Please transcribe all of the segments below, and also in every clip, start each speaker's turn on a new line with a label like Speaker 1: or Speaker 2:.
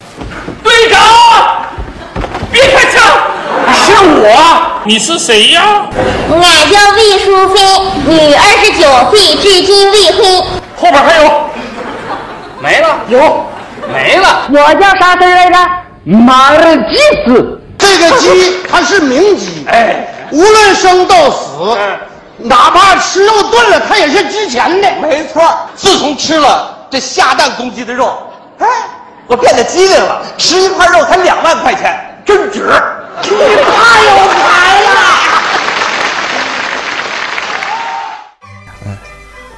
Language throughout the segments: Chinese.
Speaker 1: 哎啊
Speaker 2: 我，
Speaker 3: 你是谁呀？
Speaker 4: 我叫魏淑芬，女，二十九岁，至今未婚。
Speaker 2: 后边还有
Speaker 1: 没了，
Speaker 2: 有，
Speaker 1: 没了，
Speaker 2: 我叫啥字儿来着？马尔济斯。
Speaker 5: 这个 鸡它是名鸡，
Speaker 2: 哎，
Speaker 5: 无论生到死，哪怕吃肉炖了，它也是值钱的。
Speaker 1: 没错儿。自从吃了这下蛋公鸡的肉，哎，我变得机灵了，吃一块肉才两万块钱，真值。
Speaker 5: 你太有才了！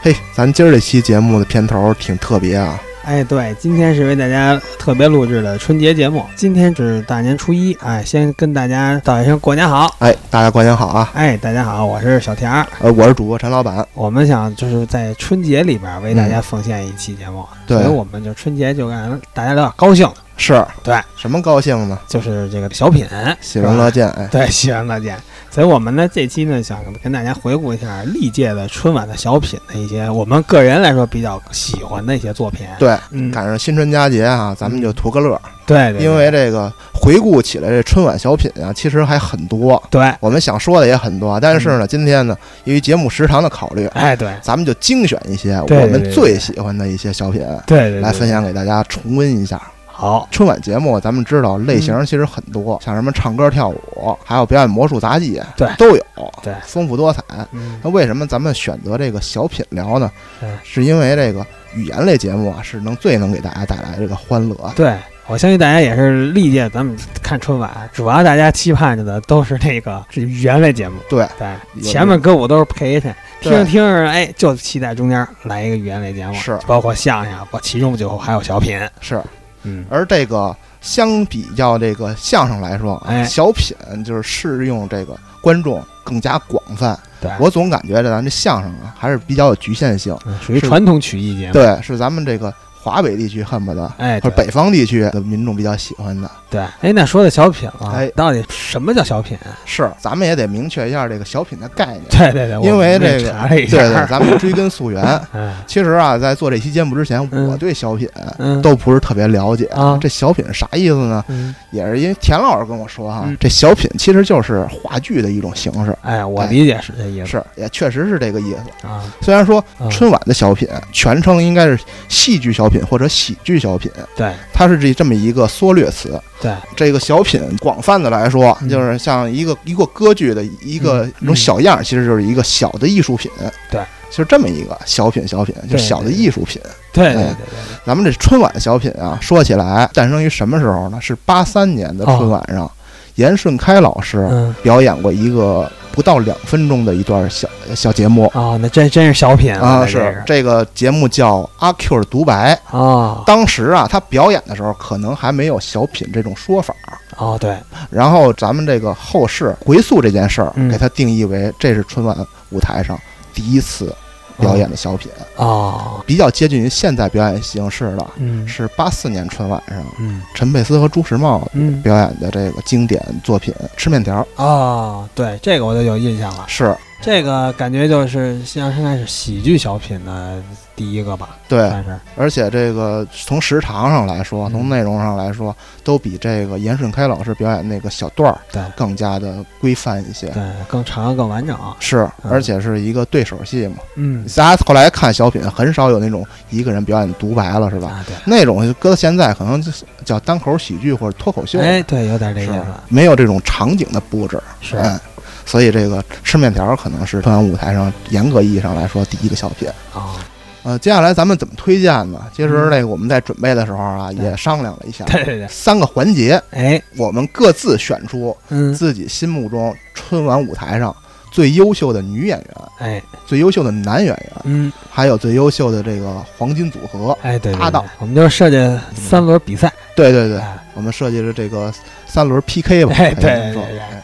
Speaker 6: 嘿，咱今儿这期节目的片头挺特别啊，
Speaker 7: 哎，对，今天是为大家特别录制的春节节目。今天是大年初一，哎，先跟大家道一声过年好。
Speaker 6: 哎，大家过年好啊！
Speaker 7: 哎，大家好，我是小田儿。
Speaker 6: 呃，我是主播陈老板，嗯
Speaker 7: 我们想就是在春节里边为大家奉献一期节目，
Speaker 6: 对
Speaker 7: 所以我们就春节就让大家有点高兴，
Speaker 6: 是
Speaker 7: 对，
Speaker 6: 什么高兴呢？
Speaker 7: 就是这个小品，
Speaker 6: 喜闻乐 见，哎，
Speaker 7: 对，喜闻乐见。所以我们呢这期呢想跟大家回顾一下历届的春晚的小品的一些我们个人来说比较喜欢的一些作品。
Speaker 6: 对，
Speaker 7: 嗯
Speaker 6: 赶上新春佳节啊，咱们就图个乐儿。
Speaker 7: 对，对
Speaker 6: 因为这个回顾起来，这春晚小品啊，其实还很多，
Speaker 7: 对，嗯
Speaker 6: 我们想说的也很多，但是呢，今天呢，由于节目时长的考虑，
Speaker 7: 哎对，
Speaker 6: 咱们就精选一些
Speaker 7: 对对
Speaker 6: 我们
Speaker 7: 对
Speaker 6: 最喜欢的一些小品
Speaker 7: 对对对
Speaker 6: 来分享给大家重温一下。
Speaker 7: 好，嗯
Speaker 6: 春晚节目咱们知道类型其实很多，像什么唱歌跳舞，还有表演魔术杂技，
Speaker 7: 对
Speaker 6: 都有，
Speaker 7: 对
Speaker 6: 丰富多彩。
Speaker 7: 嗯
Speaker 6: 那为什么咱们选择这个小品聊呢
Speaker 7: 对？
Speaker 6: 是因为这个语言类节目啊，是能最能给大家带来这个欢乐。
Speaker 7: 对，我相信大家也是历届咱们看春晚，主要大家期盼着的都是那个是语言类节目。
Speaker 6: 对
Speaker 7: 对，
Speaker 6: 有
Speaker 7: 前面歌舞都是陪衬，听
Speaker 6: 对
Speaker 7: 着听着，哎，就期待中间来一个语言类节目，
Speaker 6: 是
Speaker 7: 包括相声，包括其中就还有小品。
Speaker 6: 是，
Speaker 7: 嗯，
Speaker 6: 而这个相比较这个相声来说啊，
Speaker 7: 哎
Speaker 6: 小品就是适用这个观众更加广泛。
Speaker 7: 对，
Speaker 6: 我总感觉这咱这相声啊，还是比较有局限性。
Speaker 7: 嗯属于
Speaker 6: 是
Speaker 7: 传统曲艺节目。，
Speaker 6: 对，是咱们这个华北地区恨不得。
Speaker 7: 哎，
Speaker 6: 或
Speaker 7: 对
Speaker 6: 者北方地区的民众比较喜欢的，
Speaker 7: 对，哎，那说的小品了，
Speaker 6: 哎
Speaker 7: 到底什么叫小品？啊
Speaker 6: 是，咱们也得明确一下这个小品的概念。
Speaker 7: 对对对，
Speaker 6: 因为
Speaker 7: 我们
Speaker 6: 这
Speaker 7: 也
Speaker 6: 个
Speaker 7: 查了一下，
Speaker 6: 对 对，咱们追根溯源。
Speaker 7: 哎，
Speaker 6: 其实啊，在做这期节目之前，
Speaker 7: 嗯
Speaker 6: 我对小品
Speaker 7: 嗯，
Speaker 6: 都不是特别了解。
Speaker 7: 啊
Speaker 6: 这小品是啥意思呢？
Speaker 7: 嗯，
Speaker 6: 也是因为田老师跟我说哈、
Speaker 7: 嗯
Speaker 6: 这小品其实就是话剧的一种形式，
Speaker 7: 哎，我
Speaker 6: 哎
Speaker 7: 理解是这意思
Speaker 6: 是也确实是这个意思。
Speaker 7: 啊，
Speaker 6: 虽然说
Speaker 7: 嗯
Speaker 6: 春晚的小品全称应该是戏剧小品或者喜剧小品，
Speaker 7: 对
Speaker 6: 它是这这么一个缩略词。
Speaker 7: 对，
Speaker 6: 这个小品广泛的来说，
Speaker 7: 嗯
Speaker 6: 就是像一个一个歌剧的一个
Speaker 7: 嗯
Speaker 6: 一种
Speaker 7: 嗯
Speaker 6: 小样儿，其实就是一个小的艺术品。
Speaker 7: 对，
Speaker 6: 就是这么一个小品，小品就
Speaker 7: 对
Speaker 6: 是小的
Speaker 7: 对
Speaker 6: 艺术品。
Speaker 7: 对对对
Speaker 6: 哎
Speaker 7: 对对，
Speaker 6: 咱们这春晚小品啊，说起来诞生于什么时候呢？是八三年的春晚上，严顺开老师
Speaker 7: 哦嗯。
Speaker 6: 表演过一个不到两分钟的一段小小节目
Speaker 7: 哦，那真真是小品
Speaker 6: 啊，
Speaker 7: 那这
Speaker 6: 是这个节目叫《阿 Q 的独白》。
Speaker 7: 哦
Speaker 6: 当时啊，他表演的时候可能还没有小品这种说法。
Speaker 7: 哦，对，
Speaker 6: 然后咱们这个后世回溯这件事儿，
Speaker 7: 嗯
Speaker 6: 给他定义为这是春晚舞台上第一次表演的小品，
Speaker 7: 哦，
Speaker 6: 比较接近于现在表演形式的。
Speaker 7: 嗯
Speaker 6: 是八四年春晚上，
Speaker 7: 嗯
Speaker 6: 陈佩斯和朱时茂
Speaker 7: 嗯，
Speaker 6: 表演的这个经典作品《吃面条》
Speaker 7: 哦，对，这个我都有印象了，
Speaker 6: 是，
Speaker 7: 这个感觉就是像应该是喜剧小品的第一个吧，
Speaker 6: 对，
Speaker 7: 算是，
Speaker 6: 而且这个从时长上来说，
Speaker 7: 嗯
Speaker 6: 从内容上来说，都比这个严顺开老师表演那个小段儿
Speaker 7: 对
Speaker 6: 更加的规范一些。
Speaker 7: 对，更长更完整，
Speaker 6: 是，
Speaker 7: 嗯
Speaker 6: 而且是一个对手戏嘛。
Speaker 7: 嗯
Speaker 6: 大家后来看小品，很少有那种一个人表演独白了，是吧？
Speaker 7: 啊，对，
Speaker 6: 那种搁到现在可能就是叫单口喜剧或者脱口秀，
Speaker 7: 哎，对，有点这意
Speaker 6: 是
Speaker 7: 思，
Speaker 6: 没有这种场景的布置。
Speaker 7: 是
Speaker 6: 嗯，所以这个吃面条可能是春晚舞台上严格意义上来说第一个小品。
Speaker 7: 哦，
Speaker 6: 呃，接下来咱们怎么推荐呢？其实
Speaker 7: 嗯
Speaker 6: 那个我们在准备的时候啊，
Speaker 7: 对
Speaker 6: 也商量了一下，
Speaker 7: 对对对，
Speaker 6: 三个环节，
Speaker 7: 哎，
Speaker 6: 我们各自选出
Speaker 7: 嗯，
Speaker 6: 自己心目中春晚舞台上最优秀的女演员、
Speaker 7: 哎，
Speaker 6: 最优秀的男演员，
Speaker 7: 嗯，
Speaker 6: 还有最优秀的这个黄金组合。
Speaker 7: 哎，对，对
Speaker 6: 搭档，
Speaker 7: 对我们就设计三轮比赛，
Speaker 6: 对对对，
Speaker 7: 哎
Speaker 6: 我们设计了这个三轮 PK 吧，
Speaker 7: 哎
Speaker 6: 可以
Speaker 7: 对
Speaker 6: 这么说
Speaker 7: 对对对
Speaker 6: 哎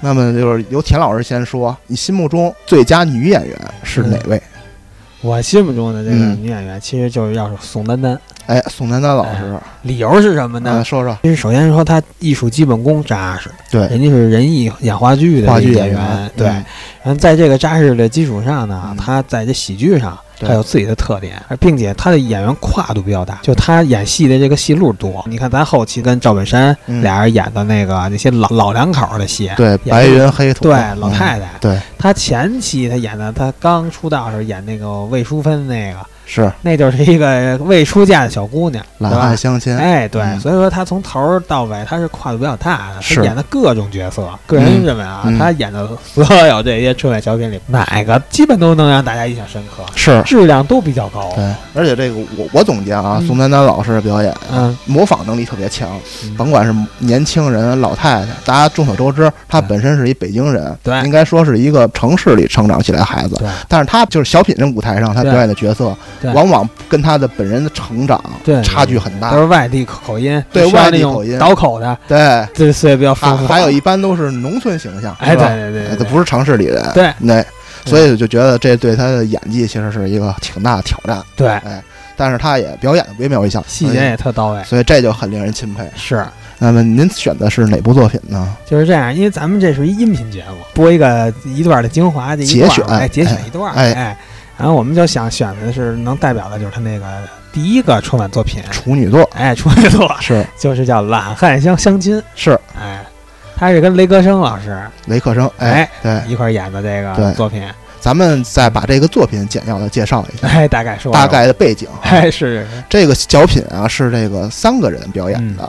Speaker 6: 那么就是由田老师先说，你心目中最佳女演员是哪位？
Speaker 7: 我心目中的这个
Speaker 6: 嗯
Speaker 7: 女演员其实就是要是宋丹丹，
Speaker 6: 哎，宋丹丹老师，
Speaker 7: 理由是什么呢
Speaker 6: 那、？说说，
Speaker 7: 其实首先说他艺术基本功扎实，
Speaker 6: 对
Speaker 7: 人家是人艺演话剧的
Speaker 6: 话剧
Speaker 7: 演
Speaker 6: 员，
Speaker 7: 对。
Speaker 6: 嗯
Speaker 7: 然后在这个扎实的基础上呢
Speaker 6: 嗯，
Speaker 7: 他在这喜剧上
Speaker 6: 对
Speaker 7: 他有自己的特点，而并且他的演员跨度比较大，就他演戏的这个戏路多。你看咱后期跟赵本山
Speaker 6: 嗯
Speaker 7: 俩人演的那个那些老老两口的戏，
Speaker 6: 对，
Speaker 7: 演
Speaker 6: 白云黑土，
Speaker 7: 对
Speaker 6: 嗯
Speaker 7: 老太太
Speaker 6: 对，
Speaker 7: 他前期他演的，他刚出道的时候演那个魏淑芬那个，
Speaker 6: 是
Speaker 7: 那就是一个未出嫁的小姑娘，对
Speaker 6: 懒
Speaker 7: 吧
Speaker 6: 爱相亲，
Speaker 7: 哎，对，
Speaker 6: 嗯
Speaker 7: 所以说他从头儿到尾他是跨度比较大的，
Speaker 6: 是
Speaker 7: 他演的各种角色。个人认为啊，
Speaker 6: 嗯
Speaker 7: 他演的所有这些春晚小品里，哪个基本都能让大家印象深刻，
Speaker 6: 是，
Speaker 7: 质量都比较高。
Speaker 6: 对，而且这个我我总结啊，
Speaker 7: 嗯
Speaker 6: 宋丹丹老师的表演
Speaker 7: 嗯，
Speaker 6: 模仿能力特别强，
Speaker 7: 嗯
Speaker 6: 甭管是年轻人、老太太，大家众所周知，她
Speaker 7: 嗯
Speaker 6: 本身是一北京人，
Speaker 7: 对
Speaker 6: 应该说是一个城市里成长起来的孩子
Speaker 7: 对，
Speaker 6: 但是她就是小品这舞台上她
Speaker 7: 对
Speaker 6: 表演的角色
Speaker 7: 对，
Speaker 6: 往往跟她的本人的成长
Speaker 7: 对
Speaker 6: 差距很
Speaker 7: 都
Speaker 6: 大，
Speaker 7: 是外地口音，
Speaker 6: 对
Speaker 7: 需要那
Speaker 6: 外地口音
Speaker 7: 种倒口的，
Speaker 6: 对，
Speaker 7: 这岁数比较
Speaker 6: 还
Speaker 7: 丰富。
Speaker 6: 还有一般都是农村形象，
Speaker 7: 哎，
Speaker 6: 是
Speaker 7: 对
Speaker 6: 吧
Speaker 7: 对对
Speaker 6: 哎
Speaker 7: 对
Speaker 6: 她
Speaker 7: 对，
Speaker 6: 不是城市里人，
Speaker 7: 对
Speaker 6: 那所以我就觉得这对她的演技其实是一个挺大的挑战，
Speaker 7: 对，
Speaker 6: 但是她也表演的惟妙惟肖，
Speaker 7: 细节也特到位。
Speaker 6: 所以这就很令人钦佩。
Speaker 7: 是，
Speaker 6: 那么您选的是哪部作品呢？
Speaker 7: 就是这样，因为咱们这是一音频节目，播一个一段的精华，这一
Speaker 6: 节
Speaker 7: 段
Speaker 6: 选
Speaker 7: 儿哎，节
Speaker 6: 哎
Speaker 7: 选一段儿，
Speaker 6: 哎
Speaker 7: 哎，然后我们就想选的是能代表的，就是他那个第一个春晚作品，
Speaker 6: 处女座
Speaker 7: 哎，处女座
Speaker 6: 是
Speaker 7: 就是叫《懒汉相相亲》，
Speaker 6: 是
Speaker 7: 哎，他是跟雷格生老师
Speaker 6: 雷克生，哎，对，
Speaker 7: 一块儿演的这
Speaker 6: 对
Speaker 7: 个作品，
Speaker 6: 咱们再把这个作品简要的介绍一下，
Speaker 7: 哎，大概说
Speaker 6: 大，概的背景。啊
Speaker 7: 哎，是是是，嗯
Speaker 6: 这个小品啊是这个三个人表演的，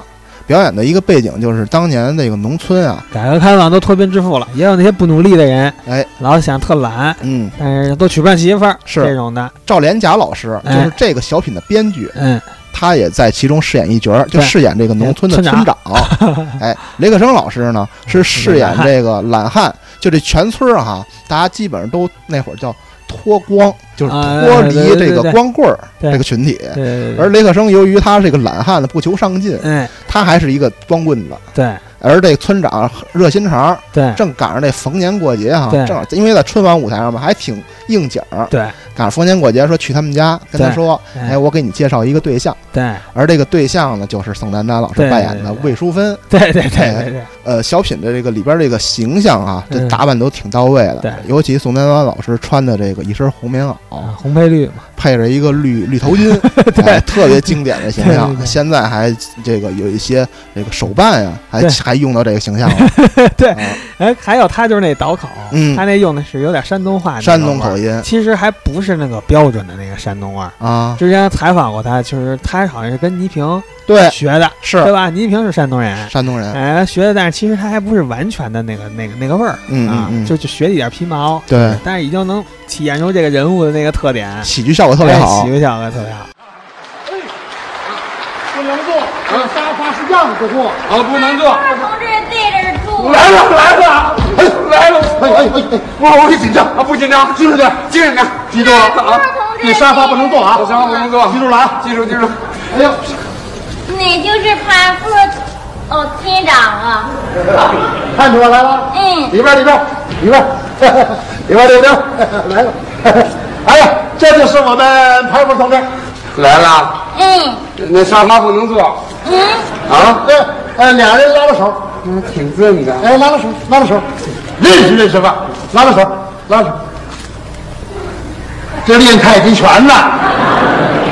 Speaker 6: 表演的一个背景就是当年那个农村啊，
Speaker 7: 改革开放都脱贫致富了，也有那些不努力的人，
Speaker 6: 哎，
Speaker 7: 老想特懒，
Speaker 6: 嗯，
Speaker 7: 但是都娶不上媳妇儿，
Speaker 6: 是
Speaker 7: 这种的，
Speaker 6: 赵连甲老师就
Speaker 7: 哎
Speaker 6: 是这个小品的编剧，
Speaker 7: 嗯，
Speaker 6: 他也在其中饰演一角儿，就
Speaker 7: 对
Speaker 6: 饰演这个农村的村
Speaker 7: 村嗯
Speaker 6: 长。 哎，雷克生老师呢是饰演这个懒汉，就这全村儿啊哈，大家基本上都那会儿叫脱光，就是
Speaker 7: 啊
Speaker 6: 脱离
Speaker 7: 对对
Speaker 6: 这
Speaker 7: 对
Speaker 6: 个
Speaker 7: 对
Speaker 6: 光棍儿
Speaker 7: 对
Speaker 6: 这个群体。
Speaker 7: 对对
Speaker 6: 而
Speaker 7: 对，
Speaker 6: 雷克生由于他是一个懒汉子，不求上进，
Speaker 7: 哎，
Speaker 6: 他还是一个光棍子。
Speaker 7: 对
Speaker 6: 而这个村长热心肠，
Speaker 7: 对
Speaker 6: 正赶上这逢年过节哈，
Speaker 7: 对
Speaker 6: 正好因为在春晚舞台上嘛，还挺应景儿。
Speaker 7: 对
Speaker 6: 赶上逢年过节，说去他们家，跟他
Speaker 7: 对
Speaker 6: 说，
Speaker 7: 哎
Speaker 6: 哎，我给你介绍一个对象。
Speaker 7: 对
Speaker 6: 而这个对象呢，就是宋丹丹老师
Speaker 7: 对
Speaker 6: 扮演的
Speaker 7: 对对
Speaker 6: 魏淑芬。
Speaker 7: 对对对对对，
Speaker 6: 呃，小品的这个里边这个形象啊，这
Speaker 7: 嗯
Speaker 6: 打扮都挺到位的。
Speaker 7: 对
Speaker 6: 尤其宋丹丹老师穿的这个一身红棉袄，
Speaker 7: 啊，红配绿嘛，
Speaker 6: 配着一个绿绿头 巾，哎，特别经典的形象。
Speaker 7: 对对对
Speaker 6: 现在还这个有一些这个手办呀、还
Speaker 7: 对
Speaker 6: 还用到这个形象了。
Speaker 7: 对
Speaker 6: 啊
Speaker 7: 哎，还有他就是那倒口，
Speaker 6: 嗯
Speaker 7: 他那用的是有点山东话，
Speaker 6: 山东口，音
Speaker 7: 其实还不是那个 标准的那个山东味儿。
Speaker 6: 啊，
Speaker 7: 之前采访过他，就是他好像是跟倪萍
Speaker 6: 对，
Speaker 7: 学的，对
Speaker 6: 是
Speaker 7: 吧？倪萍是山东人，
Speaker 6: 山东人。
Speaker 7: 哎，学的，但是其实他还不是完全的那个那个那个味儿
Speaker 6: 嗯
Speaker 7: 啊
Speaker 6: 嗯，
Speaker 7: 就
Speaker 6: 嗯，
Speaker 7: 就学一点皮毛，
Speaker 6: 对，
Speaker 7: 但是已经能体现出这个人物的那个特点，
Speaker 6: 喜剧效果特别
Speaker 7: 哎
Speaker 6: 好
Speaker 7: 喜。剧效果特别好。
Speaker 5: 不能坐，沙发是让着坐。
Speaker 1: 啊，不能坐。
Speaker 4: 同志对着住。
Speaker 1: 来了来了，来了！
Speaker 5: 哎哎哎哎，我我紧张，
Speaker 1: 啊，不紧张，
Speaker 5: 记住点，
Speaker 1: 精神点，
Speaker 5: 记住了，
Speaker 4: 同志，
Speaker 5: 那沙发不能坐啊，
Speaker 1: 我想不能坐
Speaker 5: 记，住了啊。
Speaker 1: 记住记住。
Speaker 5: 哎呦，
Speaker 4: 你就是潘副哦村长啊。
Speaker 5: 看出我来了。
Speaker 4: 嗯，
Speaker 5: 里边里边里边里边里边来了，哎呀，这就是我们排副同志。
Speaker 1: 来了，
Speaker 4: 嗯
Speaker 1: 那沙发不能坐
Speaker 4: 嗯，
Speaker 1: 啊，
Speaker 5: 呃呃，俩人拉拉手，
Speaker 1: 挺正的。
Speaker 5: 哎，拉拉手，拉拉手，认识认识吧，拉拉手，拉拉手。这练太极拳呢，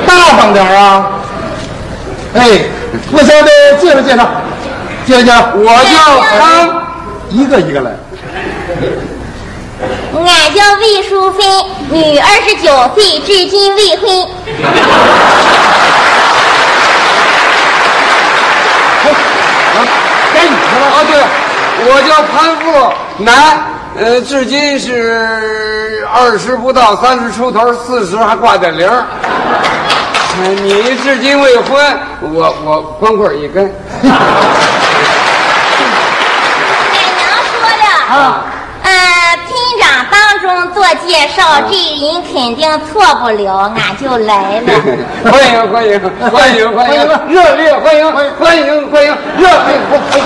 Speaker 5: 大方点啊！哎，互相的介绍介绍，介绍介绍，
Speaker 1: 我叫潘，
Speaker 5: 一个一个来。
Speaker 4: 俺叫魏淑芬，女，二十九岁，至今未婚。
Speaker 1: 该你的了啊，对，我叫潘富南，呃，至今是二十不到，三十出头，四十还挂点零儿。呃你至今未婚，我我光棍一根。
Speaker 4: 俺能说的。
Speaker 1: 啊
Speaker 4: 呃，村长当中做介绍，这人肯定错不了，俺就来了。
Speaker 1: 欢迎欢迎欢迎欢迎，热烈欢迎欢迎欢迎热烈欢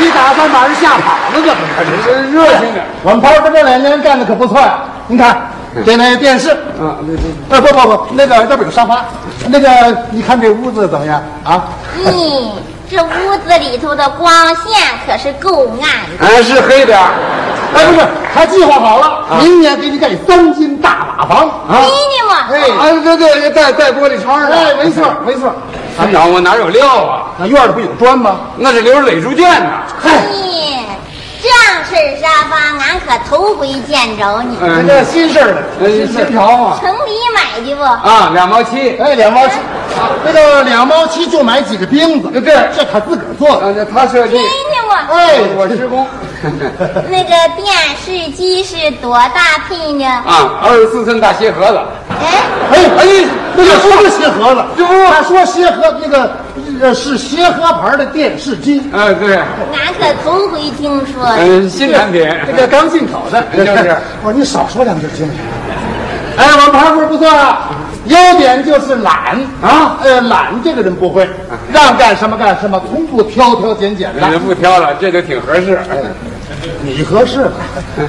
Speaker 5: 你打算把人吓跑了怎么着？
Speaker 1: 迎，热情点。
Speaker 5: 我们班儿这两年干的可不错呀、你看，这那电视，
Speaker 1: 啊，对对，
Speaker 5: 呃，不不不，那个那边有沙发，那个你看这屋子怎么样啊？
Speaker 4: 嗯，
Speaker 8: 这屋子里头的光线可是够暗的。
Speaker 9: 哎，是黑点儿
Speaker 1: 哎，不是，他计划好了，明年给你盖三间大瓦房。
Speaker 9: 啊
Speaker 8: 妮！妮嘛，
Speaker 1: 哎
Speaker 9: 啊，对对，带带玻璃窗的。
Speaker 1: 哎，没错儿没错儿，
Speaker 9: 团长，我哪有料啊？
Speaker 1: 那院里不有砖吗？
Speaker 9: 那是留着垒猪箭呢。
Speaker 8: 你这样式沙发，俺可头回见着你。
Speaker 9: 嗯，
Speaker 1: 人家新式儿的，
Speaker 9: 呃，
Speaker 1: 哎新
Speaker 9: 新
Speaker 1: 条。啊
Speaker 9: 条嘛。
Speaker 8: 城里买的不？
Speaker 9: 啊，两毛七。
Speaker 1: 哎，两毛七，那个两毛七就买几个钉子，
Speaker 9: 对哎对
Speaker 1: 这他自个儿做的。
Speaker 9: 啊，那他设计
Speaker 8: 妮，妮嘛，
Speaker 1: 哎，
Speaker 9: 我我施工。
Speaker 8: 那个电视机是多大屉呢？
Speaker 9: 啊，二十四寸大鞋盒子。
Speaker 8: 哎，
Speaker 1: 哎
Speaker 9: 哎
Speaker 1: 哎，，那个不是鞋盒子，
Speaker 9: 这不
Speaker 1: 他说鞋盒那个呃是鞋盒牌的电视机，
Speaker 9: 哎，对，
Speaker 8: 俺可头回听说。
Speaker 9: 嗯，新产品。哎
Speaker 1: 这个刚进口的，
Speaker 9: 就是
Speaker 1: 我说你少说两句行不行？哎，我们盘富不错啊，优点就是懒
Speaker 9: 啊
Speaker 1: 呃，懒这个人不会，让干什么干什么，从不挑挑拣拣的。
Speaker 9: 人啊不挑了，这就挺合适。哎
Speaker 1: 你合适吗？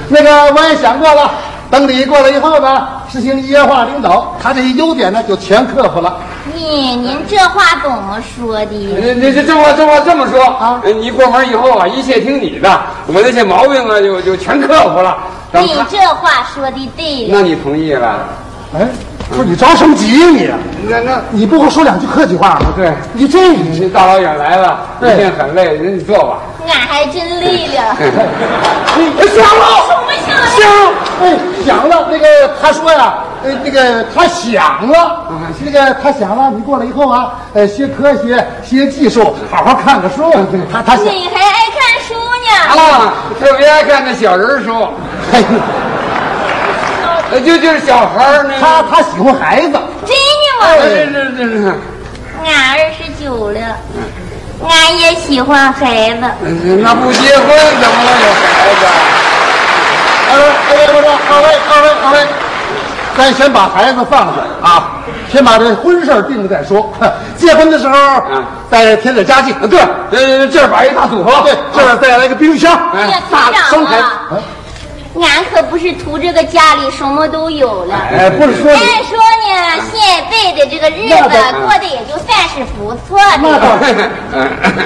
Speaker 1: 那个我也想过了，等你过来以后呢，实行一夜化领导，他这一优点呢就全克服了。
Speaker 8: 你您这话怎么说的？
Speaker 9: 你你这这话这话这么说
Speaker 1: 啊
Speaker 9: 呃你过门以后啊，一切听你的，我那些毛病啊，就就全克服了。咱们
Speaker 8: 你
Speaker 9: 看
Speaker 8: 这话说的对了，
Speaker 9: 那你同意了？
Speaker 1: 哎，不是你着什么急呀、你？
Speaker 9: 那那
Speaker 1: 你不会说两句客气话吗？
Speaker 9: 对
Speaker 1: 你这
Speaker 9: 你大老远来了，一
Speaker 1: 对
Speaker 9: 定很累，人你坐吧。
Speaker 8: 俺还真累了。
Speaker 9: 行了，
Speaker 8: 我想来
Speaker 9: 行了。
Speaker 1: 哎，想了那个，他说呀，呃，那个他想
Speaker 9: 啊
Speaker 1: 了，那个他想了，你过来以后啊，呃，学科学，学技术，好好看看书。他他想，
Speaker 8: 你还爱看书呢？
Speaker 9: 啊，特别爱看那小人书，
Speaker 1: 哎
Speaker 9: 呃就就是小孩儿那
Speaker 1: 他他喜欢孩子。哎
Speaker 8: 真的
Speaker 9: 这
Speaker 8: 吗？
Speaker 9: 这这这这，
Speaker 8: 俺二十九了，
Speaker 1: 嗯
Speaker 8: 俺也喜欢孩子。
Speaker 9: 那不结婚怎么能有孩子？啊
Speaker 1: 二位，二位，我说，二位，二位，二位，咱先把孩子放下啊，先把这婚事儿定了再说。 结婚的时候，
Speaker 9: 嗯
Speaker 1: 再添点家具。
Speaker 9: 对，呃这儿摆一大组合，
Speaker 1: 啊
Speaker 9: 哎
Speaker 1: 对，这儿再来个冰箱，
Speaker 8: 哎呀，
Speaker 1: 大
Speaker 8: 团长
Speaker 1: 生孩子。
Speaker 8: 啊，俺可不是图这个家里什么都有了。
Speaker 1: 哎，不是说你，啊
Speaker 8: 按说呢，现辈的这个日
Speaker 1: 那
Speaker 8: 子
Speaker 1: 倒啊
Speaker 8: 过得也就算是不错
Speaker 1: 那
Speaker 8: 的。
Speaker 1: 倒
Speaker 9: 哎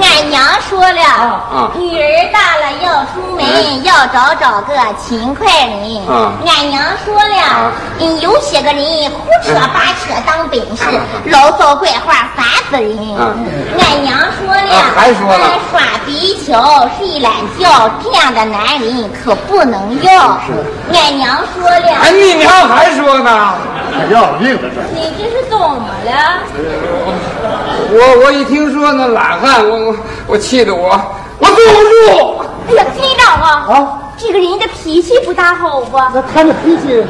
Speaker 8: 俺娘说
Speaker 9: 啊
Speaker 8: 了，女儿大了要出门，要找找个勤快人。
Speaker 9: 哎啊
Speaker 8: 俺娘说了
Speaker 9: 啊，
Speaker 8: 嗯有些个人胡扯八扯当本事，牢骚怪话烦死人。
Speaker 9: 啊
Speaker 8: 俺娘说了
Speaker 9: 啊，还说了
Speaker 8: 嗯耍皮球、睡懒觉这样的男人可不能要。俺娘说
Speaker 9: 哎，
Speaker 8: 了，
Speaker 9: 你娘还说呢，
Speaker 1: 要了
Speaker 9: 啊
Speaker 1: 命了这。
Speaker 8: 你这是怎么了？
Speaker 9: 我我一听说那懒汉，我我我气得我我坐不住。
Speaker 8: 哎呀，村长啊，
Speaker 1: 啊
Speaker 8: 这个人的脾气不大好啊吧？
Speaker 1: 那他那脾气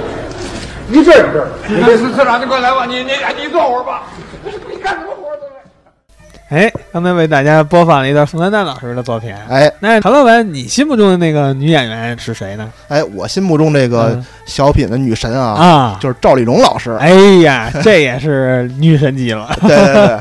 Speaker 1: 一阵儿一阵儿。
Speaker 9: 你村长，你快来吧，你你你坐会儿吧，你干什么活儿都来。
Speaker 7: 哎，刚才为大家播放了一段宋丹丹老师的作品。
Speaker 6: 哎
Speaker 7: 那唐老板，你心目中的那个女演员是谁呢？
Speaker 6: 哎，我心目中这个
Speaker 7: 嗯
Speaker 6: 小品的女神啊，
Speaker 7: 啊
Speaker 6: 就是赵丽蓉老师。
Speaker 7: 哎呀， 这也是女神级了。
Speaker 6: 对对对，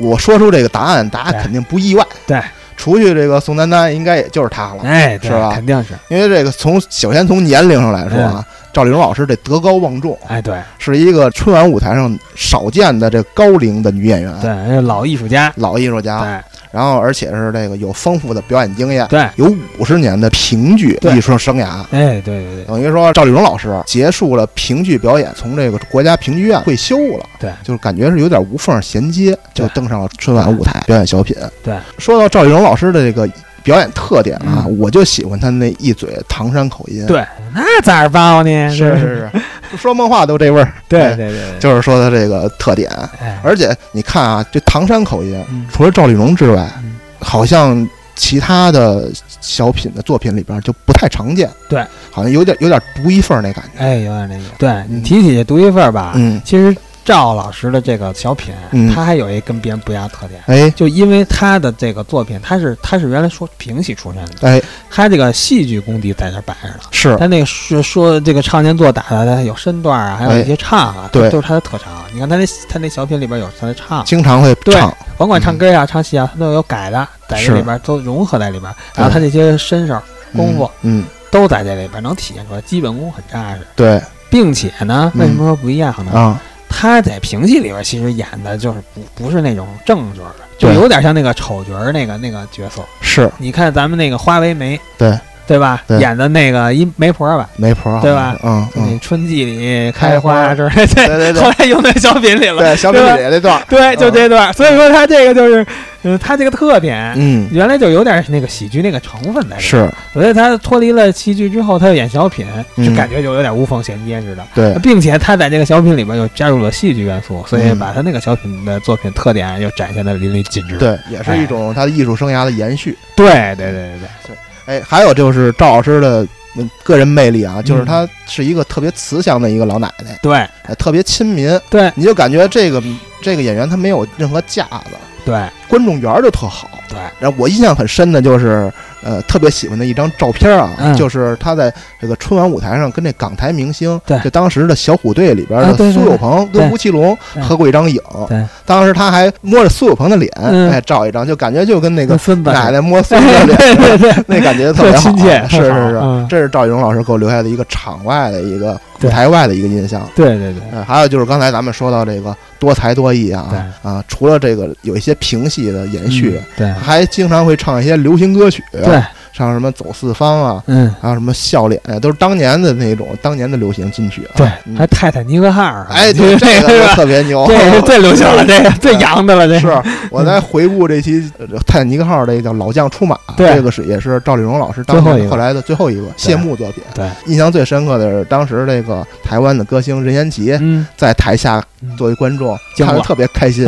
Speaker 6: 我说出这个答案，大家肯定不意外。
Speaker 7: 对，
Speaker 6: 除去这个宋丹丹，应该也就是她了，
Speaker 7: 哎，对
Speaker 6: 是吧
Speaker 7: 肯定是。嗯
Speaker 6: 因为这个从首先从年龄上来说啊，赵丽蓉老师这德高望重，
Speaker 7: 哎，对
Speaker 6: 是一个春晚舞台上少见的这高龄的女演员，
Speaker 7: 对，是老艺术家。
Speaker 6: 老艺术家，
Speaker 7: 对
Speaker 6: 然后而且是这个有丰富的表演经验，
Speaker 7: 对，
Speaker 6: 有五十年的评剧
Speaker 7: 对
Speaker 6: 艺术生涯。
Speaker 7: 哎，对对对，
Speaker 6: 等于说，赵丽蓉老师结束了评剧表演，从这个国家评剧院退休了。
Speaker 7: 对
Speaker 6: 就是感觉是有点无缝衔接，就
Speaker 7: 对
Speaker 6: 登上了春晚舞台表演小品。
Speaker 7: 对，
Speaker 6: 说到赵丽蓉老师的这个表演特点啊，我就喜欢她那一嘴唐山口音。，
Speaker 7: 嗯对，那咋报呢？
Speaker 6: 是
Speaker 7: 是，
Speaker 6: 是是，说梦话都这味儿。
Speaker 7: 对
Speaker 6: 哎
Speaker 7: 对对，对
Speaker 6: 就是说她这个特点。
Speaker 7: 哎，
Speaker 6: 而且你看啊，这唐山口音，
Speaker 7: 嗯
Speaker 6: 除了赵丽蓉之外，
Speaker 7: 嗯
Speaker 6: 好像其他的小品的作品里边就不太常见。
Speaker 7: 对，
Speaker 6: 好像有点有点独一份儿那感觉。
Speaker 7: 哎，有点那个。对你提起这独一份儿吧，
Speaker 6: 嗯
Speaker 7: 其实赵老师的这个小品，啊
Speaker 6: 嗯
Speaker 7: 他还有一跟别人不一样的特点。
Speaker 6: 哎
Speaker 7: 就因为他的这个作品，他是他是原来说评戏出身的，
Speaker 6: 哎，
Speaker 7: 他这个戏剧功底在这摆着呢。
Speaker 6: 是
Speaker 7: 他那个说说这个唱念做打的，他有身段啊，还有一些唱啊，
Speaker 6: 哎对
Speaker 7: 都是他的特长。你看他那他那小品里边有他的唱，
Speaker 6: 经常会
Speaker 7: 对
Speaker 6: 唱。嗯
Speaker 7: 甭管唱歌啊、唱戏啊，他都有改的，在这
Speaker 6: 是
Speaker 7: 里边都融合在里边。然后他这些身手功夫
Speaker 6: 嗯，嗯，
Speaker 7: 都在这里边能体现出来，基本功很扎实，
Speaker 6: 对
Speaker 7: 并且呢，
Speaker 6: 嗯
Speaker 7: 为什么说不一样呢？
Speaker 6: 啊，
Speaker 7: 他在评戏里边其实演的就是不不是那种正角儿的，就
Speaker 6: 对
Speaker 7: 有点像那个丑角儿那个那个角色。
Speaker 6: 是
Speaker 7: 你看咱们那个花为媒，
Speaker 6: 对
Speaker 7: 对吧？
Speaker 6: 对
Speaker 7: 演的那个一媒婆吧，
Speaker 6: 媒婆好像是
Speaker 7: 对吧
Speaker 6: 嗯
Speaker 7: 就那
Speaker 6: 嗯，
Speaker 7: 春季里开花
Speaker 6: 开花
Speaker 7: 之类的，
Speaker 6: 对对对
Speaker 7: 后来用在小品里了，
Speaker 6: 对，小品
Speaker 7: 对吧
Speaker 6: 里那段儿，
Speaker 7: 对，就
Speaker 6: 嗯
Speaker 7: 这段儿。所以说他这个就是，嗯，他这个特点，
Speaker 6: 嗯，
Speaker 7: 原来就有点那个喜剧那个成分在里面，
Speaker 6: 是
Speaker 7: 所以他脱离了戏剧之后，他又演小品，
Speaker 6: 嗯
Speaker 7: 就感觉就有点无缝衔接似的。
Speaker 6: 对
Speaker 7: 并且他在这个小品里边又加入了戏剧元素，所以
Speaker 6: 嗯
Speaker 7: 把他那个小品的作品特点又展现的淋漓尽致。
Speaker 6: 对，也是一种他的艺术生涯的延续。
Speaker 7: 对哎对对对对，
Speaker 6: 哎，还有就是赵老师的嗯个人魅力啊，就是
Speaker 7: 嗯
Speaker 6: 她是一个特别慈祥的一个老奶奶，
Speaker 7: 对
Speaker 6: 哎特别亲民，
Speaker 7: 对
Speaker 6: 你就感觉这个这个演员他没有任何架子，
Speaker 7: 对
Speaker 6: 观众缘儿就特好。
Speaker 7: 对，
Speaker 6: 然后我印象很深的就是，呃，特别喜欢的一张照片啊，
Speaker 7: 嗯
Speaker 6: 就是他在这个春晚舞台上跟这港台明星，
Speaker 7: 对
Speaker 6: 就当时的小虎队里边
Speaker 7: 啊
Speaker 6: 的
Speaker 7: 对对
Speaker 6: 苏有朋
Speaker 7: 对
Speaker 6: 跟吴奇隆
Speaker 7: 对
Speaker 6: 合过一张影
Speaker 7: 对，
Speaker 6: 当时他还摸着苏有朋的脸，
Speaker 7: 嗯
Speaker 6: 哎，照一张，就感觉就跟那
Speaker 7: 跟
Speaker 6: 个
Speaker 7: 孙子似的
Speaker 6: 奶奶摸孙子的脸，
Speaker 7: 对对对，
Speaker 6: 那感觉特别好，
Speaker 7: 特亲切
Speaker 6: 是
Speaker 7: 特好
Speaker 6: 是是，
Speaker 7: 嗯
Speaker 6: 这是赵丽蓉老师给我留下的一个场外的一个舞
Speaker 7: 对
Speaker 6: 台外的一个印象。
Speaker 7: 对对对，
Speaker 6: 呃，还有就是刚才咱们说到这个多才多艺啊，啊，除了这个有一些评戏的延续，
Speaker 7: 嗯对
Speaker 6: 还经常会唱一些流行歌曲，
Speaker 7: 对，
Speaker 6: 像什么《走四方》啊，
Speaker 7: 嗯。
Speaker 6: 还有什么《笑脸》啊，都是当年的那种当年的流行金曲啊。
Speaker 7: 对，
Speaker 6: 嗯
Speaker 7: 还泰坦尼克号啊，
Speaker 6: 哎，
Speaker 7: 对
Speaker 6: 对，这个
Speaker 7: 是
Speaker 6: 就
Speaker 7: 吧？
Speaker 6: 特别牛，
Speaker 7: 这 个是最流行了，这个最洋的了，这个
Speaker 6: 是我在回顾这期呃《泰坦尼克号》这个叫《老将出马》，
Speaker 7: 对
Speaker 6: 这个是也是赵丽蓉老师当
Speaker 7: 最后
Speaker 6: 年
Speaker 7: 一个
Speaker 6: 后来的最后一个谢幕作品。
Speaker 7: 对，
Speaker 6: 印象最深刻的是当时这个台湾的歌星任贤齐
Speaker 7: 嗯，
Speaker 6: 在台下
Speaker 7: 嗯
Speaker 6: 作为观众
Speaker 7: 经
Speaker 6: 看
Speaker 7: 过
Speaker 6: 着特别开 心，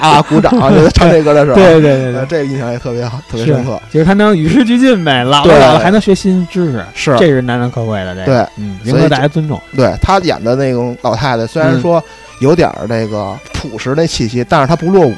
Speaker 6: 啊，鼓掌，觉得唱这歌的时候，
Speaker 7: 对对对
Speaker 6: 呃
Speaker 7: 对，
Speaker 6: 这个印象也特别好，特别
Speaker 7: 是
Speaker 6: 深刻。
Speaker 7: 就是他能与时俱进呗，老了
Speaker 6: 对
Speaker 7: 老了还能学新知识，
Speaker 6: 是
Speaker 7: 这是难能可贵的，这个
Speaker 6: 对，
Speaker 7: 嗯，
Speaker 6: 所以
Speaker 7: 赢得
Speaker 6: 这
Speaker 7: 大家尊重，
Speaker 6: 对他演的那种老太太，虽然
Speaker 7: 嗯
Speaker 6: 说有点儿那个朴实那气息，但是她不落伍，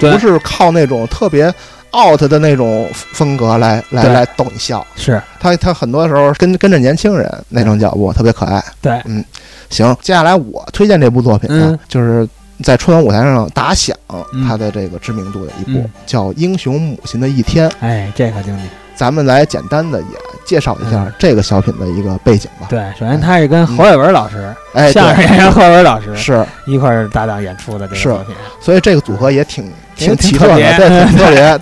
Speaker 7: 对
Speaker 6: 不是靠那种特别 out 的那种风格来来
Speaker 7: 对
Speaker 6: 来逗你笑。
Speaker 7: 是
Speaker 6: 他他很多时候跟跟着年轻人那种脚步，特别可爱。
Speaker 7: 对
Speaker 6: 嗯，行，接下来我推荐这部作品呢，
Speaker 7: 嗯
Speaker 6: 就是在春晚舞台上打响
Speaker 7: 嗯
Speaker 6: 他的这个知名度的一部，
Speaker 7: 嗯
Speaker 6: 叫《英雄母亲的一天》。
Speaker 7: 哎，这个经典。
Speaker 6: 咱们来简单的也介绍一下
Speaker 7: 嗯
Speaker 6: 这个小品的一个背景吧。嗯
Speaker 7: 对，首先他是跟侯耀文老师，
Speaker 6: 哎，
Speaker 7: 相声
Speaker 6: 对，
Speaker 7: 演员侯耀文老师
Speaker 6: 是，
Speaker 7: 一块儿搭档演出的这个
Speaker 6: 是
Speaker 7: 作品。啊嗯
Speaker 6: 所以这个组合也挺。
Speaker 7: 挺
Speaker 6: 奇特的，
Speaker 7: 挺特别嗯
Speaker 6: 对，挺特别。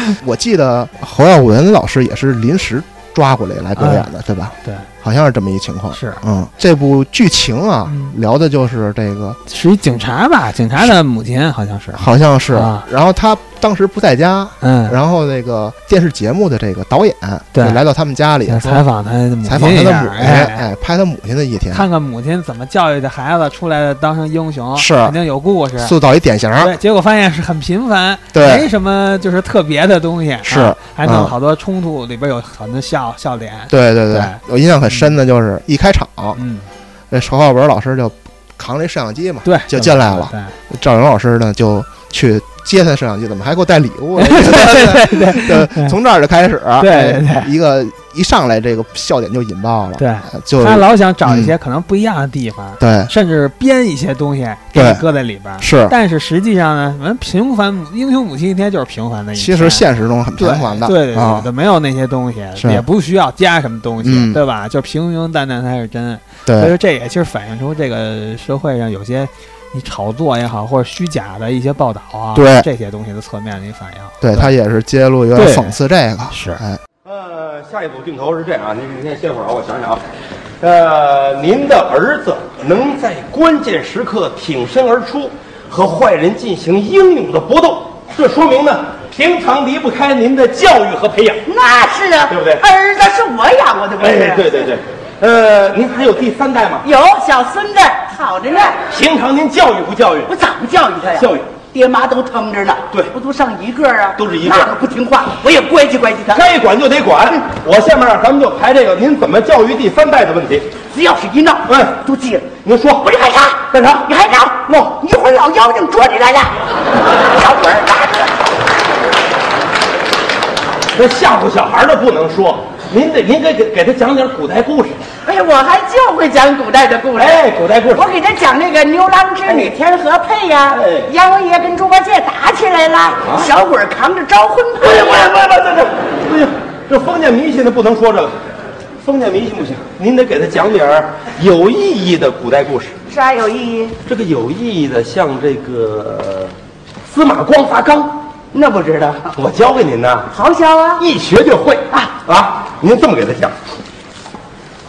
Speaker 6: 对，我记得侯耀文老师也是临时抓过来来表演的，对吧？
Speaker 7: 对，
Speaker 6: 好像是这么一情况。
Speaker 7: 嗯是
Speaker 6: 嗯，这部剧情啊，
Speaker 7: 嗯
Speaker 6: 聊的就是这个，
Speaker 7: 属于警察吧？警察的母亲好像是，
Speaker 6: 好像是，
Speaker 7: 啊
Speaker 6: 然后他当时不在家，
Speaker 7: 嗯，
Speaker 6: 然后那个电视节目的这个导演就
Speaker 7: 对
Speaker 6: 来到他们家里
Speaker 7: 想
Speaker 6: 说
Speaker 7: 采访他母
Speaker 6: 采访
Speaker 7: 亲
Speaker 6: 他
Speaker 7: 一
Speaker 6: 的
Speaker 7: 下
Speaker 6: 母亲，
Speaker 7: 哎，
Speaker 6: 哎，拍他母亲的一天，
Speaker 7: 看看母亲怎么教育的孩子出来的当成英雄，
Speaker 6: 是
Speaker 7: 肯定有故事。
Speaker 6: 塑造一典型儿，
Speaker 7: 对，结果发现是很平凡，
Speaker 6: 对
Speaker 7: 没什么就是特别的东西，
Speaker 6: 是
Speaker 7: 啊还弄
Speaker 6: 嗯
Speaker 7: 好多冲突，里边有很多笑笑点，
Speaker 6: 对对对
Speaker 7: 对，
Speaker 6: 我印象很深的就是一开场，
Speaker 7: 嗯，
Speaker 6: 那侯耀文老师就扛着摄像机嘛，
Speaker 7: 对，
Speaker 6: 就进来了
Speaker 7: 对，
Speaker 6: 赵勇老师呢就去接他摄像机，怎么还给我带礼物呢？
Speaker 7: 对对对嗯
Speaker 6: 对，从这儿就开始，
Speaker 7: 对
Speaker 6: 哎
Speaker 7: 对对
Speaker 6: 一个一上来这个笑点就引爆了，
Speaker 7: 对，
Speaker 6: 呃就嗯
Speaker 7: 他老想找一些可能不一样的地方，
Speaker 6: 对
Speaker 7: 甚至编一些东西给
Speaker 6: 对
Speaker 7: 你搁在里边儿。
Speaker 6: 是，
Speaker 7: 但是实际上呢，我们平凡母英雄母亲一天就是平凡的一天，
Speaker 6: 其实现实中很平
Speaker 7: 对
Speaker 6: 凡的，
Speaker 7: 对对
Speaker 6: 啊
Speaker 7: 对，对，没有那些东西，
Speaker 6: 是
Speaker 7: 也不需要加什么东西，
Speaker 6: 嗯
Speaker 7: 对吧？就平平淡淡才是真。所以
Speaker 6: 对
Speaker 7: 说，这也其实反映出这个社会上有些你炒作也好，或者虚假的一些报道啊，
Speaker 6: 对
Speaker 7: 这些东西的侧面的一反映。
Speaker 6: 对，他也是揭露有点讽刺这个，
Speaker 7: 是
Speaker 6: 哎，
Speaker 9: 呃，下一组镜头是这样啊，您您先歇会儿啊，我想想啊。呃，您的儿子能在关键时刻挺身而出，和坏人进行英勇的搏斗，这说明呢，平常离不开您的教育和培养。
Speaker 2: 那是啊，
Speaker 9: 对不对
Speaker 2: 儿子是我养我的，不是？
Speaker 9: 哎，对对对，呃，您还有第三代吗？
Speaker 2: 有小孙子好着呢，
Speaker 9: 平常您教育不教育？
Speaker 2: 我怎么教育他呀？
Speaker 9: 教育，
Speaker 2: 爹妈都疼着呢。
Speaker 9: 对
Speaker 2: 不都上一个啊？
Speaker 9: 都是一个
Speaker 2: 那可不听话，我也关系关系他。
Speaker 9: 该管就得管。我下面咱们就排这个您怎么教育第三代的问题。
Speaker 2: 只要是一闹，
Speaker 9: 哎
Speaker 2: 都急了。
Speaker 9: 您说，
Speaker 2: 我这干啥？
Speaker 9: 干啥
Speaker 2: 你还啥？
Speaker 9: 闹
Speaker 2: 你一会儿老妖精捉你来了，小鬼儿拉着他。
Speaker 9: 这吓唬小孩儿的不能说，您得您给给给他讲点古代故事。
Speaker 2: 哎，我还就会讲古代的故事。
Speaker 9: 哎，古代故事
Speaker 2: 我。给他讲那个牛郎织女天河配呀、
Speaker 9: 哎
Speaker 2: 阎王爷跟猪八戒打起来了，小鬼儿扛着招魂
Speaker 9: 不
Speaker 2: 幡
Speaker 9: 行不行
Speaker 2: 呀、
Speaker 9: 哎不行不行不行，不行，这封建迷信的不能说这个。封建迷信不行，您得给他讲点儿有意义的古代故事。
Speaker 2: 啥有意义？
Speaker 9: 这个有意义的，像这个呃司马光砸缸，
Speaker 2: 那不知道，
Speaker 9: 我教给您呢，
Speaker 2: 好小啊！
Speaker 9: 一学就会
Speaker 2: 啊
Speaker 9: 啊！您这么给他讲，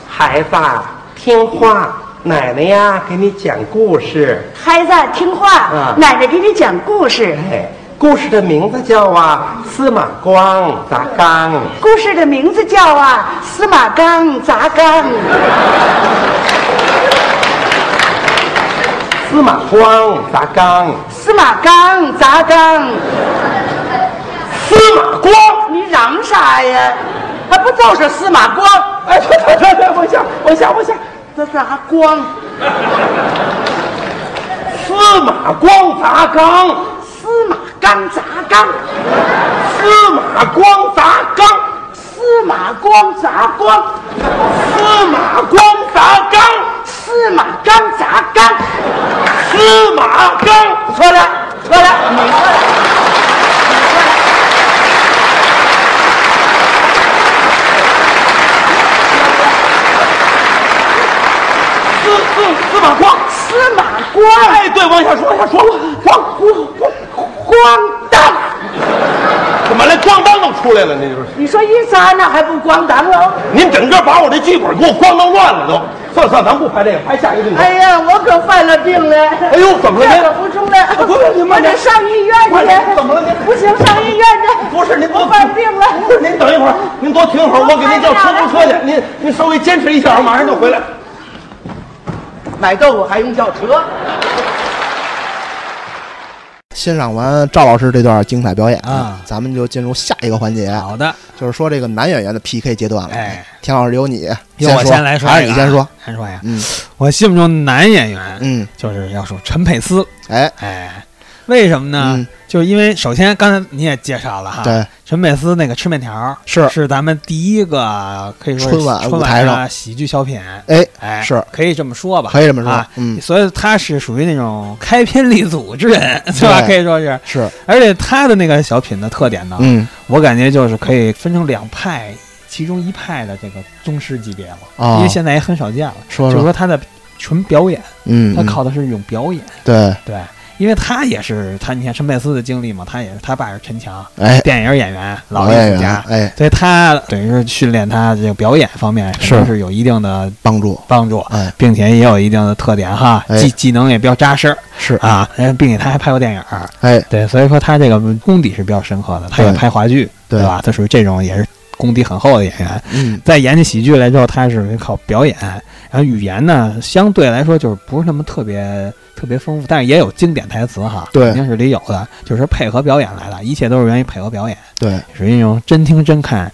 Speaker 9: 孩子啊听话，奶奶呀给你讲故事。
Speaker 2: 孩子听话，
Speaker 9: 啊
Speaker 2: 奶奶给你讲故事。
Speaker 9: 哎，故事的名字叫啊司马光砸缸。
Speaker 2: 故事的名字叫啊《司马缸砸缸》。
Speaker 9: 司马光砸缸，
Speaker 2: 司马缸砸缸，
Speaker 9: 司马光。
Speaker 2: 你嚷啥呀？还不就是司马光？
Speaker 9: 哎，对对对对，往下往下往下，
Speaker 2: 这砸光？
Speaker 9: 司马光砸缸，
Speaker 2: 司马缸砸缸，
Speaker 9: 司马光砸缸，
Speaker 2: 司马光砸光，
Speaker 9: 司马光砸缸，
Speaker 2: 司马缸砸缸。
Speaker 9: 司马光。
Speaker 2: 错了，错了，你错了。
Speaker 9: 司司司马光，
Speaker 2: 司马光，
Speaker 9: 哎，对，往下说，往下说，光光光
Speaker 2: 光蛋！
Speaker 9: 怎么连咣当都出来了？那就是
Speaker 2: 你说一砸那还不光当喽？
Speaker 9: 您整个把我这剧本给我咣当乱了都。算了算了，咱不拍这个，拍下一个镜头。
Speaker 2: 哎呀，我可犯了病了！
Speaker 9: 哎呦怎么了
Speaker 2: 这可不中了，
Speaker 9: 不是您慢
Speaker 2: 我
Speaker 9: 点
Speaker 2: 得上医院
Speaker 9: 快点
Speaker 2: 去。
Speaker 9: 怎么了您
Speaker 2: 不行，上医院去。
Speaker 9: 不是您
Speaker 2: 我犯病了。
Speaker 9: 不是您等一会儿，您多停一会儿，我给您叫出租车去。您您稍微坚持一下，我马上就回来。
Speaker 2: 买豆腐还用叫车？
Speaker 6: 欣赏完赵老师这段精彩表演
Speaker 7: 啊
Speaker 6: 咱们就进入下一个环节，
Speaker 7: 好的，
Speaker 6: 就是说这个男演员的 PK 阶段了。
Speaker 7: 哎，
Speaker 6: 田老师由你
Speaker 7: 由我先来说，啊
Speaker 6: 还是你先说？，
Speaker 7: 先说呀。
Speaker 6: 嗯
Speaker 7: 我心目中男演员，
Speaker 6: 嗯，
Speaker 7: 就是要说陈佩斯。
Speaker 6: 哎，
Speaker 7: 哎，为什么呢？
Speaker 6: 嗯
Speaker 7: 就是因为首先刚才你也介绍了哈，
Speaker 6: 对，
Speaker 7: 陈佩斯那个吃面条儿
Speaker 6: 是
Speaker 7: 是咱们第一个可以说是
Speaker 6: 春晚
Speaker 7: 春
Speaker 6: 舞台
Speaker 7: 晚
Speaker 6: 上
Speaker 7: 喜剧小品，
Speaker 6: 哎
Speaker 7: 哎，
Speaker 6: 是
Speaker 7: 可以这么说吧，
Speaker 6: 可以这么说
Speaker 7: 啊
Speaker 6: 嗯
Speaker 7: 所以他是属于那种开篇立祖之 人，对吧？
Speaker 6: 对
Speaker 7: 可以说是，
Speaker 6: 是，
Speaker 7: 而且他的那个小品的特点呢，
Speaker 6: 嗯
Speaker 7: 我感觉就是可以分成两派，其中一派的这个宗师级别了，
Speaker 6: 哦
Speaker 7: 因为现在也很少见了，
Speaker 6: 说
Speaker 7: 就是
Speaker 6: 说，
Speaker 7: 说他的纯表演，
Speaker 6: 嗯，
Speaker 7: 他
Speaker 6: 嗯
Speaker 7: 靠的是一种表演，
Speaker 6: 对，
Speaker 7: 对，因为他也是他，你看陈佩斯的经历嘛，他也是他爸是陈强，
Speaker 6: 哎，
Speaker 7: 电影演员，老
Speaker 6: 老演
Speaker 7: 艺
Speaker 6: 员
Speaker 7: 术家，
Speaker 6: 哎，
Speaker 7: 所以他等于是训练他这个表演方面肯定是有一定的
Speaker 6: 帮助，
Speaker 7: 帮助，
Speaker 6: 哎
Speaker 7: 并且也有一定的特点哈，
Speaker 6: 哎
Speaker 7: 技技能也比较扎实
Speaker 6: 是，
Speaker 7: 啊，然后并且他还拍过电影儿，
Speaker 6: 哎，
Speaker 7: 对，所以说他这个功底是比较深厚的，他也
Speaker 6: 对
Speaker 7: 拍话剧，
Speaker 6: 对
Speaker 7: 吧？他属于这种也是功底很厚的演员。
Speaker 6: 嗯，
Speaker 7: 在演起喜剧来之后，他是靠表演，然后语言呢相对来说就是不是那么特别特别丰富，但是也有经典台词哈，
Speaker 6: 对
Speaker 7: 肯定是得有的，就是配合表演来的，一切都是源于配合表演，
Speaker 6: 对，
Speaker 7: 属于那种真听真看。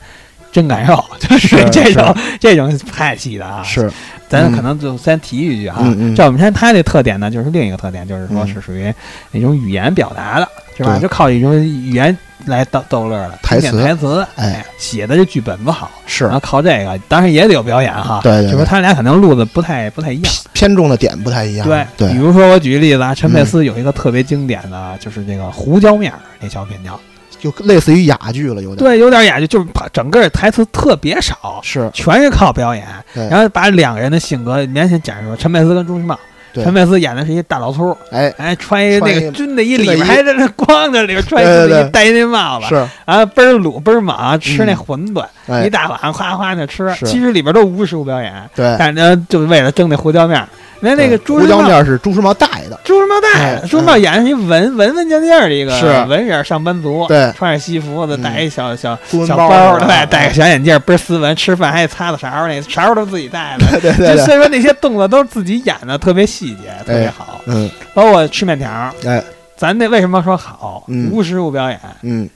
Speaker 7: 真感受， 就是
Speaker 6: 是
Speaker 7: 这种 这种派系的啊，
Speaker 6: 是，
Speaker 7: 咱可能就先提一句啊
Speaker 6: 嗯嗯，
Speaker 7: 赵本山他这特点呢，就是另一个特点，就是说
Speaker 6: 嗯
Speaker 7: 是属于那种语言表达的，是吧？
Speaker 6: 对
Speaker 7: 就靠一种语言来逗逗乐的，
Speaker 6: 台词
Speaker 7: 经典台词，
Speaker 6: 哎
Speaker 7: 哎，写的这剧本不好，
Speaker 6: 是
Speaker 7: 然后靠这个，当然也得有表演哈。
Speaker 6: 对对对
Speaker 7: 就是他俩可能路子不太不太一样。
Speaker 6: 偏重的点嗯不太一样，
Speaker 7: 对，
Speaker 6: 对，
Speaker 7: 比如说我举个例子啊，陈佩斯有一个特别经典的，就是这个胡椒面儿那小品叫，
Speaker 6: 就类似于哑剧了，有点，，
Speaker 7: 对，有点哑剧，就是把整个台词特别少，
Speaker 6: 是，
Speaker 7: 全是靠表演，
Speaker 6: 对
Speaker 7: 然后把两个人的性格明显展示出来。陈佩斯跟朱时茂，
Speaker 6: 对
Speaker 7: 陈佩斯演的是一大老粗，
Speaker 6: 哎，
Speaker 7: 哎，穿一那
Speaker 6: 穿一
Speaker 7: 个军的衣，
Speaker 6: 军
Speaker 7: 里
Speaker 6: 的衣
Speaker 7: 边还在那光着，里边穿一
Speaker 6: 对对
Speaker 7: 军的
Speaker 6: 对
Speaker 7: 衣，戴一那帽子，
Speaker 6: 是，
Speaker 7: 啊，倍儿鲁倍儿莽，吃那
Speaker 6: 嗯
Speaker 7: 馄饨，
Speaker 6: 哎
Speaker 7: 一，大碗哗哗的吃，
Speaker 6: 是
Speaker 7: 其实里边都无实物表演，
Speaker 6: 对，
Speaker 7: 但是呢，就为了挣那胡椒面儿。连那个
Speaker 6: 对
Speaker 7: 朱
Speaker 6: 胡
Speaker 7: 时
Speaker 6: 椒
Speaker 7: 茂，
Speaker 6: 面是朱时茂带的，
Speaker 7: 朱时茂带
Speaker 6: 哎
Speaker 7: 的，朱时茂演的是一文文文件件儿的一
Speaker 6: 是
Speaker 7: 个文人上班族，
Speaker 6: 对嗯
Speaker 7: 穿着西服的，戴一小小
Speaker 6: 公啊文
Speaker 7: 小
Speaker 6: 包
Speaker 7: 包，
Speaker 6: 是吧
Speaker 7: 对，戴个小眼镜，倍儿斯文，吃饭还得擦擦勺儿，那勺儿都自己带的，
Speaker 6: 对对
Speaker 7: 就
Speaker 6: 对，
Speaker 7: 所以说那些动作都是自己演的，特别细节，特别好。
Speaker 6: 嗯，
Speaker 7: 包括吃面条儿，
Speaker 6: 哎，
Speaker 7: 咱那为什么说好？
Speaker 6: 嗯
Speaker 7: 无实物表演，
Speaker 6: 嗯，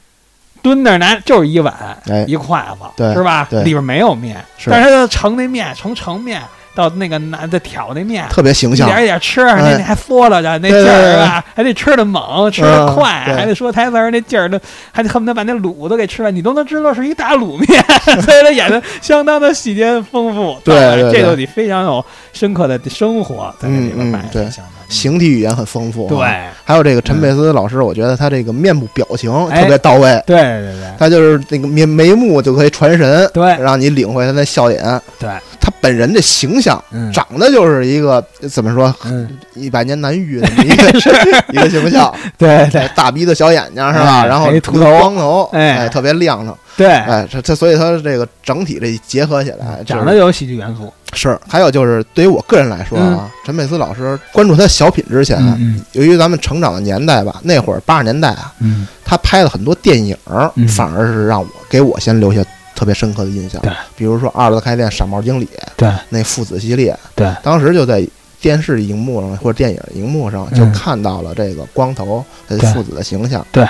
Speaker 7: 蹲那儿拿就是一碗
Speaker 6: 哎
Speaker 7: 一筷子，
Speaker 6: 对
Speaker 7: 是吧？
Speaker 6: 对
Speaker 7: 里边没有面，
Speaker 6: 是
Speaker 7: 但是他盛那面，从盛面到那个男的挑那面，
Speaker 6: 特别形象
Speaker 7: 一。点一点吃，
Speaker 6: 哎
Speaker 7: 那那还嗦拉着，那
Speaker 6: 对
Speaker 7: 劲
Speaker 6: 对
Speaker 7: 儿
Speaker 6: 对
Speaker 7: 是吧？还得吃的猛，吃的
Speaker 6: 嗯
Speaker 7: 快，
Speaker 6: 对
Speaker 7: 还得说台词儿，那劲儿都还得恨不得把那卤都给吃完，你都能知道是一大卤面， 所以他演的相当的细节丰富。
Speaker 6: 对对
Speaker 7: 当然
Speaker 6: 对
Speaker 7: 这个你非常有深刻的生活在这里面
Speaker 6: 嗯嗯
Speaker 7: 摆
Speaker 6: 对
Speaker 7: 的，相当于
Speaker 6: 形体语言很丰富，啊
Speaker 7: 对嗯
Speaker 6: 还有这个陈佩斯老师，我觉得他这个面部表情
Speaker 7: 哎
Speaker 6: 特别到位，
Speaker 7: 对对对
Speaker 6: 他就是那个眉眉目就可以传神，
Speaker 7: 对
Speaker 6: 让你领会他那笑点。
Speaker 7: 对，
Speaker 6: 他本人的形象，
Speaker 7: 嗯
Speaker 6: 长得就是一个怎么说，
Speaker 7: 嗯，
Speaker 6: 一百年难遇的这么一 个 一个形象，
Speaker 7: 对对
Speaker 6: 大鼻子小眼睛是吧？
Speaker 7: 哎
Speaker 6: 然后
Speaker 7: 还一秃头
Speaker 6: 光头，
Speaker 7: 哎
Speaker 6: 哎，特别亮堂，
Speaker 7: 对，嗯
Speaker 6: 哎，这这所以他这个整体这结合起来，就是
Speaker 7: 长得有喜剧元素，
Speaker 6: 是，还有就是对于我个人来说啊，陈佩斯老师关注他小品之前，啊
Speaker 7: 嗯
Speaker 6: 由于咱们成长的年代吧，那会儿八十年代啊，
Speaker 7: 嗯
Speaker 6: 他拍的很多电影儿，
Speaker 7: 嗯
Speaker 6: 反而是让我给我先留下特别深刻的印象
Speaker 7: 对。
Speaker 6: 比如说《二子开店》《傻帽经理》
Speaker 7: 对
Speaker 6: 那父子系列，
Speaker 7: 对，
Speaker 6: 当时就在电视荧幕上或者电影荧幕上
Speaker 7: 嗯
Speaker 6: 就看到了这个光头呃
Speaker 7: 对
Speaker 6: 父子的形象。
Speaker 7: 对。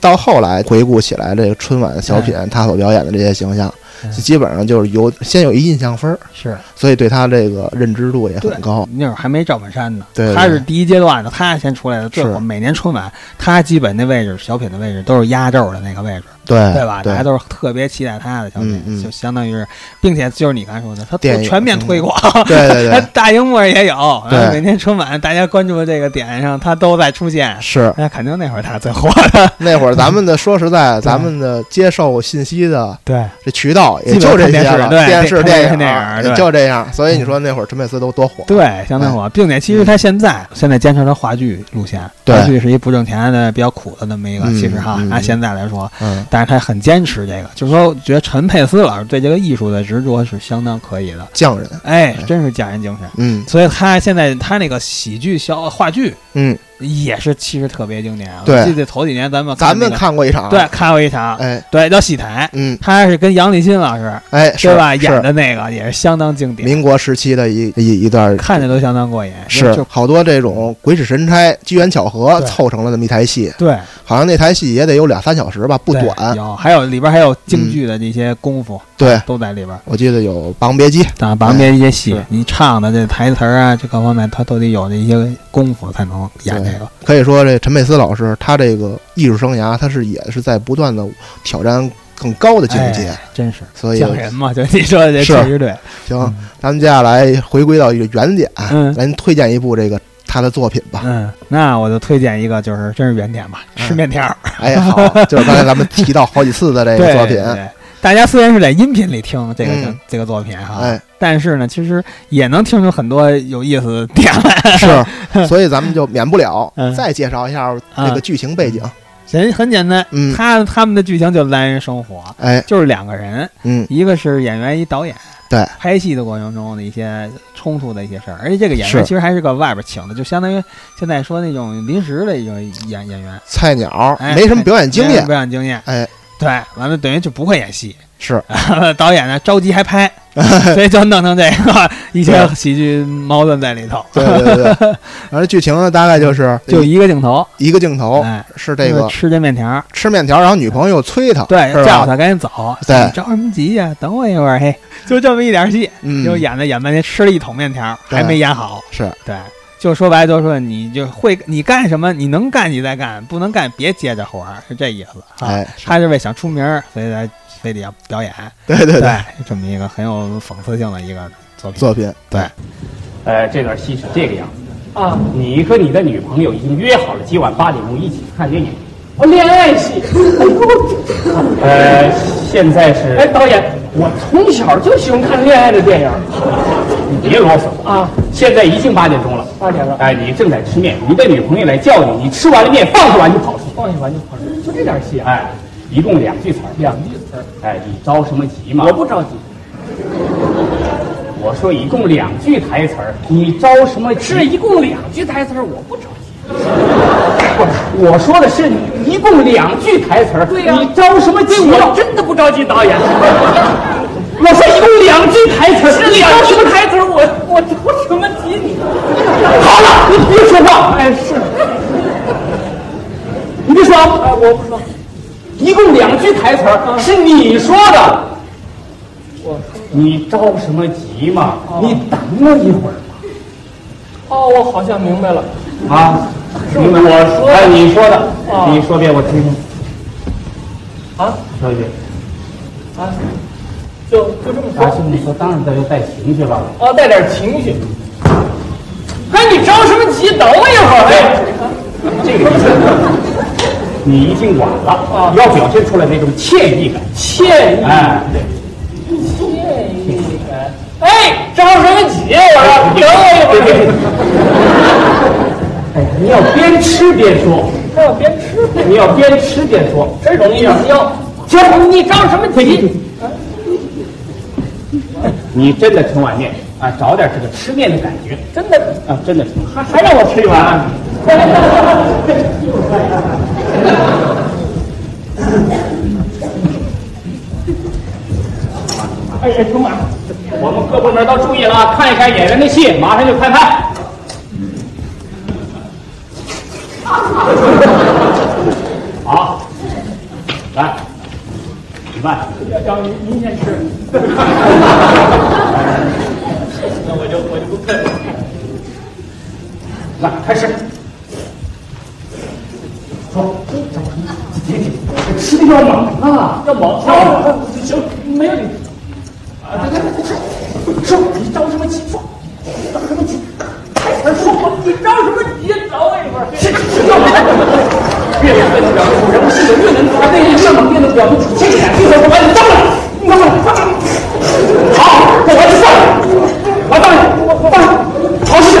Speaker 6: 到后来回顾起来，这个春晚小品他所表演的这些形象
Speaker 7: 嗯，
Speaker 6: 基本上就是有先有一印象分儿，
Speaker 7: 是
Speaker 6: 所以对他这个认知度也很高。
Speaker 7: 那会儿还没赵本山呢，
Speaker 6: 对对
Speaker 7: 他是第一阶段的，他先出来的。最
Speaker 6: 是
Speaker 7: 后每年春晚，他基本那位置小品的位置都是压轴的那个位置，
Speaker 6: 对
Speaker 7: 对吧？大
Speaker 6: 对
Speaker 7: 家都是特别期待他的小品，
Speaker 6: 嗯嗯
Speaker 7: 就相当于是，并且就是你刚才说的，他
Speaker 6: 电影嗯
Speaker 7: 全面推广，
Speaker 6: 对对
Speaker 7: 他
Speaker 6: 对，
Speaker 7: 大荧幕上也有，
Speaker 6: 对
Speaker 7: 然后每年春晚大家关注的这个点上，他都在出现。
Speaker 6: 是
Speaker 7: 那肯定那会儿他最火的，
Speaker 6: 那会儿咱 们的说实在，咱们的接受信息的
Speaker 7: 对
Speaker 6: 这渠道也
Speaker 7: 基本
Speaker 6: 就这
Speaker 7: 看
Speaker 6: 些
Speaker 7: 电视
Speaker 6: 了，
Speaker 7: 对
Speaker 6: 电视、
Speaker 7: 看电视
Speaker 6: 电影
Speaker 7: 电影
Speaker 6: 也
Speaker 7: 对
Speaker 6: 就这样。所以你说那会儿陈佩斯都多火，哎
Speaker 7: 对，相当火，并且其实他现在现在坚持他话剧路线，
Speaker 6: 对
Speaker 7: 话剧是一不挣钱的比较苦的那么一个，
Speaker 6: 嗯
Speaker 7: 其实哈，
Speaker 6: 嗯
Speaker 7: 按现在来说，
Speaker 6: 嗯，
Speaker 7: 但是他很坚持这个，就是说，我觉得陈佩斯老师对这个艺术的执着是相当可以的，
Speaker 6: 匠人，
Speaker 7: 哎，真是匠人精神。
Speaker 6: 嗯
Speaker 7: 所以他现在他那个喜剧小话剧
Speaker 6: 嗯，
Speaker 7: 也是其实特别经典啊。
Speaker 6: 对
Speaker 7: 我记得头几年咱们
Speaker 6: 咱们
Speaker 7: 那个
Speaker 6: 看过一场，
Speaker 7: 对，看过一场，
Speaker 6: 哎，
Speaker 7: 对叫戏台，
Speaker 6: 嗯，
Speaker 7: 他是跟杨立新老师
Speaker 6: 哎，
Speaker 7: 对吧
Speaker 6: 是
Speaker 7: 演的那个也是相当经
Speaker 6: 是
Speaker 7: 典，
Speaker 6: 民国时期的一一一段。
Speaker 7: 看着都相当过瘾。
Speaker 6: 是
Speaker 7: 就
Speaker 6: 好多这种鬼使神差、机缘巧合
Speaker 7: 对
Speaker 6: 凑成了这么一台戏，
Speaker 7: 对，
Speaker 6: 好像那台戏也得有两三小时吧，不
Speaker 7: 对
Speaker 6: 短。嗯
Speaker 7: 有还有里边还有京剧的那些功夫
Speaker 6: 对，
Speaker 7: 都在里边。
Speaker 6: 我记得有《霸王别姬》，哎
Speaker 7: 打旁边一些戏
Speaker 6: 是，
Speaker 7: 你唱的这台词儿啊，这各方面，他都得有这些功夫才能演这个。
Speaker 6: 可以说这陈佩斯老师他这个艺术生涯，他是也是在不断的挑战更高的境界。
Speaker 7: 哎真是
Speaker 6: 所以
Speaker 7: 匠人嘛，就 你说的这
Speaker 6: 是
Speaker 7: 确实对。
Speaker 6: 行，咱们接下来回归到一个原点，啊
Speaker 7: 嗯
Speaker 6: 咱推荐一部这个他的作品吧。
Speaker 7: 嗯，那我就推荐一个，就是真是原点吧，吃面条儿。
Speaker 6: 哎， 好，就是刚才咱们提到好几次的这
Speaker 7: 对
Speaker 6: 个作品
Speaker 7: 对，对大家虽然是在音频里听这个、
Speaker 6: 嗯
Speaker 7: 这个作品哈，
Speaker 6: 哎，
Speaker 7: 但是呢，其实也能听出很多有意思的点来。
Speaker 6: 是，所以咱们就免不了
Speaker 7: 嗯
Speaker 6: 再介绍一下这个剧情背景。
Speaker 7: 人很简单，
Speaker 6: 嗯
Speaker 7: 他他们的剧情就来人生活，
Speaker 6: 哎，
Speaker 7: 就是两个人，
Speaker 6: 嗯，
Speaker 7: 一个是演员，一导演。
Speaker 6: 对，
Speaker 7: 拍戏的过程中的一些冲突的一些事儿，而且这个演员
Speaker 6: 是
Speaker 7: 其实还是个外边请的，就相当于现在说那种临时的一种演演员，
Speaker 6: 菜鸟
Speaker 7: 哎
Speaker 6: 没什么表演经
Speaker 7: 没有
Speaker 6: 验，
Speaker 7: 表演经验。
Speaker 6: 哎，
Speaker 7: 对，完了等于就不会演戏，
Speaker 6: 是
Speaker 7: 导演呢着急还拍，所以就弄成这个一些喜剧矛盾在里头，
Speaker 6: 对对对。对然后剧情呢，大概就是
Speaker 7: 就一个镜头，
Speaker 6: 一个镜头
Speaker 7: 哎，
Speaker 6: 是这
Speaker 7: 就
Speaker 6: 个
Speaker 7: 是吃这面条儿，
Speaker 6: 吃面条，然后女朋友催他，
Speaker 7: 对，
Speaker 6: 是
Speaker 7: 叫
Speaker 6: 吧？
Speaker 7: 他赶紧走，
Speaker 6: 对
Speaker 7: 你着什么急呀？等我一会儿，嘿，就这么一点戏，
Speaker 6: 嗯
Speaker 7: 就演着演半天，吃了一桶面条儿，还
Speaker 6: 对
Speaker 7: 没演好，
Speaker 6: 是
Speaker 7: 对，啊就说白了就是说你就会你干什么，你能干你再干，不能干别接着活儿，是这意思啊。
Speaker 6: 哎是
Speaker 7: 他是为想出名儿，所以才非得要表演，
Speaker 6: 对对对，
Speaker 7: 对，这么一个很有讽刺性的一个作品。
Speaker 6: 作品
Speaker 7: 对，
Speaker 9: 呃，这段戏是这个样子啊，你和你的女朋友已经约好了今晚八点钟一起看电影。哦，恋爱戏。呃，现在是。哎，导演，我从小就喜欢看恋爱的电影。 你别啰嗦啊！现在已经八点钟了，八点了。哎，你正在吃面，你的女朋友来叫你，你吃完了面，放下碗就跑出去，放下碗就跑出去，就这点戏啊！哎，一共两句词儿，两句词儿。哎，你着什么急嘛？我不着急。我说一共两句台词儿，你着什么急？是一共两句台词儿，我不着急。不是，我说的是你一共两句台词儿，对呀、你着什么急？我真的不着急，导演。 我说一共两句台词儿，是你着什么台词儿？我我着什么急？你好了，你别说话。哎，是，你别说，嗯哎，我不说。一共两句台词儿，是你说的。我说的。
Speaker 10: 你着什么急嘛？你等我一会儿嘛。
Speaker 9: 哦，我好像明白了，
Speaker 10: 啊，你我说哎，你说的，你说遍我听听。
Speaker 9: 哦啊
Speaker 10: 小姐，
Speaker 9: 啊，就就这么
Speaker 10: 大
Speaker 9: 说，
Speaker 10: 兄弟说，当然得带情绪吧。
Speaker 9: 啊，带点情绪。哎，你着什么急？等我一会儿。哎，
Speaker 10: 这个你已经晚了
Speaker 9: 啊
Speaker 10: 你要表现出来那种歉意感。
Speaker 9: 歉意，
Speaker 10: 哎，对，
Speaker 9: 歉意感。哎，着什么急？我说啊等我一会儿。
Speaker 10: 哎，你要边吃边说，
Speaker 9: 还要边吃，
Speaker 10: 你要边吃边说，
Speaker 9: 真容易让人要。
Speaker 10: 行，
Speaker 9: 你着什么急？
Speaker 10: 你真的挺碗面啊，找点这个吃面的感觉
Speaker 9: 真的，
Speaker 10: 啊，真的挺好。还还让我吃一碗啊？
Speaker 9: 哎哎，中马，我们各部门都注意了啊，看一看演员的戏，马上就开拍。
Speaker 10: 好，来，你慢，
Speaker 9: 要要您您先吃。
Speaker 10: 那我就我就不客气了。来，开始。说，吃的要猛啊，要猛啊！行，没有你。啊，来来来，说，你着什么急？说，着什么急？开始说吧，你着什么急？
Speaker 9: 等我一会儿。
Speaker 10: 是是要猛，越猛越能表现出人物性格，越能他那越猛越能表现出这个感觉。说，哎，你站住！你站住！好，我我就上来，我上来，我上来，好使，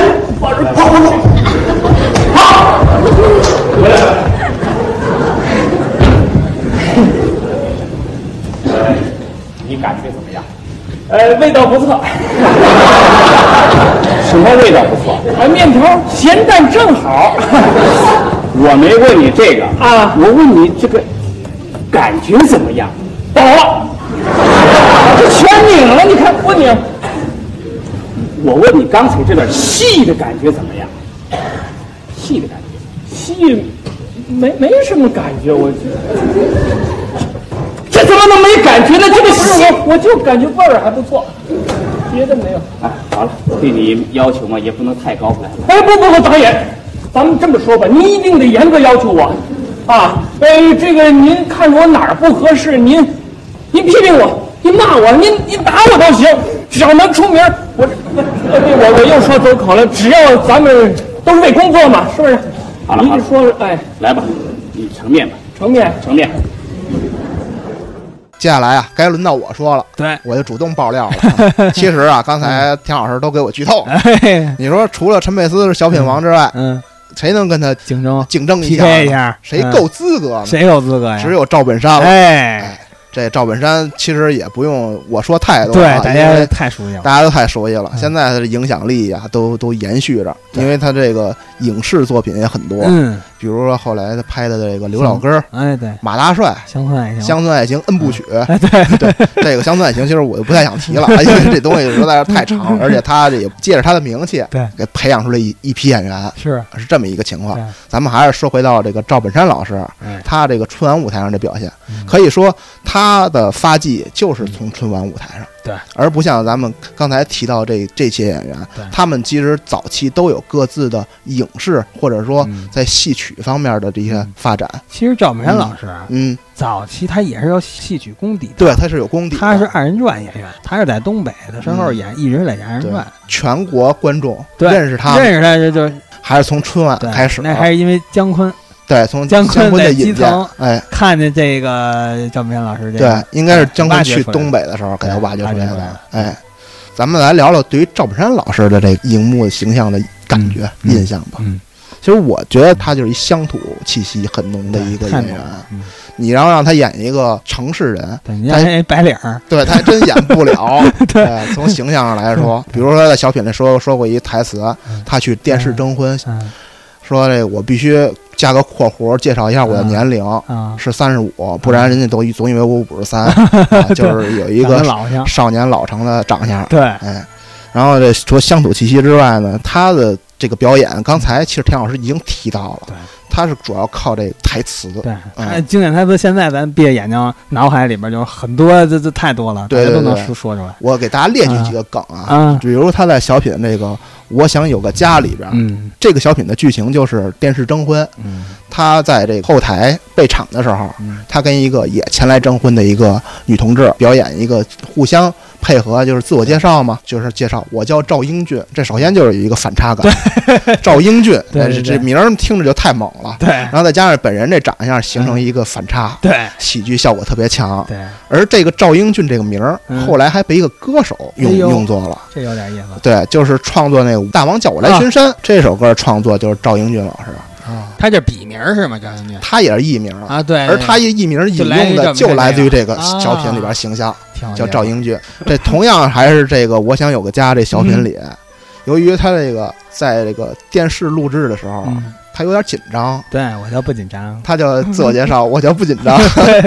Speaker 10: 好好好，回来。你感觉怎么样？
Speaker 9: 呃，味道不错，
Speaker 10: 什么味道不错？
Speaker 9: 呃，面条咸淡正好。
Speaker 10: 我没问你这个
Speaker 9: 啊
Speaker 10: 我问你这个感觉怎么样？
Speaker 9: 饱了，这全拧了，你看不拧。
Speaker 10: 我问你刚才这段戏的感觉怎么样？戏的感觉，
Speaker 9: 戏没没什么感觉，我觉得。
Speaker 10: 这怎么能没感觉呢？这个
Speaker 9: 不是
Speaker 10: 戏，
Speaker 9: 我，我就感觉味儿还不错，别的没有。
Speaker 10: 哎，好了，对你要求嘛也不能太高了。
Speaker 9: 哎，不不不，导演，咱们这么说吧，您一定得严格要求我，啊，呃，这个您看着我哪儿不合适，您，您批评我，您骂我，您您打我都行，只要能出名儿，我这，呃对我我又说走口了，只要咱们都是为工作嘛，是不是？
Speaker 10: 好了
Speaker 9: 您
Speaker 10: 好
Speaker 9: 就
Speaker 10: 了
Speaker 9: 说，哎，
Speaker 10: 来吧，你成面吧，
Speaker 9: 成面，
Speaker 10: 成面。
Speaker 6: 接下来啊，该轮到我说了，
Speaker 7: 对嗯
Speaker 6: 我就主动爆料 了。其实啊，刚才田老师都给我剧透了。
Speaker 7: 哎，
Speaker 6: 你说除了陈佩斯是小品王之外，
Speaker 7: 嗯，
Speaker 6: 谁能跟他
Speaker 7: 竞争
Speaker 6: 竞争一下
Speaker 7: PK 一
Speaker 6: 呢？
Speaker 7: 下，
Speaker 6: 谁
Speaker 7: 嗯
Speaker 6: 够资格呢？
Speaker 7: 谁有资格呀？
Speaker 6: 只有赵本山了。
Speaker 7: 哎，
Speaker 6: 这赵本山其实也不用我说太多
Speaker 7: 对
Speaker 6: 啊，，
Speaker 7: 大
Speaker 6: 因为
Speaker 7: 家太熟悉了。
Speaker 6: 大家都太熟悉了，
Speaker 7: 嗯
Speaker 6: 现在他的影响力呀、都都延续着，因为他这个影视作品也很多，
Speaker 7: 嗯，
Speaker 6: 比如说后来他拍的这个《刘老根》《
Speaker 7: 哎，对，
Speaker 6: 马大帅》
Speaker 7: 乡村爱
Speaker 6: 《
Speaker 7: 情，
Speaker 6: 乡村爱情》N 部曲。
Speaker 7: 哎，对，
Speaker 6: 对这个乡村爱情，其实我就不太想提了，因为这东西实在是太长，而且他这也借着他的名气，
Speaker 7: 对
Speaker 6: 给培养出了一一批演员，啊
Speaker 7: 是，
Speaker 6: 是这么一个情况
Speaker 7: 对。
Speaker 6: 咱们还是说回到这个赵本山老师
Speaker 7: 哎，
Speaker 6: 他这个春晚舞台上的表现，
Speaker 7: 嗯
Speaker 6: 可以说他的发迹就是从春晚舞台上，
Speaker 7: 对，
Speaker 6: 而不像咱们刚才提到这这些演员
Speaker 7: 对，
Speaker 6: 他们其实早期都有各自的影视或者说
Speaker 7: 嗯
Speaker 6: 在戏曲方面的这些发展。
Speaker 7: 其实赵本山老师啊
Speaker 6: 嗯，
Speaker 7: 早期他也是有戏曲功底的，
Speaker 6: 对，他是有功底的，嗯
Speaker 7: 他是二人转演员，他是在东北的时候演，一直在演二人
Speaker 6: 对
Speaker 7: 转，
Speaker 6: 全国观众
Speaker 7: 对
Speaker 6: 认识他，
Speaker 7: 认识他这就
Speaker 6: 还是从春晚
Speaker 7: 对
Speaker 6: 开始的，啊
Speaker 7: 那还是因为姜昆
Speaker 6: 对，从
Speaker 7: 姜昆
Speaker 6: 昆
Speaker 7: 在
Speaker 6: 的
Speaker 7: 基
Speaker 6: 引
Speaker 7: 层
Speaker 6: 荐，哎，
Speaker 7: 看见这个赵本山老师这
Speaker 6: 对
Speaker 7: 个，，哎
Speaker 6: 应该是姜
Speaker 7: 挖
Speaker 6: 昆
Speaker 7: 掘
Speaker 6: 去
Speaker 7: 出来
Speaker 6: 东北的时候给他
Speaker 7: 对
Speaker 6: 挖掘
Speaker 7: 挖
Speaker 6: 出
Speaker 7: 掘
Speaker 6: 来
Speaker 7: 出来
Speaker 6: 的
Speaker 7: 了。
Speaker 6: 哎，咱们来聊聊对于赵本山老师的这个荧幕形象的感觉、
Speaker 7: 嗯
Speaker 6: 印象吧。
Speaker 7: 嗯
Speaker 6: 其实我觉得他就是一乡土气息很浓的一个
Speaker 7: 对太
Speaker 6: 演
Speaker 7: 浓
Speaker 6: 员啊
Speaker 7: 了嗯。
Speaker 6: 你要让他演一个城市人，
Speaker 7: 对，你让人白领儿，
Speaker 6: 对他还真演不 了。对，从形象上来
Speaker 7: 嗯
Speaker 6: 说，比如说他在小品里说说过一台词，他去电视征婚，
Speaker 7: 嗯
Speaker 6: 说这我必须加个括弧介绍一下我的年龄。
Speaker 7: 啊，
Speaker 6: 是三十五，不然人家都以总以为我五十 三，啊就是有一
Speaker 7: 嗯长得
Speaker 6: 个
Speaker 7: 老相，
Speaker 6: 少年老成的长相。
Speaker 7: 对，
Speaker 6: 哎，然后这除了乡土气息之外呢，他的这个表演，刚才其实田老师已经提到了
Speaker 7: 对，
Speaker 6: 它是主要靠这台词的。
Speaker 7: 对，哎
Speaker 6: 嗯，
Speaker 7: 经典台词现在咱闭着眼睛，脑海里边就是很多，这这太多了，
Speaker 6: 对
Speaker 7: 大家
Speaker 6: 对
Speaker 7: 都能
Speaker 6: 对
Speaker 7: 说说出来。
Speaker 6: 我给大家列举几个梗啊，
Speaker 7: 啊
Speaker 6: 比如他在小品那个《我想有个家》里边，
Speaker 7: 嗯
Speaker 6: 这个小品的剧情就是电视征婚，他在这个后台备场的时候，
Speaker 7: 嗯
Speaker 6: 他跟一个也前来征婚的一个女同志表演一个互相配合，就是自我介绍嘛，就是介绍我叫赵英俊，这首先就是有一个反差感， 赵英俊，
Speaker 7: 对
Speaker 6: 哎
Speaker 7: 对
Speaker 6: 这
Speaker 7: 对
Speaker 6: 这名儿听着就太猛了，
Speaker 7: 对嗯
Speaker 6: 然后再加上本人这长相，形成一个反差，
Speaker 7: 对
Speaker 6: 喜剧效果特别强，
Speaker 7: 对，
Speaker 6: 而这个赵英俊这个名儿
Speaker 7: 嗯，
Speaker 6: 后来还被一个歌手用、
Speaker 7: 哎呦
Speaker 6: 用作了。
Speaker 7: 这有点意思。
Speaker 6: 对，就是创作那个《大王叫我来巡山》
Speaker 7: 啊
Speaker 6: 这首歌，创作就是赵英俊老师，
Speaker 7: 他这笔名是吗？张英俊
Speaker 6: 他也是艺名
Speaker 7: 啊，对，
Speaker 6: 啊而他一艺名引用的就来自于这个小品里边形象，
Speaker 7: 挺有意思
Speaker 6: 叫赵英俊。这同样还是这个《我想有个家》这小品
Speaker 7: 嗯
Speaker 6: 里，由于他这个在这个电视录制的时候，啊
Speaker 7: 嗯
Speaker 6: 他有点紧张，
Speaker 7: 对我倒不紧张。
Speaker 6: 他就自我 介绍，我就不紧张。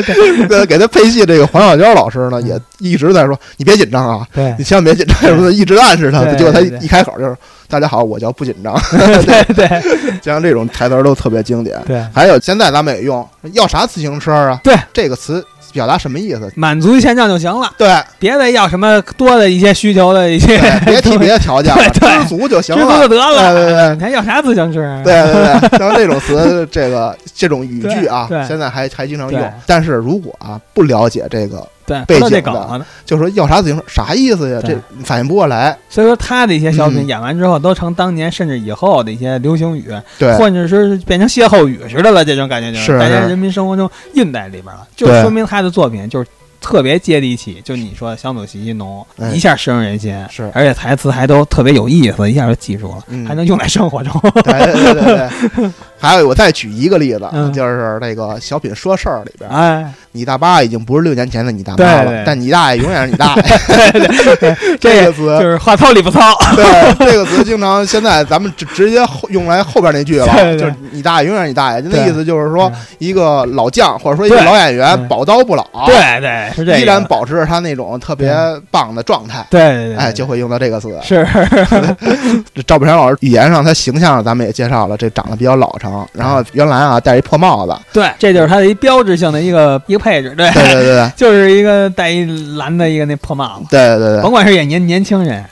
Speaker 6: 给 给他配戏这个黄小娇老师呢，也一直在说你别紧张啊，
Speaker 7: 嗯对
Speaker 6: 你千万别紧张什么的，一直暗示 他
Speaker 7: 对。
Speaker 6: 结果他
Speaker 7: 对对
Speaker 6: 一开口就是大家好，我叫不紧张。
Speaker 7: 对 对
Speaker 6: 像这种台词儿都特别经典。
Speaker 7: 对
Speaker 6: 还有现在咱们也用要啥自行车啊？
Speaker 7: 对，
Speaker 6: 这个词表达什么意思？
Speaker 7: 满足于现状就行了，
Speaker 6: 对，
Speaker 7: 别再要什么多的一些需求的一些，
Speaker 6: 对别提别的条件了，
Speaker 7: 对对
Speaker 6: 知足就
Speaker 7: 知
Speaker 6: 行
Speaker 7: 足
Speaker 6: 了。
Speaker 7: 就得了。
Speaker 6: 对对对
Speaker 7: 你还要啥自行车啊？
Speaker 6: 对对对，像这种 词，这个这种语句啊
Speaker 7: 对，对
Speaker 6: 现在还还经常
Speaker 7: 对
Speaker 6: 用。但是如果啊不了解这个，
Speaker 7: 对，
Speaker 6: 背景
Speaker 7: 不知道这
Speaker 6: 的
Speaker 7: 梗了呢。
Speaker 6: 就说要啥自行车啥意思呀？
Speaker 7: 对
Speaker 6: 这反应不过来。
Speaker 7: 所以说他的一些小品
Speaker 6: 嗯
Speaker 7: 演完之后，都成当年甚至以后的一些流行语，
Speaker 6: 对
Speaker 7: 或者说是呃变成歇后语似的了。这种感觉就是大家
Speaker 6: 是
Speaker 7: 人民生活中印在里边了，就
Speaker 6: 对
Speaker 7: 说明他的作品就是特别接地气。就你说乡土习一浓，
Speaker 6: 哎
Speaker 7: 一下深入人心，
Speaker 6: 是
Speaker 7: 而且台词还都特别有意思，一下就记住了，
Speaker 6: 嗯
Speaker 7: 还能用在生活中。
Speaker 6: 对对对 对 对。还有我再举一个例子
Speaker 7: 嗯，
Speaker 6: 就是那个小品说事儿里边，
Speaker 7: 哎，
Speaker 6: 你大妈已经不是六年前的你大妈
Speaker 7: 对对
Speaker 6: 了，但你大爷永远是你 大爷。
Speaker 7: 这
Speaker 6: 个词
Speaker 7: 就是话糙理不糙。
Speaker 6: 对， 这个词经常现在咱们直直接后用来后边那句了，
Speaker 7: 对对
Speaker 6: 就是你大爷永远是你大爷，就
Speaker 7: 对
Speaker 6: 那意思就是说
Speaker 7: 对
Speaker 6: 一个老将或者说一个
Speaker 7: 对
Speaker 6: 老演员
Speaker 7: 对
Speaker 6: 宝刀不老，
Speaker 7: 对对，是这个。
Speaker 6: 哎依然保持着他那种特别棒的状态，
Speaker 7: 对对对，
Speaker 6: 哎，就会用到这个词。
Speaker 7: 是
Speaker 6: 这 赵本山老师语言上他形象咱们也介绍了，这长得比较老成，然
Speaker 7: 嗯
Speaker 6: 后原来啊戴一破帽子，
Speaker 7: 对，这就是他的一标志性的一个一个配置。对
Speaker 6: 对对对
Speaker 7: 就是一个戴一蓝的一个那破帽子，
Speaker 6: 对对对对
Speaker 7: 甭管是演年年轻人
Speaker 6: 嗯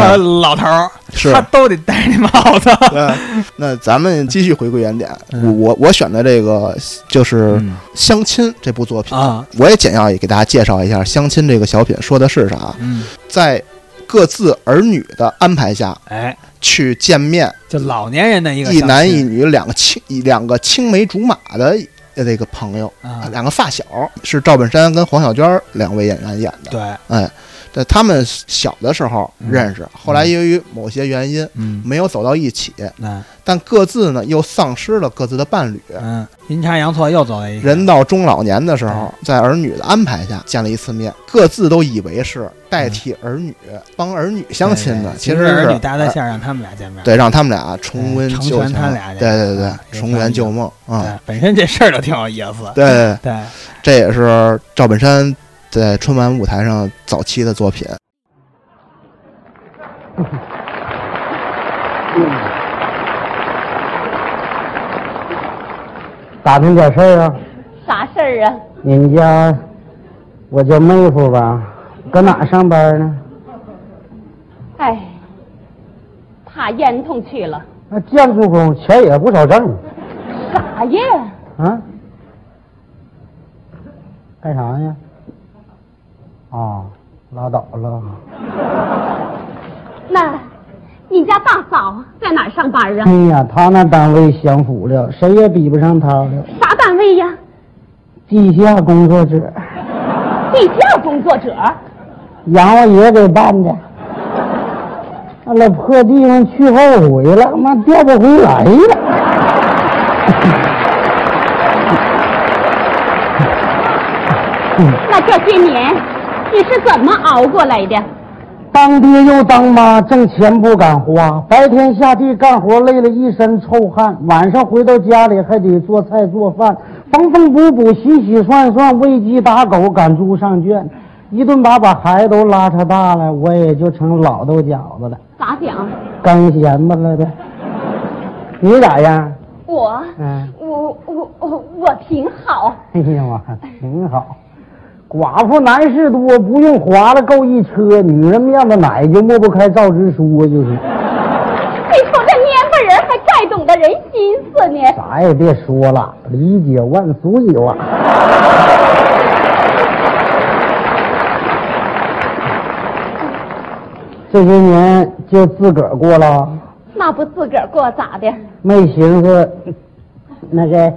Speaker 7: 还有老头儿，
Speaker 6: 是
Speaker 7: 他。都得戴着那帽子。
Speaker 6: 对，那咱们继续回归原点。
Speaker 7: 嗯
Speaker 6: 我我我选的这个就是《
Speaker 7: 嗯
Speaker 6: 相亲》这部作品
Speaker 7: 啊，
Speaker 6: 我也简要也给大家介绍一下《相亲》这个小品说的是啥，
Speaker 7: 嗯，
Speaker 6: 在各自儿女的安排下
Speaker 7: 哎，
Speaker 6: 去见面，
Speaker 7: 就老年人的一个
Speaker 6: 一
Speaker 7: 相
Speaker 6: 男
Speaker 7: 亲
Speaker 6: 一女两个青两个青梅竹马的呃那个朋友，
Speaker 7: 啊，
Speaker 6: 两个发小是赵本山跟黄小娟两位演员演的。
Speaker 7: 对，
Speaker 6: 哎，在他们小的时候认识，后来由于某些原因
Speaker 7: 嗯，
Speaker 6: 没有走到一起，
Speaker 7: 那
Speaker 6: 但各自呢又丧失了各自的伴侣。
Speaker 7: 嗯，阴差阳错又走了一个
Speaker 6: 人到中老年的时候，在儿女的安排下见了一次面，各自都以为是代替儿女、帮儿女相亲
Speaker 7: 嗯对
Speaker 6: 的，
Speaker 7: 对
Speaker 6: 其
Speaker 7: 实
Speaker 6: 实是
Speaker 7: 儿女搭在
Speaker 6: 哎
Speaker 7: 线儿让他们俩见面。
Speaker 6: 对，让他们俩重温
Speaker 7: 对成
Speaker 6: 旧
Speaker 7: 全
Speaker 6: 情
Speaker 7: 他俩这
Speaker 6: 对
Speaker 7: 个
Speaker 6: 对对
Speaker 7: 啊，也
Speaker 6: 重
Speaker 7: 算
Speaker 6: 圆
Speaker 7: 一
Speaker 6: 旧
Speaker 7: 个
Speaker 6: 梦啊，
Speaker 7: 对，本身这事儿就挺有意思。
Speaker 6: 对对，对
Speaker 7: 对，
Speaker 6: 这也是赵本山在春晚舞台上早期的作品。
Speaker 5: 打听点事儿啊，
Speaker 4: 啥事儿啊？
Speaker 5: 你们家，我叫妹夫吧，搁哪上班呢？
Speaker 11: 哎，怕烟囱去了。
Speaker 5: 那建筑工钱也不少挣
Speaker 11: 啥呀？
Speaker 5: 啊。干啥呢？啊，拉倒了。
Speaker 11: 那，你家大嫂在哪儿上班啊
Speaker 5: 哎？呀，他那单位享福了，谁也比不上他了。
Speaker 11: 啥单位呀？
Speaker 5: 地下工作者，
Speaker 11: 地下工作者。
Speaker 5: 杨王爷给办的。那老破地方去好回了，妈调不回来了。
Speaker 11: 那这些年你是怎么熬过来的？
Speaker 5: 当爹又当妈，挣钱不敢花，白天下地干活累了一身臭汗，晚上回到家里还得做菜做饭，缝缝补补，洗洗涮涮，喂鸡打狗，赶猪上圈，一顿把把孩子都拉扯大了，我也就成老豆饺子了，
Speaker 11: 咋讲？
Speaker 5: 干闲巴了呗。你咋样？
Speaker 11: 我，
Speaker 5: 嗯
Speaker 11: 我我我我挺好，
Speaker 5: 哎呀妈，挺好。寡妇难事多，不用划了够一车。女人面子奶就抹不开赵支书啊，就是。
Speaker 11: 你瞅哎这蔫巴人还太懂得人心思呢。
Speaker 5: 啥也哎别说了，理解万俗有啊。这些年就自个儿过了，
Speaker 11: 那不自个儿过咋的？
Speaker 5: 没寻思那个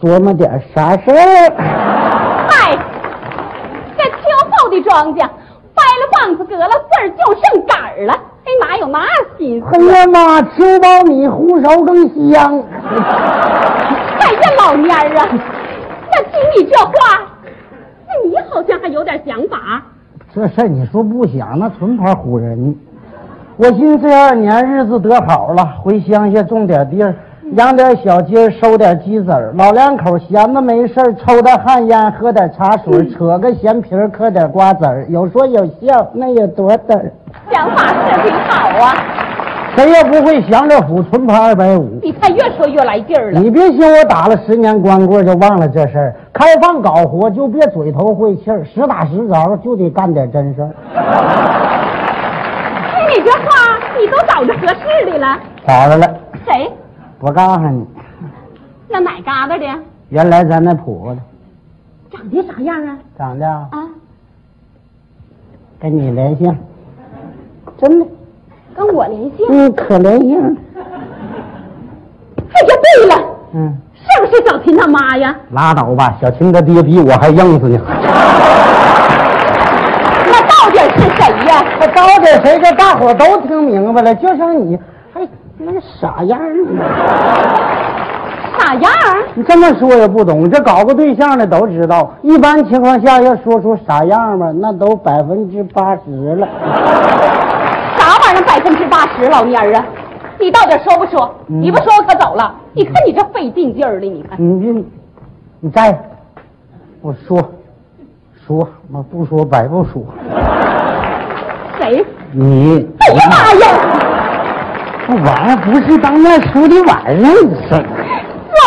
Speaker 5: 琢磨点啥事儿。
Speaker 11: 嗨，这秋后的庄稼掰了棒子，割了穗儿，就剩杆儿了。哎，哪有那心思？啊
Speaker 5: 哎呀妈，秋苞米糊熟更香。
Speaker 11: 哎呀，老蔫儿啊！那听你这话，那你好像还有点想法。
Speaker 5: 这事儿你说不想，那纯牌唬人。我寻思这二年日子得好了，回乡下种点地儿，养点小鸡儿，收点鸡子儿。老两口闲的没事儿，抽点旱烟，喝点茶水，扯个咸皮儿，嗑点瓜子儿，有说有笑，那也多嘚儿。
Speaker 11: 想法是挺好啊，
Speaker 5: 谁也哎不会享乐福，纯牌二百五。
Speaker 11: 你看越说越来劲儿了。
Speaker 5: 你别寻我打了十年光棍就忘了这事儿，开放搞活就别嘴头会气儿，实打实着就得干点真事儿。
Speaker 11: 哎你这话你都找着合适的了。
Speaker 5: 咋的了？
Speaker 11: 谁？
Speaker 5: 我告诉你。
Speaker 11: 那哪嘎达的？
Speaker 5: 原来咱那婆子
Speaker 11: 长得啥样啊？
Speaker 5: 长得啊
Speaker 11: 啊，
Speaker 5: 跟你连线，真的，
Speaker 11: 跟我连线？
Speaker 5: 嗯，可连线，
Speaker 11: 这就对了，
Speaker 5: 嗯，
Speaker 11: 是不是小秦他妈呀？
Speaker 5: 拉倒吧，小秦他爹比我还硬实呢。
Speaker 11: 那到底是谁呀？
Speaker 5: 我招点谁，这大伙都听明白了，就剩你还那个傻样儿。
Speaker 11: 啥样儿？
Speaker 5: 你这么说也不懂，这搞过对象的都知道，一般情况下要说出傻样吧，那都百分之八十了。
Speaker 11: 啥玩意儿？百分之八十，老蔫儿啊！你到底说不说？
Speaker 5: 嗯
Speaker 11: 你不说我可走了。你看你这费劲劲儿的，你看
Speaker 5: 你这，你再，我说，说，我不说白不说，
Speaker 11: 谁？
Speaker 5: 你。
Speaker 11: 哎呀妈呀！
Speaker 5: 不玩，不是当面说的玩意儿，你是
Speaker 11: 老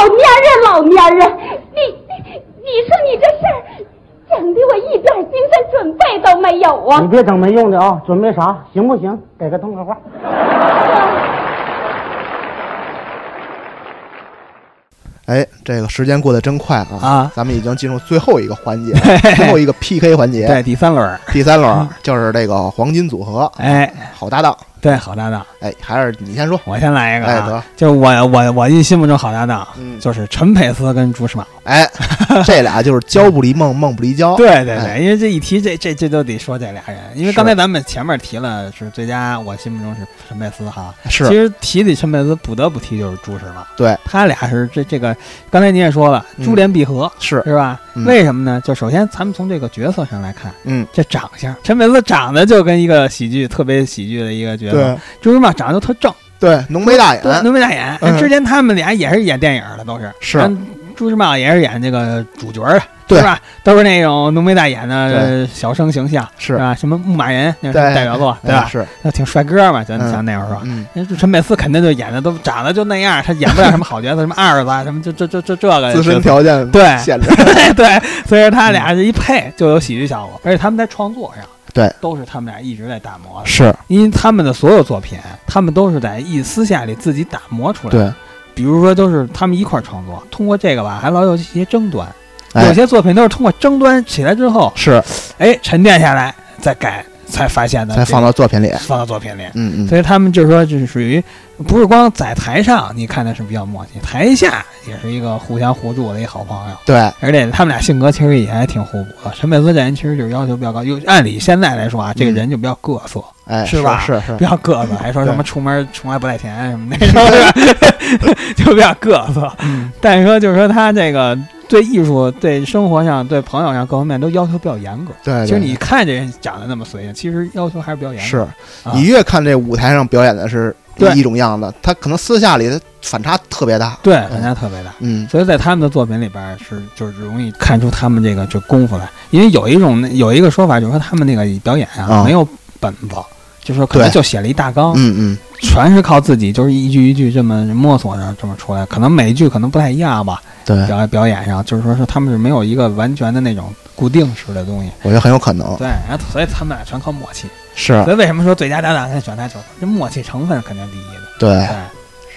Speaker 11: 蔫儿啊，老蔫儿啊！你你你说你这事儿，整的我一点精神准备都没有啊
Speaker 5: 你！别整没用的啊！准备啥？行不行？给个痛快话。
Speaker 6: 哎，这个时间过得真快啊！
Speaker 7: 啊
Speaker 6: 咱们已经进入最后一个环节，最后一个 PK 环节，
Speaker 7: 对，第三轮儿，
Speaker 6: 第三轮就是这个黄金组合，
Speaker 7: 哎，
Speaker 6: 好搭档。
Speaker 7: 对，好搭档，
Speaker 6: 哎，还是你先说，
Speaker 7: 我先来一个、啊，
Speaker 6: 哎得
Speaker 7: 就是我我我一心目中好搭档，
Speaker 6: 嗯
Speaker 7: 就是陈佩斯跟朱时茂，
Speaker 6: 哎，这俩就是交不离梦，梦不离交。
Speaker 7: 对对
Speaker 6: 哎
Speaker 7: 对，因为这一提这这这就得说这俩人，因为
Speaker 6: 是
Speaker 7: 刚才咱们前面提了是最佳，我心目中是陈佩斯哈。
Speaker 6: 是
Speaker 7: 其实提起陈佩斯，不得不提就是朱时茂，
Speaker 6: 对，
Speaker 7: 他俩是这这个，刚才您也说了，
Speaker 6: 嗯
Speaker 7: 珠联璧合、
Speaker 6: 是
Speaker 7: 是吧、
Speaker 6: 嗯
Speaker 7: 为什么呢？就首先咱们从这个角色上来看，
Speaker 6: 嗯，
Speaker 7: 这长相，陈佩斯长得就跟一个喜剧特别喜剧的一个角色
Speaker 6: 对，
Speaker 7: 朱时茂长得就特正，
Speaker 6: 对，浓眉大
Speaker 7: 对，
Speaker 6: 眼，
Speaker 7: 浓眉大眼。
Speaker 6: 嗯
Speaker 7: 哎之前他们俩也是演电影的，都是
Speaker 6: 是
Speaker 7: 但朱时茂也是演这个主角的，
Speaker 6: 对
Speaker 7: 是吧？都是那种浓眉大眼的呃小生形象，
Speaker 6: 是
Speaker 7: 吧？什么牧马人那是
Speaker 6: 对
Speaker 7: 代表作，对
Speaker 6: 哎
Speaker 7: 吧？
Speaker 6: 是，
Speaker 7: 那挺帅哥嘛，咱
Speaker 6: 嗯
Speaker 7: 咱那会儿说。
Speaker 6: 嗯，
Speaker 7: 那陈佩斯肯哎定就演的都长得就那样，他演不了什么好角色，什 么二子啊，什么这这这这这个
Speaker 6: 自身
Speaker 7: 角色
Speaker 6: 条件
Speaker 7: 对
Speaker 6: 限制，
Speaker 7: 对，所以说他俩这一配就有喜剧效果，而且他们在创作上，
Speaker 6: 对，
Speaker 7: 都是他们俩一直在打磨的，
Speaker 6: 是
Speaker 7: 因为他们的所有作品，他们都是在一私下里自己打磨出来的。
Speaker 6: 对，
Speaker 7: 比如说都是他们一块儿创作，通过这个吧，还老有一些争端，
Speaker 6: 哎
Speaker 7: 有些作品都是通过争端起来之后，
Speaker 6: 是
Speaker 7: 哎，沉淀下来再改，才发现的，
Speaker 6: 才放到作品里。
Speaker 7: 放到作品里。
Speaker 6: 嗯嗯，
Speaker 7: 所以他们就是说，就是属于不是光在台上你看的是比较默契，台下也是一个互相互助的一个好朋友。
Speaker 6: 对，
Speaker 7: 而且他们俩性格其实也还挺互补的。陈佩斯这人其实就是要求比较高，有按理现在来说啊，这个人就比较各色，
Speaker 6: 哎，
Speaker 7: 是
Speaker 6: 是
Speaker 7: 吧
Speaker 6: 是是
Speaker 7: 比，较 各色，还说什么出门从来不带钱什么那种， 就比较各色。
Speaker 6: 嗯
Speaker 7: 但是说就是说他这个对艺术、对生活上、对朋友上各方面都要求比较严格。
Speaker 6: 对，
Speaker 7: 其实
Speaker 6: 对
Speaker 7: 你看这人长得那么随意，其实要求还是比较严格。
Speaker 6: 是
Speaker 7: 啊
Speaker 6: 你越看这舞台上表演的是
Speaker 7: 对
Speaker 6: 一种样子，他可能私下里他反差特别大。
Speaker 7: 对，反差特别大。
Speaker 6: 嗯，
Speaker 7: 所以在他们的作品里边儿是就是容易看出他们这个就功夫来，因为有一种有一个说法就是说他们那个表演啊、
Speaker 6: 啊
Speaker 7: 没有本子，就是说可能
Speaker 6: 对
Speaker 7: 就写了一大纲，
Speaker 6: 嗯嗯，
Speaker 7: 全是靠自己，就是一句一句这么摸索着这么出来，可能每一句可能不太一样吧。
Speaker 6: 对，
Speaker 7: 表表演上，就是说是他们是没有一个完全的那种固定式的东西，
Speaker 6: 我觉得很有可能
Speaker 7: 对，然后所以他们俩全靠默契。
Speaker 6: 哦是
Speaker 7: 所以为什么说最佳搭档他选他球，这默契成分肯定第一的。
Speaker 6: 对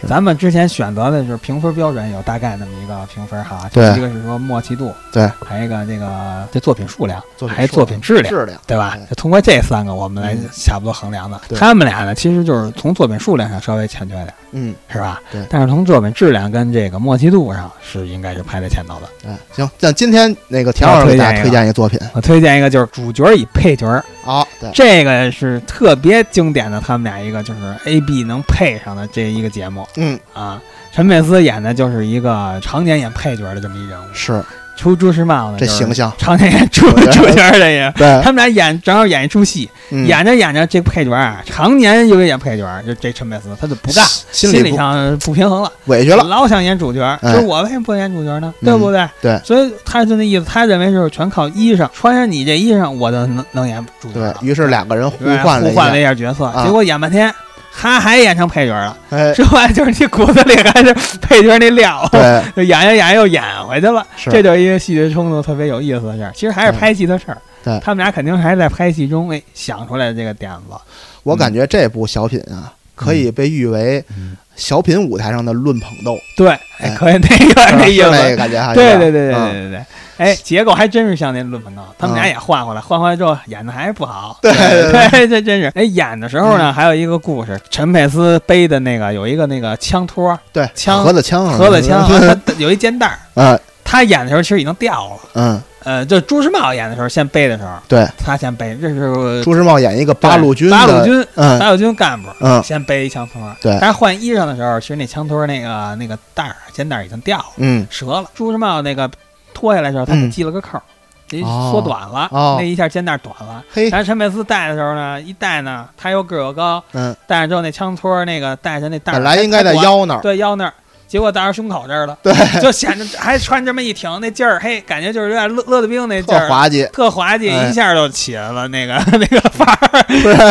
Speaker 7: 对，咱们之前选择的就是评分标准有大概那么一个评分哈，
Speaker 6: 对
Speaker 7: 一个是说默契度，
Speaker 6: 对，
Speaker 7: 还有一个这个这作品数量，
Speaker 6: 作品数量
Speaker 7: 还有作品质量，
Speaker 6: 质量
Speaker 7: 对吧
Speaker 6: 对？嗯
Speaker 7: 就通过这三个我们来差不多衡量的。
Speaker 6: 对
Speaker 7: 他们俩呢，其实就是从作品数量上稍微欠缺点，
Speaker 6: 嗯，
Speaker 7: 是吧？
Speaker 6: 对
Speaker 7: 但是从作品质量跟这个默契度上是应该是排在前头的。
Speaker 6: 对，行，那今天那个田老师给大家推荐一个作品
Speaker 7: 我推荐一个就是主角与配角儿，
Speaker 6: 啊，对，
Speaker 7: 这个是特别经典的，他们俩一个就是 A B 能配上的这一个节目
Speaker 6: 嗯，
Speaker 7: 啊。陈佩斯演的就是一个常年演配角的这么一人物，
Speaker 6: 是
Speaker 7: 出朱时茂呢，
Speaker 6: 这
Speaker 7: 就是
Speaker 6: 形象，
Speaker 7: 常年演主
Speaker 6: 对
Speaker 7: 主角的人。
Speaker 6: 对，
Speaker 7: 他们俩演正好演一出戏，
Speaker 6: 嗯
Speaker 7: 演着演着这配角啊，常年因为演配角，就这陈佩斯他就不干，
Speaker 6: 心
Speaker 7: 心
Speaker 6: 心里不
Speaker 7: 上不平衡了，
Speaker 6: 委屈了，
Speaker 7: 老想演主角，
Speaker 6: 哎
Speaker 7: 就是我为什么不演主角呢？
Speaker 6: 嗯
Speaker 7: 对不对？
Speaker 6: 对
Speaker 7: 所以他就那意思，他认为就是全靠衣裳，穿上你这衣裳，我就能能演主角
Speaker 6: 对
Speaker 7: 了。
Speaker 6: 于是两个人互
Speaker 7: 对
Speaker 6: 换了
Speaker 7: 互
Speaker 6: 一
Speaker 7: 换
Speaker 6: 下
Speaker 7: 了一，下角色，
Speaker 6: 啊
Speaker 7: 结果演半天，他还演成配角了。
Speaker 6: 哎，
Speaker 7: 之后就是你骨子里还是配角 那料，
Speaker 6: 对，
Speaker 7: 就演着演着又演回去了。
Speaker 6: 是嗯
Speaker 7: 这就是一个戏剧冲突特别有意思的事儿。其实还是
Speaker 6: 对
Speaker 7: 拍戏的事儿。
Speaker 6: 对
Speaker 7: 他们俩肯定还是在拍戏中哎想出来的这个点子。
Speaker 6: 我感觉这部小品啊，可
Speaker 7: 嗯
Speaker 6: 以被誉为小品舞台上的论捧逗，
Speaker 7: 对，
Speaker 6: 哎
Speaker 7: 哎，可以 那个那意
Speaker 6: 是那
Speaker 7: 思
Speaker 6: 个。感觉还
Speaker 7: 对对对对对
Speaker 6: 嗯
Speaker 7: 对对，哎，结构还真是像那论文闹，他们俩
Speaker 6: 嗯
Speaker 7: 也换回来，换回来之后演的还是不好。
Speaker 6: 对对对嗯
Speaker 7: 对对，这真是。哎，演的时候呢，还有一个故事，陈佩斯背的那个有一个那个枪托儿，
Speaker 6: 对，
Speaker 7: 枪
Speaker 6: 盒子枪啊，
Speaker 7: 盒子枪，啊他有一肩带儿。
Speaker 6: 嗯
Speaker 7: 他演的时候其实已经掉了，
Speaker 6: 嗯，
Speaker 7: 呃，就朱时茂演的时候先背的时候，
Speaker 6: 对，
Speaker 7: 他先背，这是
Speaker 6: 朱时茂演一个八路军的，
Speaker 7: 八路军
Speaker 6: 嗯
Speaker 7: 八路军干部，
Speaker 6: 嗯
Speaker 7: 先背一枪托儿。
Speaker 6: 对
Speaker 7: 但是换衣裳的时候，其实那枪托儿那个那个带儿啊肩带儿已经掉了。
Speaker 6: 嗯
Speaker 7: 折了。朱时茂那个脱下来的时候，他
Speaker 6: 嗯
Speaker 7: 给系了个扣儿，给缩短了，
Speaker 6: 哦
Speaker 7: 那一下肩带短了。
Speaker 6: 嘿
Speaker 7: 然后陈佩斯戴的时候呢，一戴呢，他又个儿又高，
Speaker 6: 嗯，
Speaker 7: 戴上之后那枪托儿那个戴上那带儿
Speaker 6: 本来应该在
Speaker 7: 在
Speaker 6: 腰那儿，
Speaker 7: 对腰那儿，结果戴上胸口这儿了，
Speaker 6: 对，
Speaker 7: 就显得还穿这么一挺，那劲儿，嘿，感觉就是有点乐乐的兵那劲
Speaker 6: 特
Speaker 7: 儿。
Speaker 6: 滑稽，
Speaker 7: 特滑稽，
Speaker 6: 哎
Speaker 7: 一下就起来了，那个 那个范儿，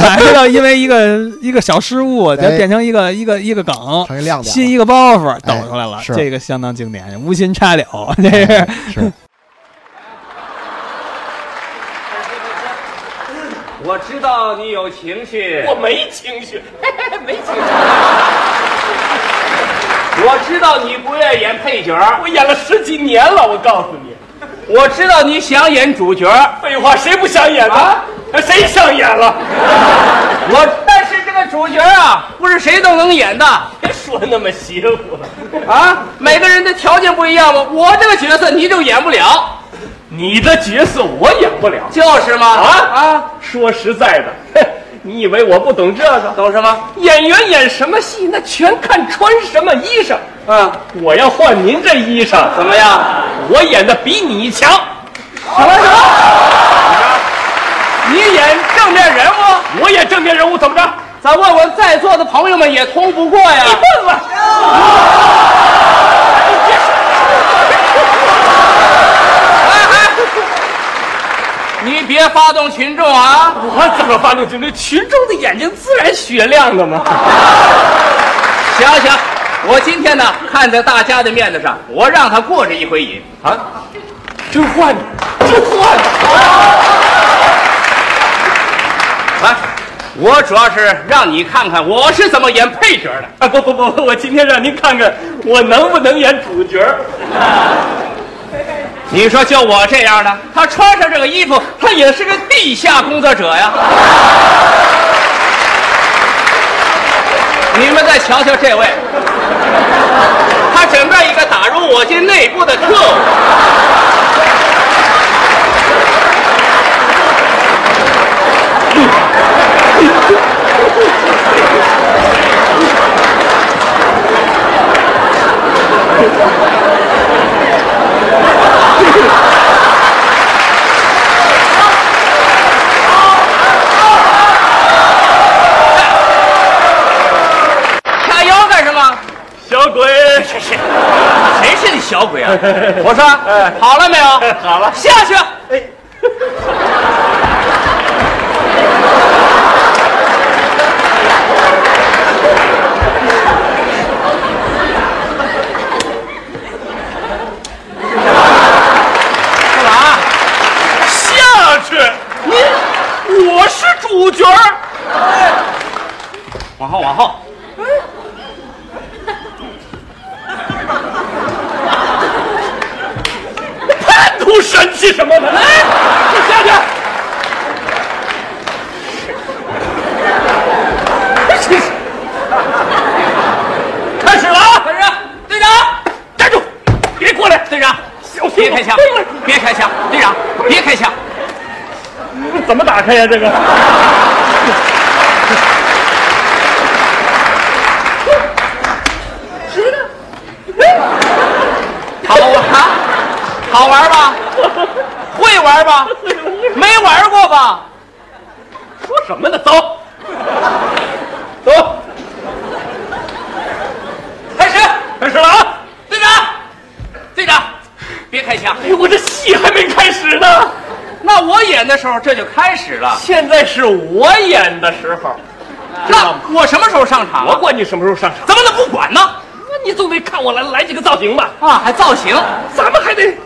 Speaker 7: 反正就因为一个一个小失误，就
Speaker 6: 哎
Speaker 7: 变成一个一个一个梗，
Speaker 6: 成一亮点了。
Speaker 7: 新一个包袱抖出来了，
Speaker 6: 哎是哎
Speaker 7: 这个相当经典，无心插柳，这是、
Speaker 6: 是
Speaker 1: 我知道你有情绪，
Speaker 9: 我没情绪，没情绪，
Speaker 1: 我知道你不愿演配角，
Speaker 9: 我演了十几年了，我告诉你，
Speaker 1: 我知道你想演主角，
Speaker 9: 废话，谁不想演呢？
Speaker 1: 啊
Speaker 9: 谁想演了？
Speaker 1: 我但是这个主角啊，不是谁都能演的
Speaker 9: 别说那么邪乎了，
Speaker 1: 啊，每个人的条件不一样嘛。我这个角色你就演不了，
Speaker 9: 你的角色我演不了
Speaker 1: 就是嘛
Speaker 9: 啊
Speaker 1: 啊，
Speaker 9: 说实在的， 嘿你以为我不懂这个？
Speaker 1: 懂什么？
Speaker 9: 演员演什么戏，那全看穿什么衣裳。
Speaker 1: 嗯，
Speaker 9: 我要换您这衣裳，
Speaker 1: 怎么样？
Speaker 9: 我演的比你强。
Speaker 1: 什么什么？你演正面人物？
Speaker 9: 我演正面人物怎么着？
Speaker 1: 咱问问在座的朋友们也通不过呀
Speaker 9: 你？问问。
Speaker 1: 你别发动群众啊！
Speaker 9: 我怎么发动群众？群众的眼睛自然雪亮的 嘛。
Speaker 1: 想想，我今天呢，看在大家的面子上，我让他过这一回瘾。
Speaker 9: 啊，真换你，真换你！
Speaker 1: 来，啊我主要是让你看看我是怎么演配角的。
Speaker 9: 啊，不不不，我今天让您看看我能不能演主角。
Speaker 1: 你说就我这样的，他穿上这个衣服，他也是个地下工作 者呀。你们再瞧瞧这位，他整个一个打入我军内部的特务。掐腰干什么？
Speaker 9: 小鬼，
Speaker 1: 谁是你小鬼啊？我说，
Speaker 9: 哎
Speaker 1: 好了没有？
Speaker 9: 好了哎
Speaker 1: 下去。
Speaker 9: 主角儿。往后，往后。贪图神气什么的，来，下去。 开始了啊！开始，队长，站住！别过来，队长，别开枪，别开枪，队长，别开枪。你们怎么打开呀、这个。好玩啊！好玩吧？会玩吧？没玩过吧？说什么呢？走，走，开始，开始了啊！队长，队长，别开枪！哎呦，我这戏还没开始呢。那我演的时候这就开始了。现在是我演的时候，那我什么时候上场、我管你什么时候上场，怎么能不管呢？那你总得看我来来几个造型吧？啊，还造型？咱们还得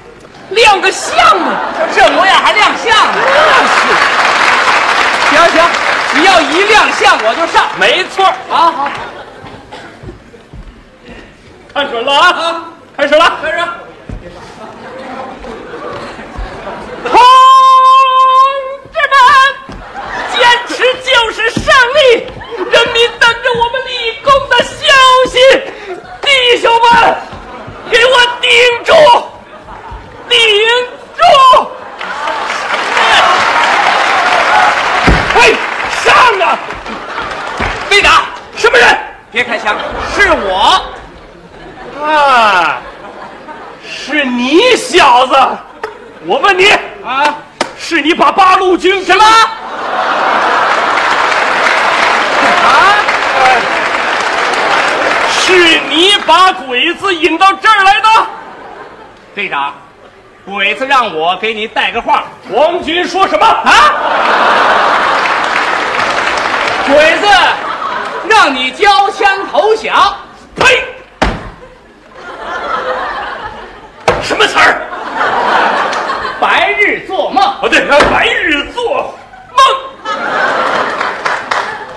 Speaker 9: 亮个相啊！这模样还亮相呢？那是。行行，只要一亮相我就上。没错啊，好。看准了啊！开始了，开始。同志们，坚持就是胜利，人民等着我们立功的消息。弟兄们，给我顶住，顶住！嘿，哎上啊！队长，什么人？别开枪，是我。啊，是你小子！我问你啊，是你把八路军什么？啊？是你把鬼子引到这儿来的？队长，鬼子让我给你带个话。皇军说什么啊？鬼子让你交枪投降。呸！什么词儿？白日做梦。哦，对，白日做梦。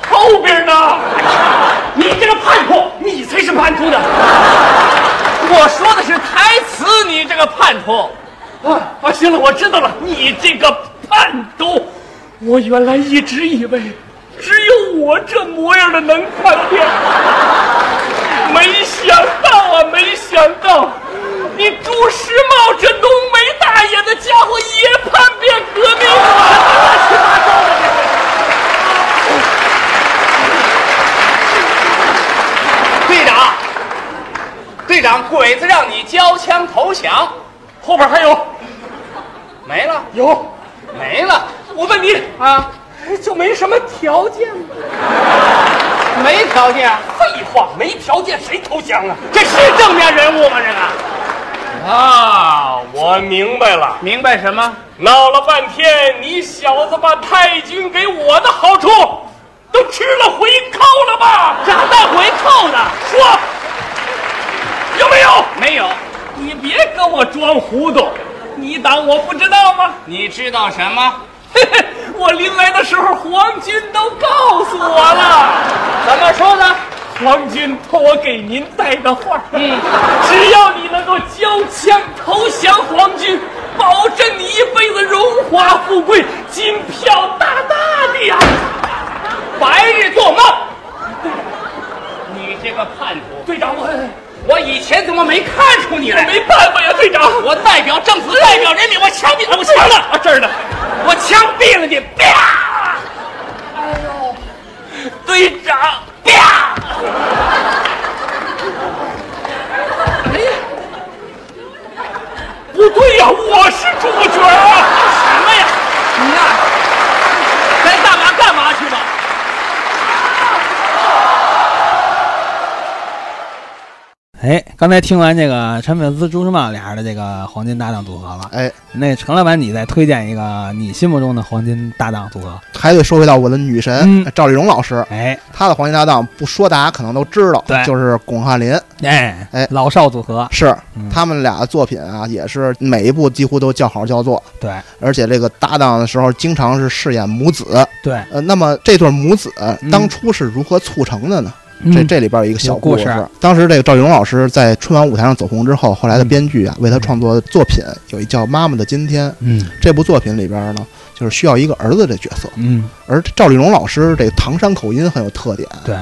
Speaker 9: 后边呢？你这个叛徒，你才是叛徒呢！我说的是台词，你这个叛徒。啊啊！行了，我知道了，你这个叛徒。我原来一直以为，只有我这模样的能叛变。没想到啊，没想到，你朱时茂这浓眉大眼的家伙也叛变革命了，乱七八糟的这个。队长，队长，鬼子让你交枪投降，后边还有，没了，有，没了。我问你啊，就没什么条件吗？没条件？废话，没条件谁投降啊？这是正面人物吗？这个啊，我明白了，明白什么？闹了半天，你小子把太君给我的好处都吃了回扣了吧？咋带回扣的？说有没有？没有。你别跟我装糊涂，你当我不知道吗？你知道什么？我临来的时候，皇军都告诉我了。怎么说的？皇军托我给您带个话，嗯，只要你能够交枪投降皇军，保证你一辈子荣华富贵，金票大大的呀！白日做梦，你这个叛徒！队长，我我以前怎么没看出你来？没办法呀，队长，我代表政府，代表人民，我枪毙了，我枪了啊，这儿呢，我枪毙了你！啪！哎呦，队长，啪！哎呀，不对呀，我是主角啊！什么呀？你呀、该干嘛干嘛去吧。
Speaker 7: 哎，刚才听完这个陈佩斯、朱时茂俩人的这个黄金搭档组合了，
Speaker 6: 哎，
Speaker 7: 那陈老板，你再推荐一个你心目中的黄金搭档组合？
Speaker 6: 还得说回到我的女神、
Speaker 7: 嗯
Speaker 6: 赵丽蓉老师，
Speaker 7: 哎
Speaker 6: 她的黄金搭档不说大家可能都知道
Speaker 7: 对，
Speaker 6: 就是巩汉林。
Speaker 7: 哎
Speaker 6: 哎
Speaker 7: 老少组合，
Speaker 6: 是
Speaker 7: 嗯
Speaker 6: 他们俩的作品啊，也是每一部几乎都叫好叫座，
Speaker 7: 对
Speaker 6: 而且这个搭档的时候经常是饰演母子。
Speaker 7: 对，
Speaker 6: 呃，那么这对母子呃
Speaker 7: 嗯
Speaker 6: 当初是如何促成的呢？这
Speaker 7: 嗯
Speaker 6: 这里边有一个小
Speaker 7: 有故事嗯
Speaker 6: 事。当时这个赵丽蓉老师在春晚舞台上走红之后，后来的编剧啊为她创作的作品有一叫《妈妈的今天》。
Speaker 7: 嗯
Speaker 6: 这部作品里边呢，就是需要一个儿子的角色，
Speaker 7: 嗯，
Speaker 6: 而赵丽蓉老师这个唐山口音很有特点。
Speaker 7: 对，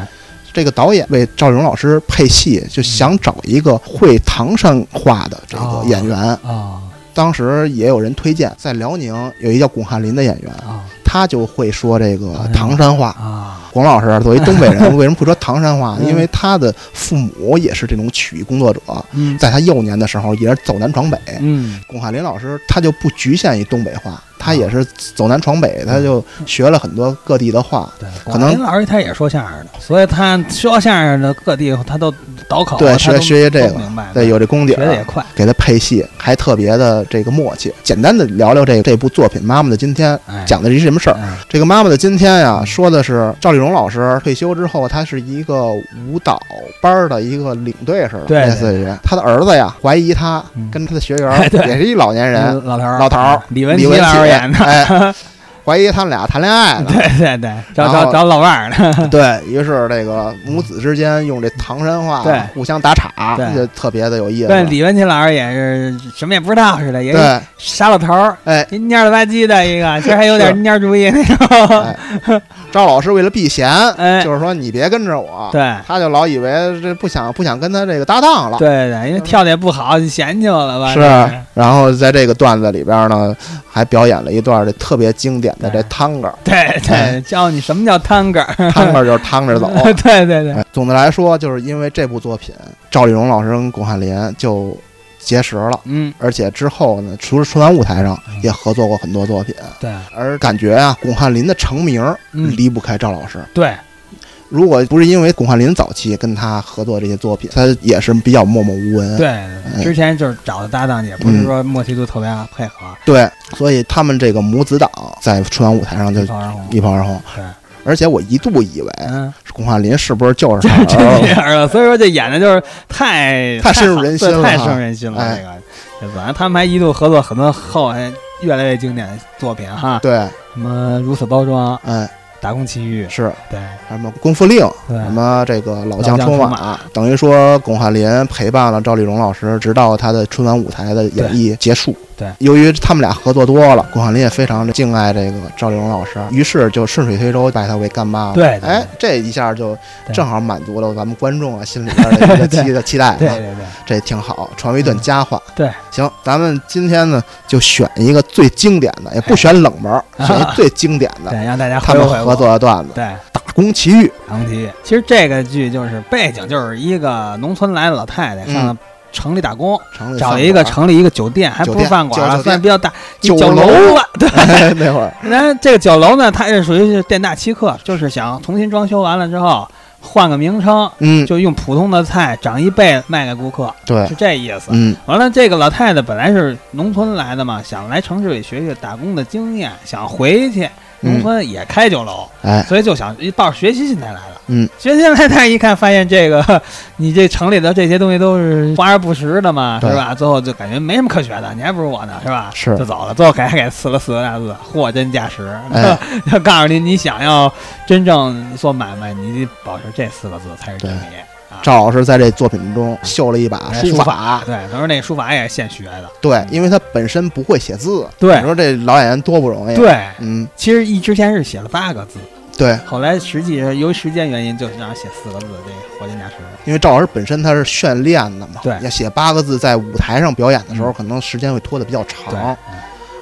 Speaker 6: 这个导演为赵丽蓉老师配戏，就想找一个会唐山话的这
Speaker 7: 啊
Speaker 6: 个演员。
Speaker 7: 哦
Speaker 6: 当时也有人推荐，在辽宁有一个叫巩汉林的演员，
Speaker 7: 哦
Speaker 6: 他就会说这个唐山话。
Speaker 7: 哎啊，
Speaker 6: 巩老师作为东北 人，为什么不说唐山话？因为他的父母也是这种曲艺工作者，
Speaker 7: 嗯
Speaker 6: 在他幼年的时候也是走南闯北。
Speaker 7: 嗯啊
Speaker 6: 巩汉林老师他就不局限于东北话，他也是走南闯北，他就学了很多各地的话。
Speaker 7: 对，
Speaker 6: 可能
Speaker 7: 林老师他也说相声的，所以他说相声的各地他都倒口，
Speaker 6: 对，
Speaker 7: 他
Speaker 6: 学
Speaker 7: 都
Speaker 6: 学习这
Speaker 7: 都
Speaker 6: 个
Speaker 7: 明白，，
Speaker 6: 对，有这功底
Speaker 7: 学
Speaker 6: 儿。
Speaker 7: 的也快，
Speaker 6: 给他配戏，还特别的这个默契。简单的聊聊这这部作品《妈妈的今天》
Speaker 7: 哎
Speaker 6: 讲的是一什么事儿？
Speaker 7: 哎嗯
Speaker 6: 这个《妈妈的今天》呀，说的是赵丽蓉老师退休之后，她是一个舞蹈班儿的一个领队似的，
Speaker 7: 对
Speaker 6: 类似于她的儿子呀，怀疑她
Speaker 7: 嗯
Speaker 6: 跟她的学员
Speaker 7: 哎
Speaker 6: 儿
Speaker 7: 对
Speaker 6: 也是一老年
Speaker 7: 嗯
Speaker 6: 人，
Speaker 7: 老头儿
Speaker 6: 老头儿
Speaker 7: 李文
Speaker 6: 李
Speaker 7: 琪
Speaker 6: 文
Speaker 7: 老
Speaker 6: 琪
Speaker 7: 师演的，
Speaker 6: 哎怀疑他们俩谈恋爱呢。
Speaker 7: 对对对，找
Speaker 6: 然
Speaker 7: 找
Speaker 6: 后
Speaker 7: 找老伴儿呢，
Speaker 6: 对于是这个母子之间用这唐山话
Speaker 7: 对
Speaker 6: 互相打岔，
Speaker 7: 对
Speaker 6: 就特别的有意思。
Speaker 7: 对，李文琪老师也是什么也不知道似的，也是
Speaker 6: 对，
Speaker 7: 傻老头儿，
Speaker 6: 哎，
Speaker 7: 蔫了吧唧的一个，其实还 有
Speaker 6: 是
Speaker 7: 点蔫儿主意那种。
Speaker 6: 赵老师为了避嫌，
Speaker 7: 哎
Speaker 6: 就是说你别跟着我，
Speaker 7: 对
Speaker 6: 他就老以为这不想不想跟他这个搭档了，
Speaker 7: 对哎对，因为跳的也不好，嫌弃我了吧？
Speaker 6: 是
Speaker 7: 这。
Speaker 6: 然后在这个段子里边呢，还表演了一段这特别经典的这
Speaker 7: 对
Speaker 6: 汤歌，
Speaker 7: 对
Speaker 6: 哎
Speaker 7: 对，教你什么叫探戈儿。
Speaker 6: 汤歌就是趟着走。
Speaker 7: 对对对，
Speaker 6: 哎总的来说，就是因为这部作品，赵丽蓉老师跟巩汉林就结识了。
Speaker 7: 嗯，
Speaker 6: 而且之后呢，除了春晚舞台上，也合作过很多作品。
Speaker 7: 对
Speaker 6: 而感觉啊，巩汉林的成名儿
Speaker 7: 嗯
Speaker 6: 离不开赵老师。
Speaker 7: 对
Speaker 6: 如果不是因为巩汉林早期跟他合作这些作品，他也是比较默默无闻。嗯哎
Speaker 7: 对，之前就是找的搭档，也不是说默契度特别好配合，
Speaker 6: 对所以他们这个母子档在春晚舞台上就
Speaker 7: 一炮而红
Speaker 6: 一炮而红。
Speaker 7: 对，
Speaker 6: 而且我一度以为
Speaker 7: 嗯，
Speaker 6: 巩汉林是不是 就是他
Speaker 7: 这
Speaker 6: 儿子？
Speaker 7: 样儿了，所以说这演的就是太
Speaker 6: 太深入
Speaker 7: 好
Speaker 6: 人心
Speaker 7: 对
Speaker 6: 了
Speaker 7: 太
Speaker 6: 哈
Speaker 7: 深入人心了。
Speaker 6: 哎
Speaker 7: 这个，这本来他们还一度合作很多后来越来越经典的作品哈，
Speaker 6: 对，
Speaker 7: 啊什么如此包装、
Speaker 6: 哎，
Speaker 7: 打工奇遇，
Speaker 6: 是
Speaker 7: 对
Speaker 6: 什么《功夫令》，
Speaker 7: 对
Speaker 6: 什么这个《老将
Speaker 7: 老将出
Speaker 6: 马》，等于说巩汉林陪伴了赵丽蓉老师，直到她的春晚舞台的演绎结束。
Speaker 7: 对
Speaker 6: 由于他们俩合作多了，巩汉林也非常敬爱这个赵丽蓉老师，于是就顺水推舟拜她为干妈了。
Speaker 7: 对对
Speaker 6: 哎，这一下就
Speaker 7: 对
Speaker 6: 正好满足了咱们观众啊心里边的一个期的期待啊，
Speaker 7: 对对对，
Speaker 6: 这挺好，传为一段佳话。
Speaker 7: 对，
Speaker 6: 行，咱们今天呢就选一个最经典的，也不选冷门儿，选一最经典的，
Speaker 7: 哎 对让大家
Speaker 6: 他
Speaker 7: 回味
Speaker 6: 们
Speaker 7: 回味
Speaker 6: 合作的段子《
Speaker 7: 对。
Speaker 6: 打工奇遇》。
Speaker 7: 打工奇遇。其实这个剧就是背景，就是一个农村来的老太太上了城里打工，
Speaker 6: 嗯城里
Speaker 7: 找
Speaker 6: 饭
Speaker 7: 了一个
Speaker 6: 馆
Speaker 7: 城里一个酒店，还
Speaker 6: 酒
Speaker 7: 不
Speaker 6: 店
Speaker 7: 是饭馆
Speaker 6: 叫
Speaker 7: 了，
Speaker 6: 酒
Speaker 7: 算
Speaker 6: 店
Speaker 7: 比较大
Speaker 6: 啊酒
Speaker 7: 酒
Speaker 6: 楼
Speaker 7: 了。对，
Speaker 6: 哎 那会儿，
Speaker 7: 然后这个酒楼呢，它是属于是店大欺客，就是想重新装修完了之后换个名称，
Speaker 6: 嗯，
Speaker 7: 就用普通的菜涨一倍卖给顾客，
Speaker 6: 对
Speaker 7: 是，这意思。
Speaker 6: 嗯，
Speaker 7: 完了，这个老太太本来是农村来的嘛，想来城市里学学打工的经验，想回去农村也开酒楼，
Speaker 6: 嗯哎，
Speaker 7: 所以就想抱着学习心态来了。
Speaker 6: 嗯，
Speaker 7: 学习心态，但是一看发现这个 你这城里的这些东西都是华而不实的嘛，是
Speaker 6: 对
Speaker 7: 吧？最后就感觉没什么可学的，你还不如我呢，是吧？
Speaker 6: 是
Speaker 7: 就走了。最后给还给赐了四个大字：货真价实。
Speaker 6: 哎
Speaker 7: 要告诉你，你想要真正做买卖，你得保持这四个字才是真理。
Speaker 6: 赵老师在这作品中秀了一把
Speaker 7: 哎
Speaker 6: 啊书
Speaker 7: 书
Speaker 6: 法，
Speaker 7: 对，他说那书法也是现学的。
Speaker 6: 对，因为他本身不会写字，
Speaker 7: 对
Speaker 6: 你说这老演员多不容易，，
Speaker 7: 对，
Speaker 6: 嗯，
Speaker 7: 其实一之前是写了八个字，
Speaker 6: 对，
Speaker 7: 后来实际上由于时间原因，就让人写四个字，这货真价实。
Speaker 6: 因为赵老师本身他是训练的嘛，
Speaker 7: 对嗯
Speaker 6: 要写八个字，在舞台上表演的时候，可能时间会拖得比较
Speaker 7: 对，
Speaker 6: 长。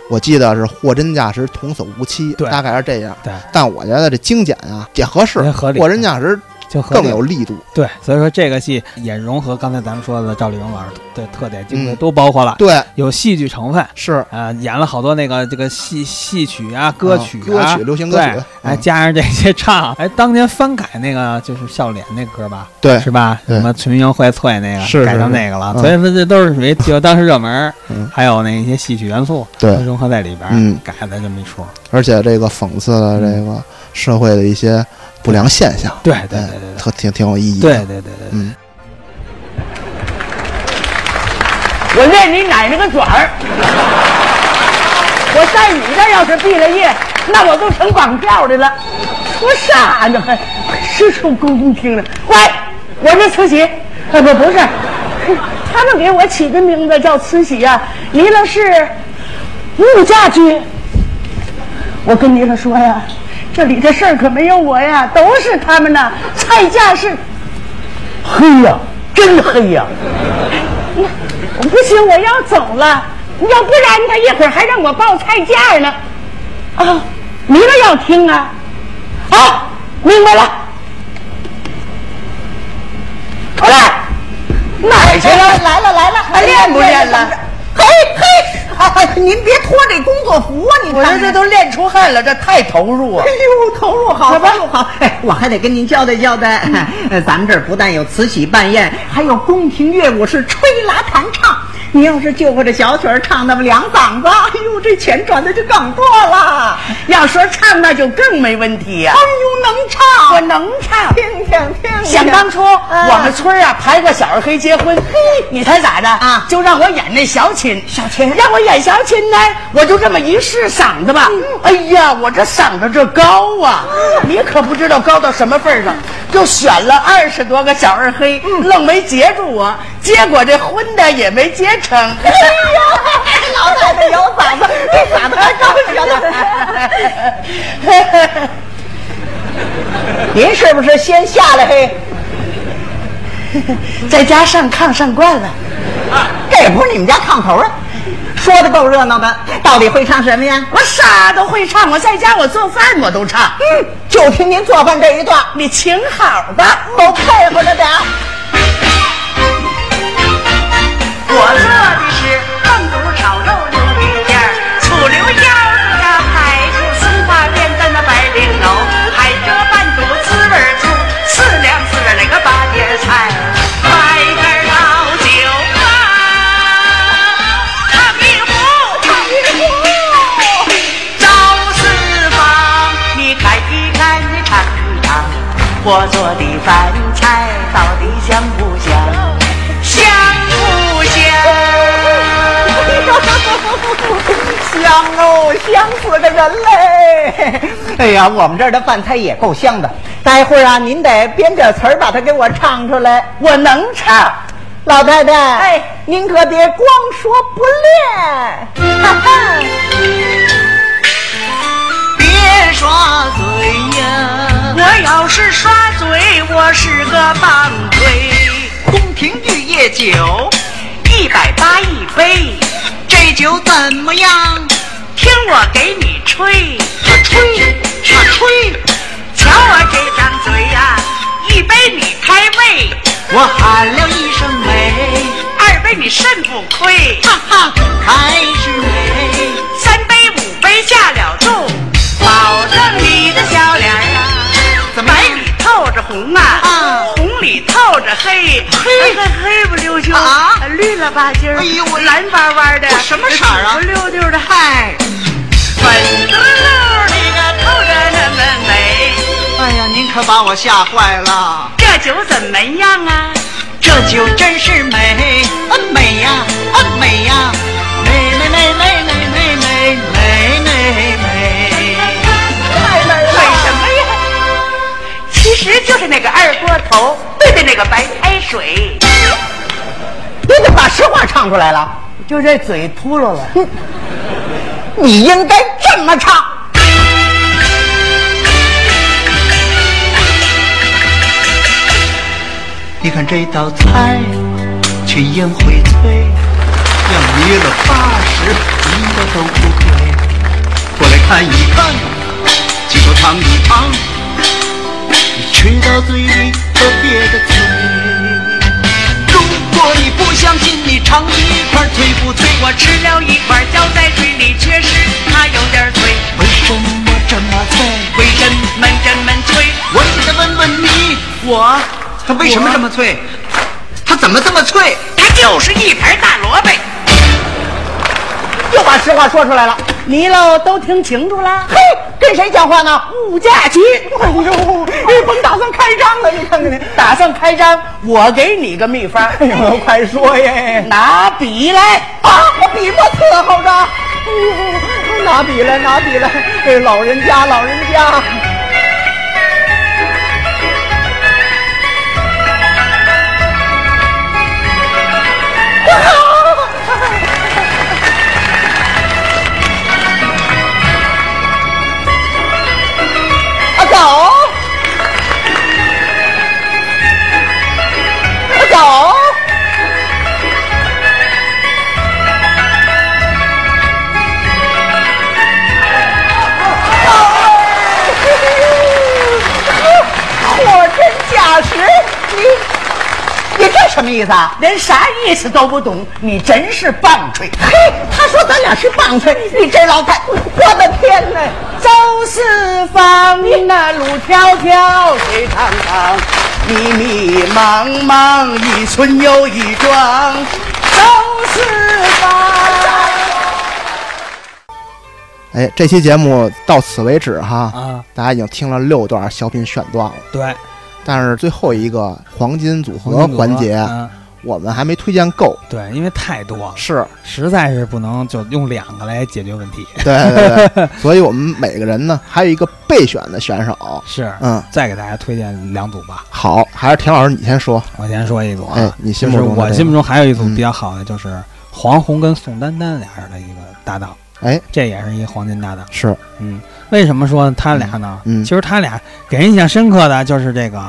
Speaker 6: 我记得是货真价实，童叟无欺，
Speaker 7: 对
Speaker 6: 大概是这样。
Speaker 7: 对
Speaker 6: 但我觉得这精简啊也合适
Speaker 7: 也，合理
Speaker 6: 货真价实
Speaker 7: 就和
Speaker 6: 更有力度。
Speaker 7: 对，所以说这个戏也融合刚才咱们说的赵丽蓉老师的特点，精髓都包括了，
Speaker 6: 嗯对，
Speaker 7: 有戏剧成分。
Speaker 6: 是
Speaker 7: 啊，演了好多那个这个戏戏曲啊、歌曲、啊、
Speaker 6: 歌曲流行歌曲
Speaker 7: 对哎，
Speaker 6: 嗯
Speaker 7: 加上这些唱，哎，当年翻改那个就是笑脸那歌吧，
Speaker 6: 对
Speaker 7: 是吧？
Speaker 6: 对
Speaker 7: 什么群英荟萃那个
Speaker 6: 是是
Speaker 7: 改成那个了，
Speaker 6: 是嗯
Speaker 7: 所以说这都是属于就当时热门儿，
Speaker 6: 嗯
Speaker 7: 还有那一些戏曲元素
Speaker 6: 对
Speaker 7: 都融合在里边儿，
Speaker 6: 嗯
Speaker 7: 改的这么一出，
Speaker 6: 而且这个讽刺了这个社会的一些不良现象，
Speaker 7: 对对对
Speaker 6: 哎
Speaker 7: 对
Speaker 6: 特挺挺有意义
Speaker 7: 对
Speaker 6: 的。
Speaker 7: 对对对对。
Speaker 6: 嗯，
Speaker 2: 我认你奶奶个爪儿！我在你这儿要是毕了业，那我都成绑票的了。我傻呢，还是臭公公听了。喂，我是慈禧，啊不不是，他们给我起的名字叫慈禧呀、离了是穆家军。我跟你可说呀，这里这事儿可没有我呀，都是他们呐。菜价是黑呀、真黑呀、我不行，我要走了，要不然他一会儿还让我报菜价呢。啊，你们要听啊？啊，明白了。过来，哪儿去了？
Speaker 4: 来了来了，
Speaker 2: 还练哎不练了？嘿嘿，哎您别脱这工作服啊！你我这这都练出汗了，这太投入啊！哎呦，投入好，投入好！哎，我还得跟您交代交代，呃咱们这儿不但有慈禧办宴，还有宫廷乐舞是吹拉弹唱。您要是就会这小曲儿，唱那么两嗓子，哎呦，这钱赚的就更多了。要说唱，那就更没问题呀、哎呦，能唱，我能唱，听听听。想当初、
Speaker 1: 呃
Speaker 2: 我们村儿啊排个小二黑结婚，嘿，你猜咋的啊？就让我演那小琴，小琴让我演小琴呢，我就这么一试嗓子吧。哎呀，我这嗓子这高啊，你可不知道高到什么份儿上，就选了二十多个小二黑，愣没截住我，结果这婚的也没结成。哎呀，老太太有嗓子，这嗓子还高着 呢。 您是不是先下来嘿？ 在家上炕上惯了，这也不是你们家炕头啊。说的够热闹的，到底会唱什么呀？我啥都会唱，我在家我做饭我都唱。嗯，就听您做饭这一段，你请好吧，都配合着点儿。我做的是炖骨炒肉牛皮面儿，醋溜腰子呀，排骨松花面蛋那白绫楼，海蜇拌肚滋味儿足，四两四两那个八碟菜，摆点儿老酒啊，大壁壶，大壁壶，赵四方，你看一看，你尝一尝，我做的饭菜到底香不香？香不香？ 香哦，香死个人嘞！哎呀，我们这儿的饭菜也够香的。待会儿啊，您得编点词儿把它给我唱出来。我能唱，老太太，哎，您可别光说不练。哈哈，别刷嘴呀！我要是刷嘴，我是个棒槌。宫廷玉液酒，一百八一杯，这酒怎么样？听我给你吹，啊吹啊吹，瞧我这张嘴呀、一杯你开胃，我喊了一声美，二杯你肾不亏，哈哈，还是美，三杯五杯下了肚，保证你的小脸儿啊，怎么白里透着红啊，红里透着黑，黑黑黑不溜秋啊，绿了吧唧儿，哎呦，蓝巴巴的，什么色儿啊？溜溜的，嗨。粉嘟噜的个透着那么美。哎呀，您可把我吓坏了。这酒怎么样啊？这酒真是美，啊美呀，啊美呀，美美美美美美美美美美。太美了！美什么呀？其实就是那个二锅头兑的那个白开水。你得把实话唱出来了，就这嘴秃噜了。 你应该这么唱。你看这道菜，去宴会醉，要你了八十，一个都不贵。过来看一看，几口尝一尝，你吃的到嘴里都憋着嘴。如果你不相信，你尝一块脆不脆？我吃了一块嚼在嘴里，确实它有点脆。为什么这么脆？为什么这么脆？我现在问问你，我它为什么这么脆？它怎么这么脆？它就是一盘大萝卜。
Speaker 12: 又把实话说出来了。你喽都听清楚了？嘿，跟谁讲话呢？物价局。哎呦，哎甭打算开张了，你看看你，打算开张，我给你个秘方。哎呦，快说 耶！拿笔来啊！我笔墨伺候着。哎呦，拿笔来，拿笔来。哎，老人家，老人家。啊，狗，啊狗，狗，货真价实，你你这什么意思啊？连啥意思都不懂，你真是棒槌！嘿，他说咱俩是棒槌，你这老太，我的天哪！走四方，那路迢迢，水长长，迷迷茫茫，一村又一庄，走四方。
Speaker 6: 哎，这期节目到此为止哈，
Speaker 7: 啊，
Speaker 6: 大家已经听了六段小品选段了，
Speaker 7: 对，
Speaker 6: 但是最后一个黄金组合
Speaker 7: 黄金组合
Speaker 6: 环节，啊
Speaker 7: 嗯
Speaker 6: 我们还没推荐够。
Speaker 7: 对，因为太多了，
Speaker 6: 是
Speaker 7: 实在是不能就用两个来解决问题。
Speaker 6: 对对对，所以我们每个人呢还有一个备选的选手。
Speaker 7: 是，
Speaker 6: 嗯，
Speaker 7: 再给大家推荐两组吧。
Speaker 6: 好，还是田老师你先说。
Speaker 7: 我先说一组啊，
Speaker 6: 哎你心目
Speaker 7: 就是
Speaker 6: 中的
Speaker 7: 我
Speaker 6: 这
Speaker 7: 心目中还有一组
Speaker 6: 嗯
Speaker 7: 比较好的，就是黄宏跟宋丹丹俩人的一个搭档，
Speaker 6: 哎，
Speaker 7: 这也是一个黄金搭档。
Speaker 6: 是，
Speaker 7: 嗯，为什么说他俩呢？
Speaker 6: 嗯嗯
Speaker 7: 其实他俩给人印象深刻的就是这个《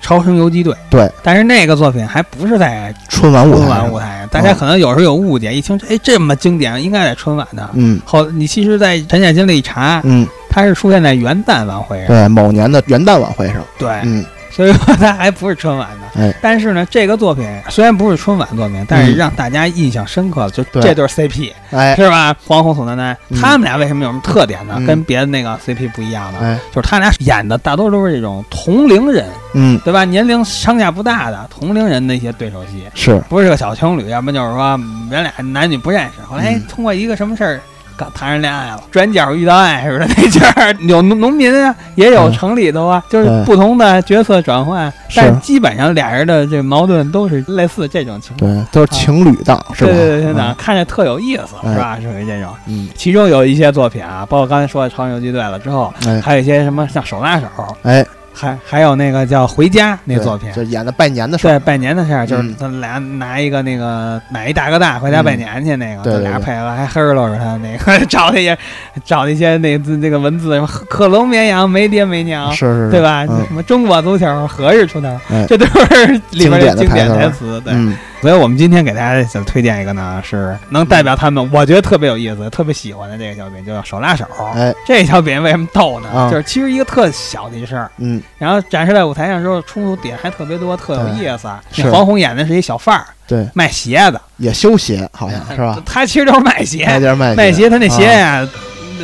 Speaker 7: 超生游击队》，
Speaker 6: 对，
Speaker 7: 但是那个作品还不是在
Speaker 6: 春晚舞
Speaker 7: 春
Speaker 6: 台
Speaker 7: 晚舞
Speaker 6: 上，哦
Speaker 7: 台，大家可能有时候有误解，一听哎这么经典，应该在春晚的。
Speaker 6: 嗯
Speaker 7: 后你其实，在陈小金里一查，
Speaker 6: 嗯，
Speaker 7: 他是出现在元旦晚会上，
Speaker 6: 对，某年的元旦晚会上，
Speaker 7: 对，
Speaker 6: 嗯，
Speaker 7: 所以说他还不是春晚的。
Speaker 6: 哎
Speaker 7: 但是呢，这个作品虽然不是春晚作品，但是
Speaker 6: 嗯
Speaker 7: 让大家印象深刻，就
Speaker 6: 对
Speaker 7: 这对 CP
Speaker 6: 哎
Speaker 7: 是吧？黄宏、宋丹丹，
Speaker 6: 嗯
Speaker 7: 他们俩为什么有什么特点呢？
Speaker 6: 嗯
Speaker 7: 跟别的那个 CP 不一样呢？
Speaker 6: 哎，
Speaker 7: 就是他俩演的大多都是这种同龄人，
Speaker 6: 嗯，
Speaker 7: 对吧？年龄上下不大的同龄人的一些对手戏，
Speaker 6: 是，
Speaker 7: 不是个小情侣，要么就是说嗯人俩男女不认识，后来、
Speaker 6: 嗯
Speaker 7: 通过一个什么事儿。刚谈上恋爱了，转角遇到爱似的那劲儿，有农农民啊，也有
Speaker 6: 嗯
Speaker 7: 城里头啊，就是
Speaker 6: 对
Speaker 7: 不同的角色转换，
Speaker 6: 是
Speaker 7: 但基本上俩人的这矛盾都是类似这种情况。
Speaker 6: 对，都是情侣档，是吧？
Speaker 7: 啊对对对，哪
Speaker 6: 嗯
Speaker 7: 看着特有意思，
Speaker 6: 哎
Speaker 7: 是吧？属于这种。
Speaker 6: 嗯，
Speaker 7: 其中有一些作品啊，包括刚才说的《超人游击队》了之后，
Speaker 6: 哎
Speaker 7: 还有一些什么像手拉手，
Speaker 6: 哎，
Speaker 7: 还还有那个叫《回家》那
Speaker 6: 对
Speaker 7: 作品，
Speaker 6: 就演的拜年的事儿，
Speaker 7: 对，拜年的事儿，哎就是
Speaker 6: 嗯
Speaker 7: 他俩拿一个那个买一大哥大回家拜年去那个，
Speaker 6: 对
Speaker 7: 他
Speaker 6: 对
Speaker 7: 俩
Speaker 6: 对
Speaker 7: 配合还黑喽着他那个 找那些找那些那字那个文字什么克隆绵羊没爹没娘，
Speaker 6: 是是，是
Speaker 7: 对吧？
Speaker 6: 嗯
Speaker 7: 什么中国足球何日出头
Speaker 6: 哎，
Speaker 7: 这都 是 里边的经
Speaker 6: 经典
Speaker 7: 典
Speaker 6: 的台词
Speaker 7: 台词。对，
Speaker 6: 嗯，
Speaker 7: 所以我们今天给大家想推荐一个呢，是能代表他们，我觉得特别有意思、特别喜欢的这个小品，就叫手拉手。
Speaker 6: 哎，
Speaker 7: 这小品为什么逗呢？
Speaker 6: 啊
Speaker 7: 就是其实一个特小的一事儿。
Speaker 6: 嗯，
Speaker 7: 然后展示在舞台上之后，冲突点还特别多，特有意思。啊
Speaker 6: 对是
Speaker 7: 那黄宏演的是一小贩儿，
Speaker 6: 对，
Speaker 7: 卖鞋的，
Speaker 6: 也休鞋好像是 吧？
Speaker 7: 他其实就是卖鞋，
Speaker 6: 卖点卖
Speaker 7: 卖
Speaker 6: 鞋，
Speaker 7: 他那鞋
Speaker 6: 啊
Speaker 7: 呀、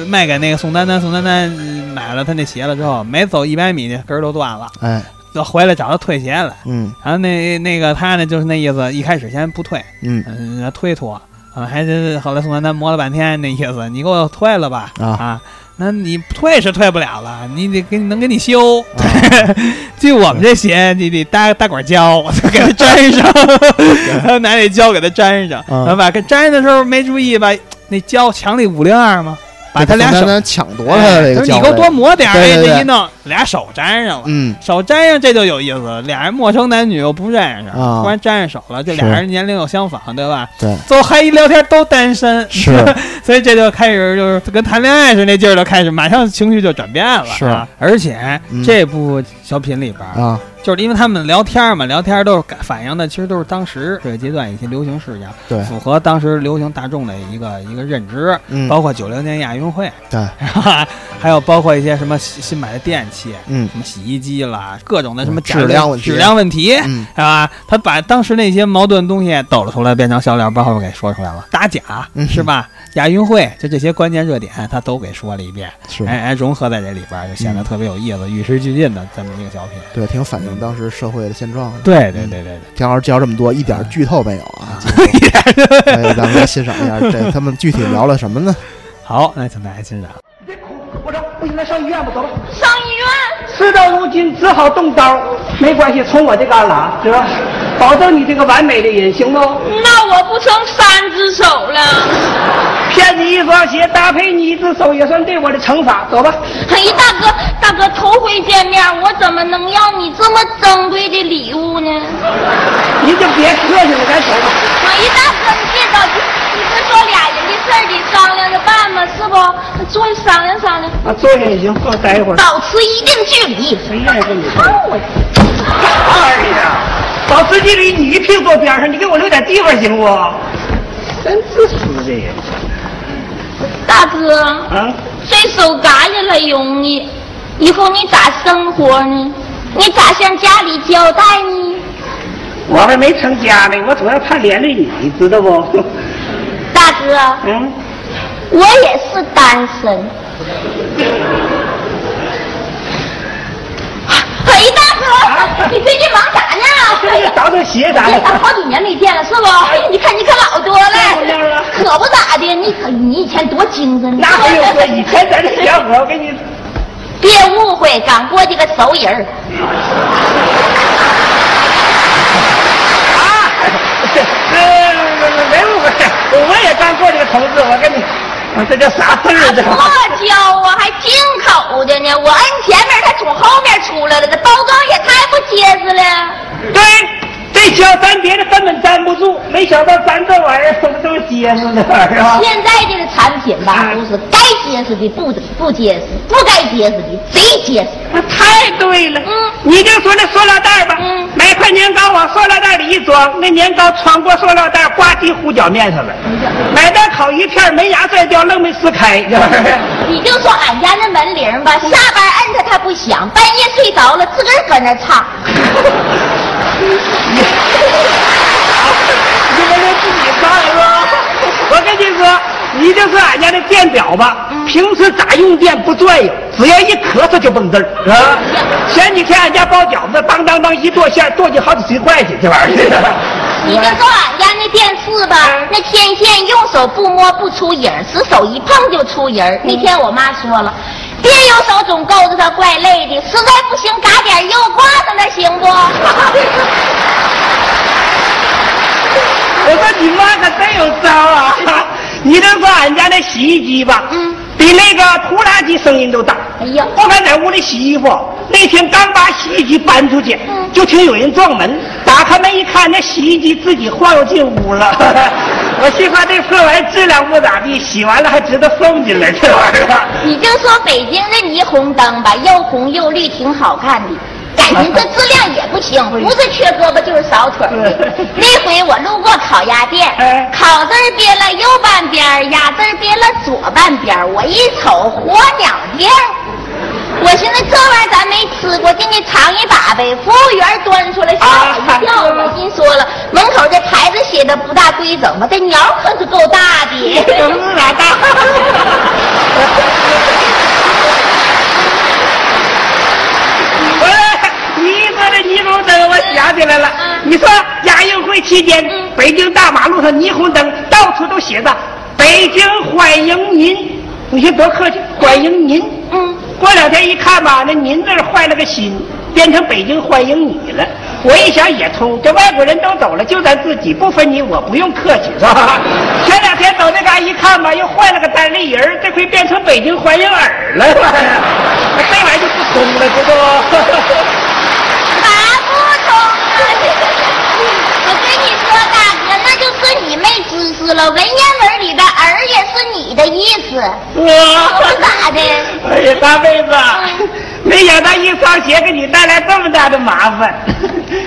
Speaker 7: 卖给那个宋丹丹，宋丹丹嗯买了他那鞋了之后，没走一百米，那根儿都断了，
Speaker 6: 哎，
Speaker 7: 就回来找他退鞋来。
Speaker 6: 嗯
Speaker 7: 然后那那个他呢，就是那意思，一开始先不退，
Speaker 6: 嗯，
Speaker 7: 嗯，然后推脱啊，还是后来宋丹丹磨了半天，那意思你给我退了吧
Speaker 6: 啊
Speaker 7: 那你退是退不了了，你得给能给你修。
Speaker 6: 啊
Speaker 7: 就我们这鞋，你得搭搭 管胶，我就给它粘上， 然后拿那胶给它粘上，
Speaker 6: 嗯
Speaker 7: 然后把给粘的时候没注意吧，那胶强力五零二嘛，把他俩
Speaker 6: 单
Speaker 7: 手，
Speaker 6: 单抢夺他的这个
Speaker 7: 哎他说
Speaker 6: 脚
Speaker 7: 你给我多
Speaker 6: 位，
Speaker 7: 抹点儿，
Speaker 6: 对
Speaker 7: 哎，
Speaker 6: 对对
Speaker 7: 这一弄俩手粘上了。
Speaker 6: 嗯，
Speaker 7: 手粘上这就有意思了，俩人陌生男女又不认识，
Speaker 6: 啊
Speaker 7: 突然粘上手了，这俩
Speaker 6: 是
Speaker 7: 人年龄又相仿，对吧？
Speaker 6: 对，
Speaker 7: 都还一聊天都单身，
Speaker 6: 是
Speaker 7: 所以这就开始就是跟谈恋爱似的那劲儿就开始，马上情绪就转变了。
Speaker 6: 是
Speaker 7: 啊，而且、
Speaker 6: 嗯
Speaker 7: 这部小品里边儿，
Speaker 6: 啊，
Speaker 7: 就是因为他们聊天嘛，聊天都是感反映的，其实都是当时这个阶段一些流行事件，
Speaker 6: 对
Speaker 7: 符合当时流行大众的一个一个认知，
Speaker 6: 嗯，
Speaker 7: 包括九零年亚运会，
Speaker 6: 对，
Speaker 7: 还有包括一些什么新新买的电器，器，
Speaker 6: 嗯
Speaker 7: 什么洗衣机啦，各种的什么假
Speaker 6: 质量问题
Speaker 7: 质量问题，
Speaker 6: 嗯
Speaker 7: 是吧？他把当时那些矛盾东西抖了出来，变成小两包袱给说出来了，打假
Speaker 6: 嗯
Speaker 7: 是吧？亚运会就这些关键热点，他都给说了一遍，
Speaker 6: 是
Speaker 7: 哎哎，融合在这里边儿，就显得
Speaker 6: 嗯
Speaker 7: 特别有意思，与时俱进的这么一个小品。
Speaker 6: 对，挺反映当时社会的现状啊嗯的。
Speaker 7: 对对对对
Speaker 6: 田老师介绍这么多，一点剧透没有啊！今 天所以哎咱们来欣赏一下这他们具体聊了什么呢？
Speaker 7: 好，那请大家欣赏。
Speaker 10: 我说不行，那上医院吧，走吧。
Speaker 4: 上医院，
Speaker 10: 事到如今，只好动刀，没关系，从我这旮旯，知道吧？保证你这个完美的哦人，行不？
Speaker 13: 那我不成三只手了？
Speaker 10: 骗你一双鞋，搭配你一只手，也算对我的惩罚。走吧。
Speaker 4: 哎，大哥，大哥，头回见面，我怎么能要你这么珍贵的礼物呢？
Speaker 10: 您就别客气了，咱走吧。
Speaker 4: 哎呀，大哥，你别着急，你不是说俩人的事儿得商量着办吗？是不？坐下商量商量，
Speaker 10: 啊，坐下也行，坐下待一会儿。
Speaker 4: 保持一定距离。啊
Speaker 10: 谁愿意跟你说？
Speaker 4: 看我
Speaker 10: 二呀，保持距离，你一屁股坐边上，你给我留点地方行不？真自私的人
Speaker 4: 大哥，
Speaker 10: 啊！
Speaker 4: 这手嘎下来容易，以后你咋生活呢？你咋向家里交代呢？
Speaker 10: 我还没成家呢，我主要怕连累你，知道不？ 呃
Speaker 4: 大哥，
Speaker 10: 嗯，
Speaker 4: 我也是单身。哎，
Speaker 10: 啊
Speaker 4: 大哥，你最近忙啥呢？哎呀，
Speaker 10: 找找鞋啥的。
Speaker 4: 咱好几年没见了，是不？你看你可老多
Speaker 10: 这样
Speaker 4: 了
Speaker 10: 啊，
Speaker 4: 可不咋的。你可你以前多精神，
Speaker 10: 那还用说？以前咱这小伙，我跟你
Speaker 4: 别误会，俺过去个熟人儿。
Speaker 10: 啊，这这没误会，我也刚过这个头子，我跟你，啊这叫啥事儿？这
Speaker 4: 破胶啊，还进口的呢！我摁前面，它从后面出来了，这包装也太不结实了。
Speaker 10: 对，这胶粘别的根本粘不住，没想到粘这玩意儿怎么这么结实呢？是吧？
Speaker 4: 现在这个产品
Speaker 10: 啊
Speaker 4: 吧，都是该结实的不不结实，不该结实的贼结实。
Speaker 10: 啊太对了，
Speaker 4: 嗯
Speaker 10: 你就说那塑料袋儿吧，
Speaker 4: 嗯
Speaker 10: 买块年糕往塑料袋里一装，那年糕穿过塑料袋，呱唧糊脚面上了。买袋烤鱼片儿没牙摔跤，愣没撕开，是不是？
Speaker 4: 你就说俺家那门铃吧，
Speaker 10: 嗯
Speaker 4: 下班摁它它不响，半夜睡着了自个儿搁那 唱。
Speaker 10: 你们就自己看是吧？我跟你说，你就是俺家那电表吧，平时咋用电不转悠，只要一咳嗽就蹦字儿啊。前几天俺家包饺子，当当当一剁馅儿，剁进好几十块去，这玩意儿。
Speaker 4: 你就说俺家那电视吧，那天线用手不摸不出影儿，使手一碰就出影儿。那天我妈说了，别用手总勾着它，怪累的。实在不行，嘎点肉挂上它行不？
Speaker 10: 我说你妈可真有 招啊！你就说俺家那洗衣机吧，
Speaker 4: 嗯
Speaker 10: 比那个拖拉机声音都大。
Speaker 4: 哎呀
Speaker 10: 我敢在屋里洗衣服，那天刚把洗衣机搬出去，
Speaker 4: 嗯
Speaker 10: 就听有人撞门，打开门一看，那洗衣机自己晃悠进屋了。 我心说这破玩意儿质量不咋地，洗完了还值得送进来，这玩意儿。
Speaker 4: 你就说北京的霓虹灯吧，又红又绿，挺好看的。感情这质量也不 行，不是缺胳膊就是少腿儿的
Speaker 10: 哎对。
Speaker 4: 那回我路过烤鸭店
Speaker 10: 哎，
Speaker 4: 烤字儿憋了右半边儿，鸭字儿憋了左半边儿。我一瞅，火鸟店儿，我寻思这玩意儿咱没吃过，进去尝一把呗。服务员端出来吓我一跳，
Speaker 10: 啊
Speaker 4: 我心说了，门口这牌子写的不大规整吧，这鸟可是够大 的。
Speaker 10: 能是 咋大？喂，你一说这霓虹灯，我想起来了。
Speaker 4: 嗯
Speaker 10: 你说亚运会期间，
Speaker 4: 嗯
Speaker 10: 北京大马路上霓虹灯到处都写着“北京欢迎您”，你说多客气，欢迎您。
Speaker 4: 嗯。
Speaker 10: 过两天一看吧，那“您”字儿换了个“心”，变成“北京欢迎你”了。我一想也通，这外国人都走了，就咱自己不分你我，不用客气，是吧？前两天走那嘎一看吧，又换了个单立人儿，这回变成北京欢迎耳了，这 玩意儿就不通了，知道不？
Speaker 4: 拔不通啊！我跟你说，大哥，那就是你没知识了。文言文里边“儿”也是你的意思，
Speaker 10: 我
Speaker 4: 是咋的？
Speaker 10: 哎呀，大妹 子，没想到一双鞋给你带来这么大的麻烦。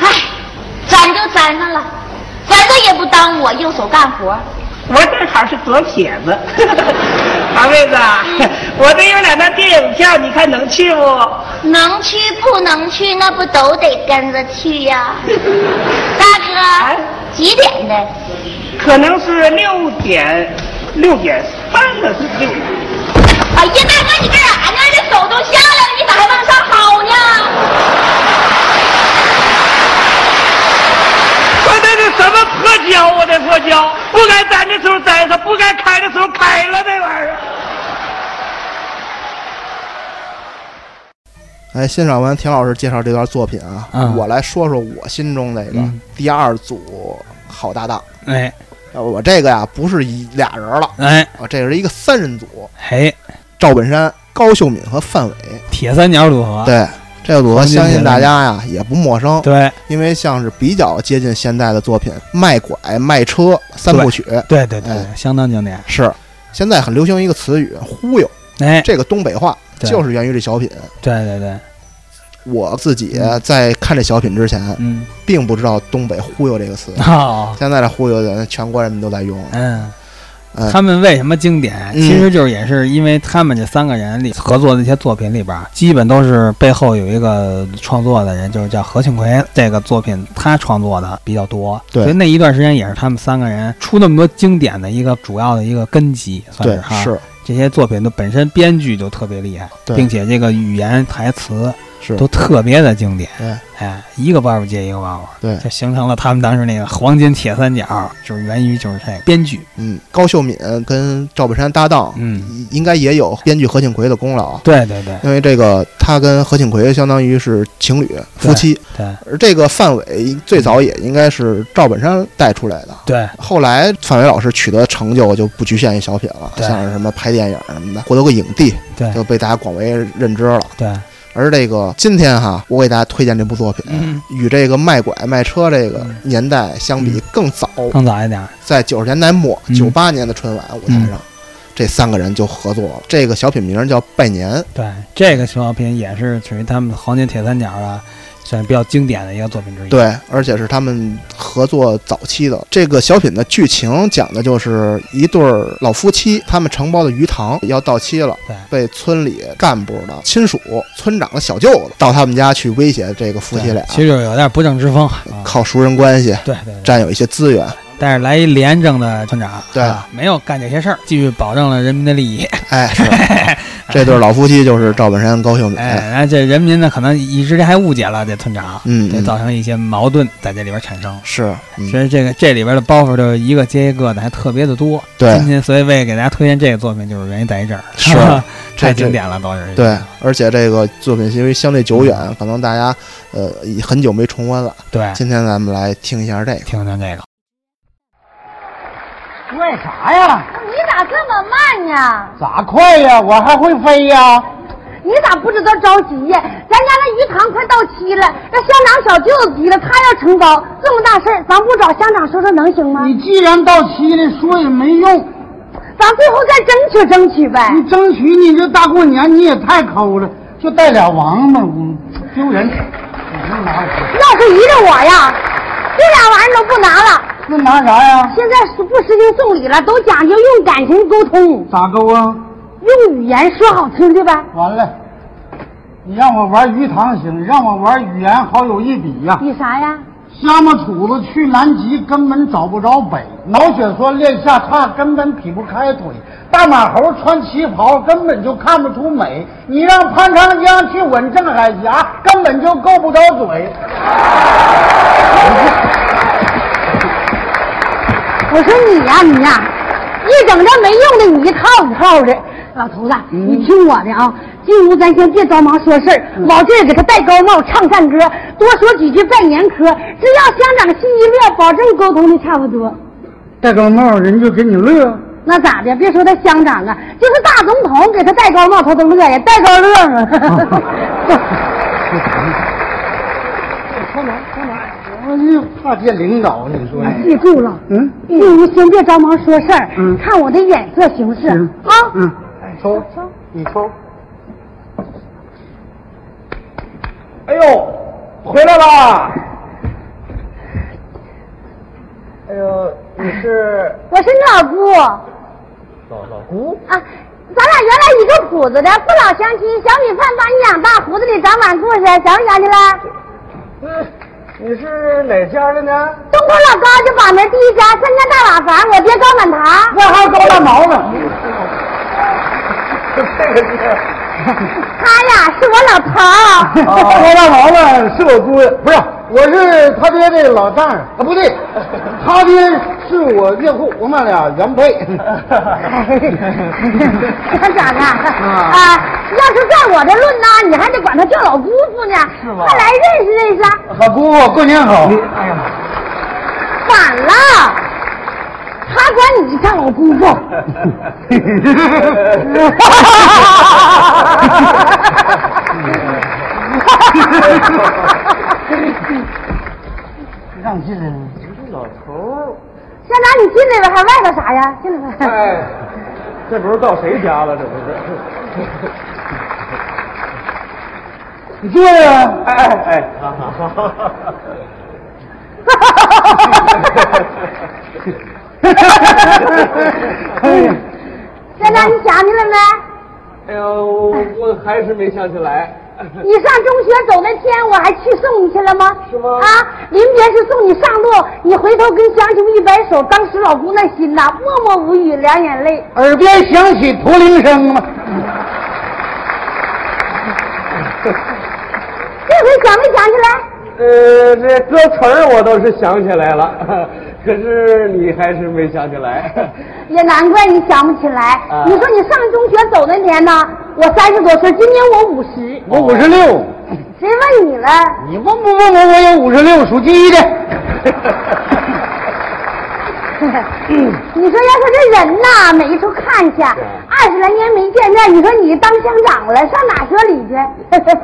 Speaker 4: 唉，粘就粘上了，粘着也不耽误我用手干活。
Speaker 10: 我正好是左撇子，啊 大妹子，我这有两张电影票，你看能去不？
Speaker 4: 能去不能去，那不都得跟着去 呀、
Speaker 10: 啊
Speaker 4: 大哥，几点的？
Speaker 10: 可能是六点，六点三个是六点。
Speaker 4: 哎呀，大哥，你干啥呢？这手都下来了，你咋还往上薅呢？
Speaker 10: 我这这怎么破胶啊？这破胶，不该粘的时候粘上，不该开的时候开了，这玩意儿。
Speaker 6: 哎，欣赏完田老师介绍这段作品啊，
Speaker 7: 嗯
Speaker 6: 我来说说我心中那个
Speaker 7: 嗯
Speaker 6: 第二组好搭档。
Speaker 7: 哎
Speaker 6: 呃我这个呀不是一俩人了，
Speaker 7: 哎
Speaker 6: 啊，这是一个三人组，
Speaker 7: 嘿，
Speaker 6: 赵本山、高秀敏和范伟。
Speaker 7: 铁三角组合，
Speaker 6: 对，这个组合
Speaker 7: 黄金
Speaker 6: 相信
Speaker 7: 铁
Speaker 6: 大
Speaker 7: 三角
Speaker 6: 家呀也不陌生，
Speaker 7: 对
Speaker 6: 因为像是比较接近现代的作品，《卖拐》《卖车》三部曲
Speaker 7: 对对对
Speaker 6: 哎
Speaker 7: 对，相当经典。
Speaker 6: 是现在很流行一个词语“忽悠
Speaker 7: 哎”，，
Speaker 6: 这个东北话
Speaker 7: 对
Speaker 6: 就是源于这小品。
Speaker 7: 对对对，
Speaker 6: 我自己在看这小品之前，
Speaker 7: 嗯，
Speaker 6: 并不知道东北“忽悠”这个词。
Speaker 7: 好，
Speaker 6: 现在这忽悠的全国人民都在用，
Speaker 7: 嗯
Speaker 6: 嗯，
Speaker 7: 他们为什么经典？
Speaker 6: 嗯
Speaker 7: 其实就是也是因为他们这三个人里合作的一些作品里边儿，基本都是背后有一个创作的人，就是叫何庆魁。这个作品他创作的比较多，
Speaker 6: 对
Speaker 7: 所以那一段时间也是他们三个人出那么多经典的一个主要的一个根基，算
Speaker 6: 对
Speaker 7: 是，哈。
Speaker 6: 是
Speaker 7: 这些作品的本身编剧就特别厉害，
Speaker 6: 对
Speaker 7: 并且这个语言台词
Speaker 6: 是
Speaker 7: 都特别的经典。
Speaker 6: 对，
Speaker 7: 哎，一个包袱接一个包袱，
Speaker 6: 对
Speaker 7: 就形成了他们当时那个黄金铁三角，就是源于就是这个编剧。
Speaker 6: 嗯，高秀敏跟赵本山搭档，
Speaker 7: 嗯，
Speaker 6: 应该也有编剧何庆魁的功劳。啊
Speaker 7: 对对对
Speaker 6: 因为这个，他跟何庆魁相当于是情侣夫妻，
Speaker 7: 对
Speaker 6: 而这个范伟最早也应该是赵本山带出来的。
Speaker 7: 对，
Speaker 6: 后来范伟老师取得成就就不局限于小品了，
Speaker 7: 对
Speaker 6: 像是什么拍电影什么的，获得过影帝，
Speaker 7: 对
Speaker 6: 就被大家广为认知了。
Speaker 7: 对，
Speaker 6: 而这个今天哈，我给大家推荐这部作品，
Speaker 7: 嗯
Speaker 6: 与这个卖拐卖车这个年代相比
Speaker 7: 嗯
Speaker 6: 更早，
Speaker 7: 更早一点儿，
Speaker 6: 在九十年代末
Speaker 7: 嗯
Speaker 6: 九八、98年的春晚舞台上，这三个人就合作了。这个小品名叫《拜年》，
Speaker 7: 对，这个小品也是属于他们黄金铁三角啊，算比较经典的一个作品之一。，
Speaker 6: 对，而且是他们合作早期的。这个小品的剧情讲的就是一对儿老夫妻，他们承包的鱼塘要到期了
Speaker 7: 对，
Speaker 6: 被村里干部的亲属、村长的小舅子到他们家去威胁这个夫妻俩，
Speaker 7: 其实有点不正之风啊。
Speaker 6: 靠熟人关系
Speaker 7: 对对对，
Speaker 6: 占有一些资源。
Speaker 7: 但是来一廉政的村长，
Speaker 6: 对
Speaker 7: 啊没有干这些事儿，继续保证了人民的利益。
Speaker 6: 哎，是嗯这对老夫妻就是赵本山、高秀敏。
Speaker 7: 哎，然后这人民呢，可能一之间还误解了这村长，
Speaker 6: 嗯
Speaker 7: 这
Speaker 6: 嗯
Speaker 7: 造成一些矛盾在这里边产生。
Speaker 6: 是，嗯
Speaker 7: 其实这个这里边的包袱就是一个接一个的，还特别的多。
Speaker 6: 对
Speaker 7: 今天所以为给大家推荐这个作品，就是原因在于这儿，
Speaker 6: 是这
Speaker 7: 太
Speaker 6: 这
Speaker 7: 经典了，都是
Speaker 6: 对，而且这个作品因为相对久远，可能大家呃已很久没重温了。
Speaker 7: 对，
Speaker 6: 今天咱们来听一下这个。
Speaker 7: 听听这个。
Speaker 9: 为啥呀？
Speaker 4: 你咋这么慢呀？
Speaker 9: 咋快呀？我还会飞呀？
Speaker 14: 你咋不知道着急呀？咱家那鱼塘快到期了，这乡长小舅子急了，他要承包这么大事儿，咱不找乡长说说能行吗？
Speaker 9: 你既然到期了，说也没用。
Speaker 14: 咱最后再争取争取呗。
Speaker 9: 你争取你这大过年你也太抠了，就带俩王八，嗯丢人。那拿
Speaker 14: 要是依着我呀，这俩玩意儿都不拿了。
Speaker 9: 那拿啥呀？
Speaker 14: 现在是不实行送礼了，都讲究用感情沟通，
Speaker 9: 咋勾啊？
Speaker 14: 用语言说好听的呗。
Speaker 9: 完了，你让我玩鱼塘行，让我玩语言好有一比呀、
Speaker 14: 比啥呀？
Speaker 9: 瞎么杵子去南极根本找不着北，脑血栓练下叉根本劈不开腿，大马猴穿旗袍根本就看不出美。你让潘长江去吻郑海霞，根本就够不着嘴。
Speaker 14: 我说你呀、你呀、一整这没用的，你一套一套的。老头子，
Speaker 9: 嗯
Speaker 14: 你听我的啊，进屋咱先别着忙说事儿，往这儿给他戴高帽，唱赞歌，多说几句拜年嗑，只要乡长心一乐，保证沟通的差不多。
Speaker 9: 戴高帽人就给你乐，啊
Speaker 14: 那咋的？别说他乡长啊，就是大总统给他戴高帽，他都乐呀，戴高乐 啊。
Speaker 9: 我就哎怕见领导，你说
Speaker 11: 哎
Speaker 14: 记住了，
Speaker 9: 嗯，
Speaker 14: 进屋先别着忙说事儿，
Speaker 9: 嗯
Speaker 14: 看我的眼色行事
Speaker 9: 行
Speaker 14: 啊。
Speaker 9: 嗯，抽，你抽，
Speaker 15: 哎呦，回来啦！哎呦，你是
Speaker 11: 哎
Speaker 14: 我是你老姑，老老姑，
Speaker 11: 啊，咱俩原来一个谱子的，父老乡亲，小米饭把你养大，胡子里长满故事，想不想起来？
Speaker 14: 你是哪家的呢？
Speaker 11: 东坡老高就把门第一家，三间大瓦房，我爹高满堂，
Speaker 14: 外号高大毛呢。这个是。
Speaker 11: 他呀是我老 头儿。
Speaker 14: 高大哦毛呢是我姑爷，不是，我是他爹的老丈人啊，不对，他爹是我岳父，我们俩原配。
Speaker 11: 哎他咋的？啊，要是在我这论呢，你还得管他叫老姑父呢。是
Speaker 14: 吗
Speaker 11: 快来认识认识啊，
Speaker 14: 老姑父，过年好。哎呀，
Speaker 11: 反了，他管你叫老姑父。
Speaker 14: 让进来了。老头
Speaker 11: 校长，你进来吧，还外头啥呀？进来吧。
Speaker 14: 儿，哎，这不是到谁家了？这不是。你坐呀、哎哎哎，好好好。
Speaker 11: 校长，你想起来没？
Speaker 1: 哎呦，我我还是没想起来。
Speaker 11: 你上中学走那天，我还去送你去了吗？是吗？啊，临别时送你上路，你回头跟乡亲们一摆手，当时老姑那心呐，默默无语，两眼泪。
Speaker 14: 耳边响起驼铃声嘛。
Speaker 11: 这回想没想起来？
Speaker 1: 呃，这歌词儿我倒是想起来 了，可是你还是没想起来。
Speaker 11: 也难怪你想不起来。
Speaker 1: 啊
Speaker 11: 你说你上中学走那年呢， 我三十多岁，今年我五十。
Speaker 14: 我五十六，
Speaker 11: 谁问你了？
Speaker 14: 你问不问我？我有五十六，属鸡的。
Speaker 11: 你说要说这人呐，没处看去，
Speaker 14: 啊
Speaker 11: 二十来年没见面，你说你当乡长了，上哪说理去？
Speaker 1: 不是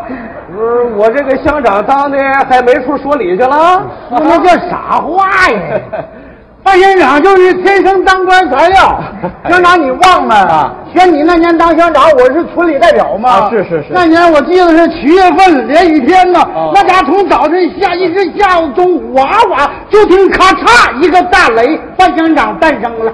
Speaker 1: 嗯我这个乡长当的还没处说理去了，
Speaker 14: 说那叫傻话 呀！大乡长就是天生当官材料， 乡长你忘了啊？选你那年当乡长，我是村里代表嘛。
Speaker 1: 啊是是哦是
Speaker 14: 那年我记得是七月份连雨天呢，那家从早晨下一直下午中午，哇哇，就听咔嚓一个大雷，范乡长诞生了。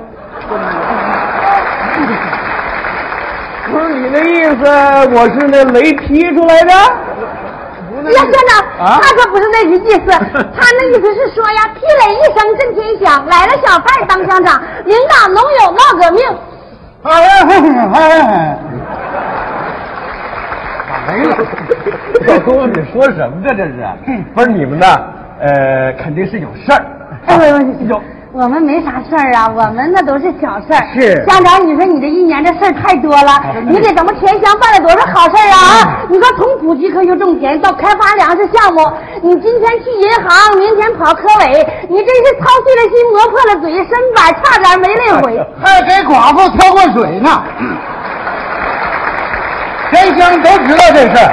Speaker 1: 不是你那意思，我是那雷劈出来的？
Speaker 11: 哎呀，乡长，
Speaker 1: 啊
Speaker 11: 他可不是那个意思，他那意思是说哎呀，劈雷一声震天响，来了小贩儿当乡长，领导农友闹革命。
Speaker 14: 哎呀，哎呀，没了。
Speaker 1: 老公，你说什么呢？这是？不是你们呢？呃，肯定是有事儿。
Speaker 11: 哎呦，有我们没啥事儿啊，我们那都是小事儿。
Speaker 1: 是
Speaker 11: 乡长，你说你这一年这事儿太多了，你给咱们全乡办了多少好事儿啊？你说从普及科学种田到开发粮食项目，你今天去银行，明天跑科委，你真是操碎了心，磨破了嘴，身板差点没累毁。
Speaker 14: 还给寡妇挑过水呢。全乡都知道这事儿。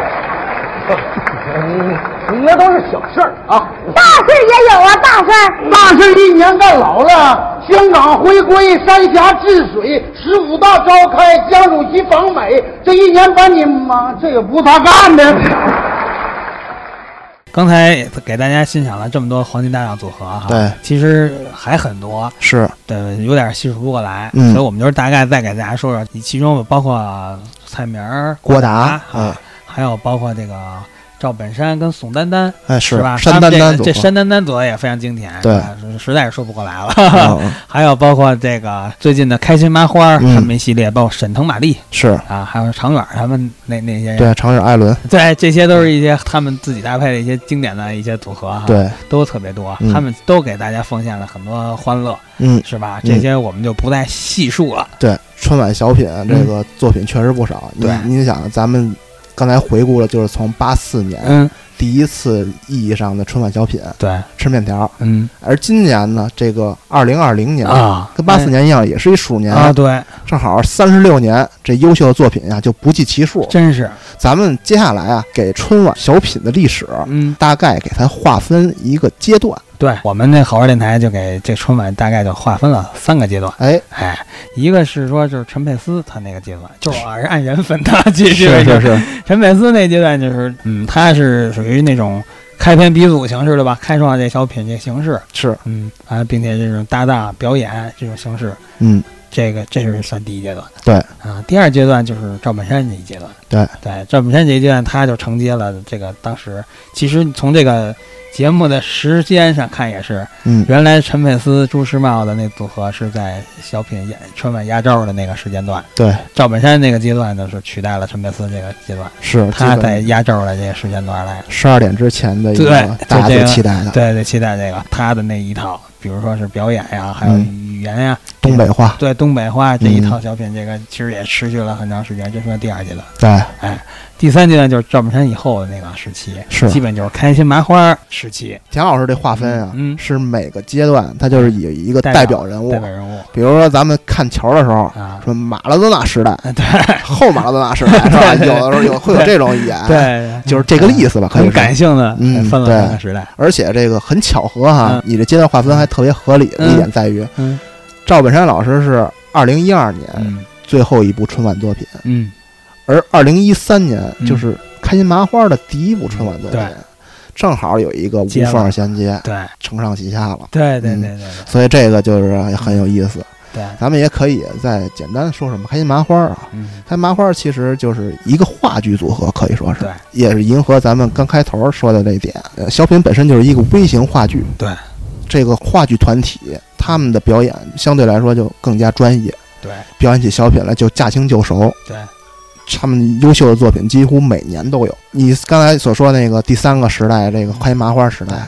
Speaker 1: 你那都是小事儿啊。
Speaker 11: 大事儿也有啊，大事儿。
Speaker 14: 大事一年干老了，香港回归，三峡治水，十五大召开，江主席访美，这一年把你妈这也不咋干的。
Speaker 7: 刚才也给大家欣赏了这么多黄金大奖组合哈，
Speaker 6: 对，
Speaker 7: 其实还很多，
Speaker 6: 是
Speaker 7: 对，有点细数不过来，
Speaker 6: 嗯
Speaker 7: 所以我们就是大概再给大家说说，其中包括蔡明儿、
Speaker 6: 郭
Speaker 7: 达
Speaker 6: 达，，嗯，
Speaker 7: 还有包括这个赵本山跟宋丹丹，
Speaker 6: 哎是
Speaker 7: 吧？
Speaker 6: 山
Speaker 7: 他们这
Speaker 6: 丹丹
Speaker 7: 个
Speaker 6: 组合
Speaker 7: 这山丹丹组合也非常经典，啊
Speaker 6: 对
Speaker 7: 是吧，实实在是说不过来了。
Speaker 6: 嗯
Speaker 7: 还有包括这个最近的开心麻花儿
Speaker 6: 嗯
Speaker 7: 他们一系列，包括沈腾、马丽
Speaker 6: 是
Speaker 7: 啊，还有常远儿他们那那些人，
Speaker 6: 对，长远艾伦，
Speaker 7: 对，这些都是一些他们自己搭配的一些经典的一些组合哈，
Speaker 6: 对，
Speaker 7: 都特别多，
Speaker 6: 嗯
Speaker 7: 他们都给大家奉献了很多欢乐，
Speaker 6: 嗯，
Speaker 7: 是吧？
Speaker 6: 嗯
Speaker 7: 这些我们就不再细数了。
Speaker 6: 对，春晚小品这个作品确实不少。
Speaker 7: 嗯对
Speaker 6: 你你想，咱们刚才回顾了，就是从八四年
Speaker 7: 嗯，
Speaker 6: 第一次意义上的春晚小品
Speaker 7: 对，
Speaker 6: 吃面条，
Speaker 7: 嗯
Speaker 6: 而今年呢，这个二零二零年
Speaker 7: 啊
Speaker 6: 跟八四年一样，也是一鼠年
Speaker 7: 啊，对，
Speaker 6: 正好三十六年，这优秀的作品呀、就不计其数。
Speaker 7: 真是，
Speaker 6: 咱们接下来啊，给春晚小品的历史，
Speaker 7: 嗯，
Speaker 6: 大概给它划分一个阶段。
Speaker 7: 对我们那好玩电台就给这春晚大概就划分了三个阶段。
Speaker 6: 哎，
Speaker 7: 哎，一个是说就是陈佩斯他那个阶段，就是啊是按人分的，其实
Speaker 6: 是是是，
Speaker 7: 陈佩斯那阶段就是，嗯，他是属于那种开篇鼻祖形式的吧，开创这小品这形式，
Speaker 6: 是，
Speaker 7: 嗯啊，并且这种搭档表演这种形式，
Speaker 6: 嗯，
Speaker 7: 这个这是算第一阶段的。
Speaker 6: 对
Speaker 7: 啊，第二阶段就是赵本山这一阶段。
Speaker 6: 对
Speaker 7: 对，赵本山这一阶段，他就承接了这个当时，其实从这个节目的时间上看也是，
Speaker 6: 嗯
Speaker 7: 原来陈佩斯、朱时茂的那组合是在小品演春晚压轴的那个时间段，
Speaker 6: 对，
Speaker 7: 赵本山那个阶段呢是取代了陈佩斯这个阶段，
Speaker 6: 是
Speaker 7: 他
Speaker 6: 基本
Speaker 7: 在压轴的这个时间段来。
Speaker 6: 十二点之前的一
Speaker 7: 对，
Speaker 6: 个
Speaker 7: 就
Speaker 6: 大家
Speaker 7: 这
Speaker 6: 最
Speaker 7: 个
Speaker 6: 期待的
Speaker 7: 对对，期待这个他的那一套，比如说是表演呀，还有
Speaker 6: 嗯
Speaker 7: 语言呀，
Speaker 6: 东北话，
Speaker 7: 对东北话这一套
Speaker 6: 嗯
Speaker 7: 小品，这个其实也持续了很长时间，这算第二阶段。
Speaker 6: 对，
Speaker 7: 哎，第三阶段就是赵本山以后的那个时期，
Speaker 6: 是
Speaker 7: 基本就是开心麻花时期。
Speaker 6: 田老师这划分啊，
Speaker 7: 嗯
Speaker 6: 是每个阶段他就是以一个
Speaker 7: 代
Speaker 6: 代
Speaker 7: 表
Speaker 6: 表人物，
Speaker 7: 代表人物
Speaker 6: 比如说咱们看球的时候，
Speaker 7: 啊
Speaker 6: 什么马拉多纳时代，
Speaker 7: 对，
Speaker 6: 后马拉多纳时代是吧？
Speaker 7: 对
Speaker 6: 有的时候有会有 这种语言，
Speaker 7: 对，
Speaker 6: 就是这个意思吧，可以说
Speaker 7: 很感性的
Speaker 6: 嗯，
Speaker 7: 哎分了
Speaker 6: 对
Speaker 7: 三个时代。
Speaker 6: 而且这个很巧合哈
Speaker 7: 嗯，
Speaker 6: 你这阶段划分还特别合理的一点在于，
Speaker 7: 嗯
Speaker 6: 赵本山老师是二零一二年
Speaker 7: 嗯
Speaker 6: 最后一部春晚作品，
Speaker 7: 嗯，
Speaker 6: 而二零一三年
Speaker 7: 嗯
Speaker 6: 就是开心麻花的第一部春晚作品
Speaker 7: 对，
Speaker 6: 正好有一个无
Speaker 7: 接了
Speaker 6: 缝衔接，
Speaker 7: 对
Speaker 6: 承上启下了。
Speaker 7: 对对
Speaker 6: 哎嗯
Speaker 7: 对对嗯对
Speaker 6: 所以这个就是很有意思。
Speaker 7: 对，
Speaker 6: 咱们也可以再简单说什么开心麻花啊。
Speaker 7: 嗯
Speaker 6: 开心麻花其实就是一个话剧组合，可以说是
Speaker 7: 对，
Speaker 6: 也是迎合咱们刚开头说的那一点。呃小品本身就是一个微型话剧，
Speaker 7: 对
Speaker 6: 这个话剧团体他们的表演相对来说就更加专业，
Speaker 7: 对
Speaker 6: 表演起小品来就驾轻就熟。
Speaker 7: 对，
Speaker 6: 他们优秀的作品几乎每年都有。你刚才所说那个第三个时代，这个开心麻花时代，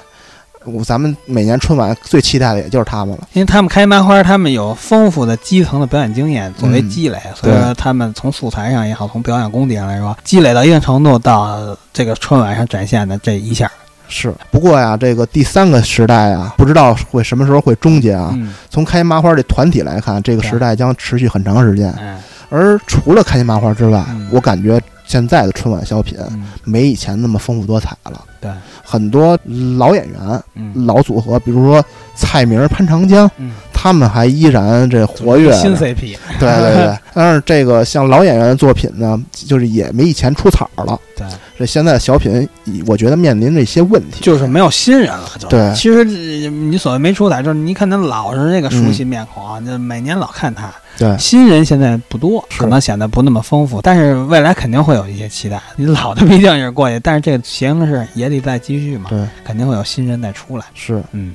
Speaker 6: 我咱们每年春晚最期待的也就是他们了。
Speaker 7: 因为他们开心麻花，他们有丰富的基层的表演经验作为
Speaker 6: 嗯
Speaker 7: 积累，所以说他们从素材上也好，从表演功底上来说，积累到一定程度，到这个春晚上展现的这一下，
Speaker 6: 是，不过呀，这个第三个时代啊，不知道会什么时候会终结啊。
Speaker 7: 嗯，
Speaker 6: 从开心麻花这团体来看，这个
Speaker 7: 对
Speaker 6: 时代将持续很长时间。
Speaker 7: 哎，
Speaker 6: 而除了开心麻花之外，
Speaker 7: 嗯
Speaker 6: 我感觉现在的春晚小品
Speaker 7: 嗯，
Speaker 6: 没以前那么丰富多彩了。
Speaker 7: 对，
Speaker 6: 很多老演员、
Speaker 7: 嗯
Speaker 6: 老组合，比如说蔡明、潘长江，
Speaker 7: 嗯，
Speaker 6: 他们还依然这活跃。
Speaker 7: 新 CP，
Speaker 6: 对对 对。但是这个像老演员的作品呢，就是也没以前出彩儿了。
Speaker 7: 对，
Speaker 6: 这现在的小品，我觉得面临着一些问题。
Speaker 7: 就是没有新人了，就
Speaker 6: 对
Speaker 7: 其实呃你所谓没出彩，就是你一看他老是那个熟
Speaker 6: 嗯
Speaker 7: 悉面孔啊，就每年老看他，
Speaker 6: 对
Speaker 7: 新人现在不多，
Speaker 6: 是
Speaker 7: 可能显得不那么丰富，但是未来肯定会有一些期待。你老的 毕竟也是过去，但是这个形式也得再继续嘛，
Speaker 6: 对，
Speaker 7: 肯定会有新人再出来。
Speaker 6: 是，
Speaker 7: 嗯，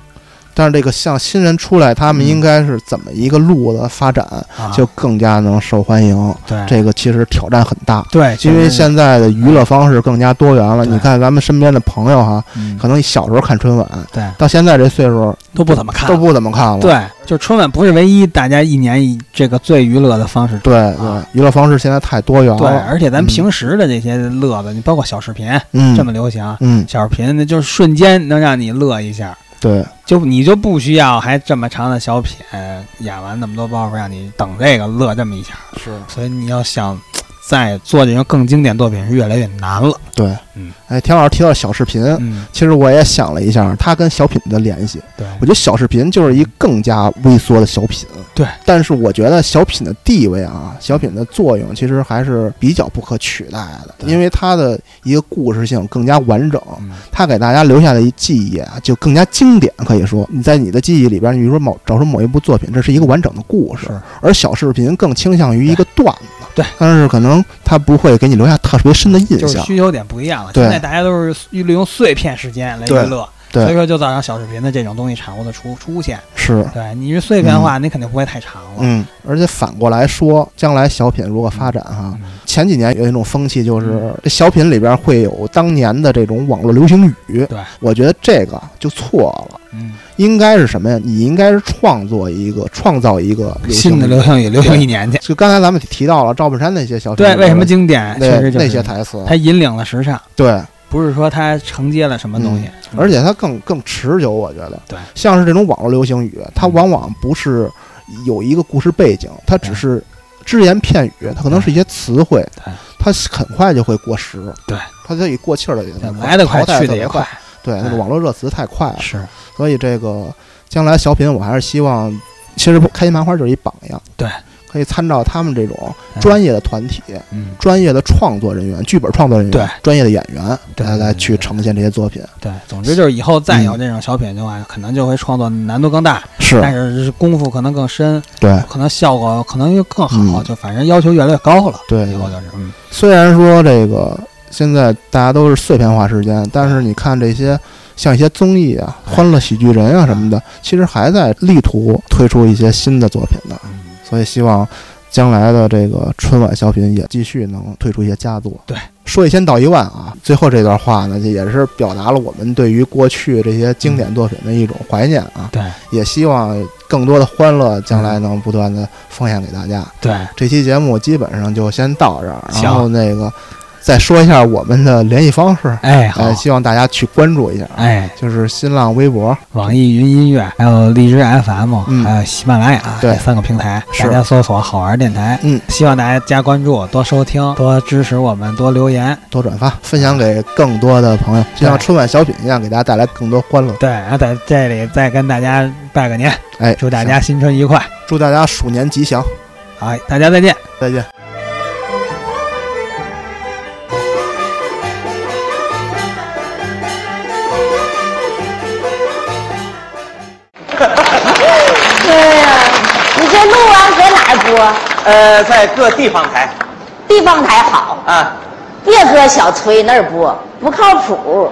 Speaker 6: 但是这个像新人出来，他们
Speaker 7: 嗯
Speaker 6: 应该是怎么一个路的发展，
Speaker 7: 啊
Speaker 6: 就更加能受欢迎。
Speaker 7: 对
Speaker 6: 这个其实挑战很大，
Speaker 7: 对，
Speaker 6: 因为
Speaker 7: 就是
Speaker 6: 现在的娱乐方式更加多元了。
Speaker 7: 对
Speaker 6: 你看咱们身边的朋友哈，
Speaker 7: 嗯
Speaker 6: 可能小时候看春晚，
Speaker 7: 对
Speaker 6: 到现在这岁数
Speaker 7: 都不怎么看
Speaker 6: 都。不怎么看了。
Speaker 7: 对，就是春晚不是唯一大家一年以这个最娱乐的方式。
Speaker 6: 对对
Speaker 7: 啊，
Speaker 6: 娱乐方式现在太多元
Speaker 7: 对，
Speaker 6: 了。
Speaker 7: 而且咱
Speaker 6: 嗯
Speaker 7: 平时的这些乐子，你包括小视频
Speaker 6: 嗯，
Speaker 7: 这么流行，
Speaker 6: 嗯，
Speaker 7: 小视频那就是瞬间能让你乐一下，
Speaker 6: 对
Speaker 7: 就你就不需要还这么长的小品演完那么多包袱，让你等这个乐这么一下。
Speaker 6: 是，
Speaker 7: 所以你要想再做这种更经典作品是越来越难了。
Speaker 6: 对，
Speaker 7: 嗯。
Speaker 6: 哎，田老师提到小视频，
Speaker 7: 嗯，
Speaker 6: 其实我也想了一下，它跟小品的联系。
Speaker 7: 对
Speaker 6: 我觉得小视频就是一更加微缩的小品。
Speaker 7: 对，
Speaker 6: 但是我觉得小品的地位啊，小品的作用其实还是比较不可取代的，因为它的一个故事性更加完整，
Speaker 7: 嗯
Speaker 6: 它给大家留下的一记忆啊，就更加经典。可以说，你在你的记忆里边，你比如说某找出某一部作品，这是一个完整的故事
Speaker 7: 是，
Speaker 6: 而小视频更倾向于一个段子。
Speaker 7: 对，
Speaker 6: 但是可能它不会给你留下特别深的印
Speaker 7: 就是
Speaker 6: 象。
Speaker 7: 需求点不一样了。
Speaker 6: 对
Speaker 7: 现在大家都是利用碎片时间来娱乐，所以
Speaker 6: 对，
Speaker 7: 说就造成小视频的这种东西产物的出出现。
Speaker 6: 是。
Speaker 7: 对，你是碎片化，你肯定不会太长了。
Speaker 6: 嗯，而且反过来说，将来小品如果发展哈，
Speaker 7: 嗯
Speaker 6: 前几年有一种风气，就是这小品里边会有当年的这种网络流行语。
Speaker 7: 对，
Speaker 6: 我觉得这个就错了，
Speaker 7: 嗯，
Speaker 6: 应该是什么呀？你应该是创作一个，创造一个流行
Speaker 7: 新的
Speaker 6: 语
Speaker 7: 流。行语流行一年去。
Speaker 6: 就刚才咱们提到了赵本山那些小品里
Speaker 7: 对，
Speaker 6: 边，
Speaker 7: 为什么经典？确
Speaker 6: 那
Speaker 7: 实就是
Speaker 6: 那些台词？啊
Speaker 7: 它引领了时尚，
Speaker 6: 对，
Speaker 7: 不是说它承接了什么东西，嗯
Speaker 6: 而且它更更持久，我觉得。
Speaker 7: 对嗯
Speaker 6: 像是这种网络流行语，它往往不是有一个故事背景，它只是只言片语，它可能是一些词汇
Speaker 7: 对，
Speaker 6: 它很快就会过时。
Speaker 7: 对，
Speaker 6: 它就以过气儿的也
Speaker 7: 对来得快，
Speaker 6: 淘汰特
Speaker 7: 去得
Speaker 6: 别
Speaker 7: 也
Speaker 6: 快。，对，那个
Speaker 7: 嗯
Speaker 6: 网络热词太快了，
Speaker 7: 是
Speaker 6: 所以这个将来小品，我还是希望，其实开心麻花就是一榜样。
Speaker 7: 对。
Speaker 6: 可以参照他们这种专业的团体、
Speaker 7: 嗯
Speaker 6: 专业的创作人员、剧本创作人员、
Speaker 7: 对
Speaker 6: 专业的演员来来去呈现这些作品。
Speaker 7: 对，总之就是以后再有这种小品的话，可能就会创作难度更大，
Speaker 6: 嗯是
Speaker 7: 但是功夫可能更深，
Speaker 6: 对
Speaker 7: 可能效果可能又更好，
Speaker 6: 嗯
Speaker 7: 就反正要求越来越高了。
Speaker 6: 对，
Speaker 7: 以后就是，嗯，
Speaker 6: 虽然说这个现在大家都是碎片化时间，但是你看这些像一些综艺啊、
Speaker 7: 哎
Speaker 6: 欢乐喜剧人啊什么的，其实还在力图推出一些新的作品的。
Speaker 7: 嗯
Speaker 6: 所以希望将来的这个春晚小品也继续能推出一些佳作。
Speaker 7: 对，
Speaker 6: 说一千道一万啊，最后这段话呢，也是表达了我们对于过去这些经典作品的一种怀念啊。
Speaker 7: 对
Speaker 6: 也希望更多的欢乐将来能不断的奉献给大家。
Speaker 7: 对，
Speaker 6: 这期节目基本上就先到这儿，
Speaker 7: 行
Speaker 6: 然后那个再说一下我们的联系方式，
Speaker 7: 哎好
Speaker 6: 呃，希望大家去关注一下，
Speaker 7: 哎，
Speaker 6: 就是新浪微博，
Speaker 7: 网易云音乐，还有荔枝 FM，、
Speaker 6: 嗯
Speaker 7: 还有喜马拉雅，
Speaker 6: 对
Speaker 7: 这三个平台，
Speaker 6: 是
Speaker 7: 大家搜索“好玩电台”。
Speaker 6: 嗯，
Speaker 7: 希望大家关注，多收听，多支持我们，多留言。
Speaker 6: 多转发，分享给更多的朋友，就像春晚小品一样，给大家带来更多欢乐。
Speaker 7: 对，然后在这里再跟大家拜个年，
Speaker 6: 哎，
Speaker 7: 祝大家
Speaker 6: 行
Speaker 7: 新春愉快。
Speaker 6: 祝大家鼠年吉祥，
Speaker 7: 好，大家再见。
Speaker 6: 再见。
Speaker 12: 对呀、你这录完搁哪儿播？
Speaker 16: 呃，在各地方台
Speaker 12: 地方台好，
Speaker 16: 啊，
Speaker 12: 别搁小崔那儿播，不靠谱。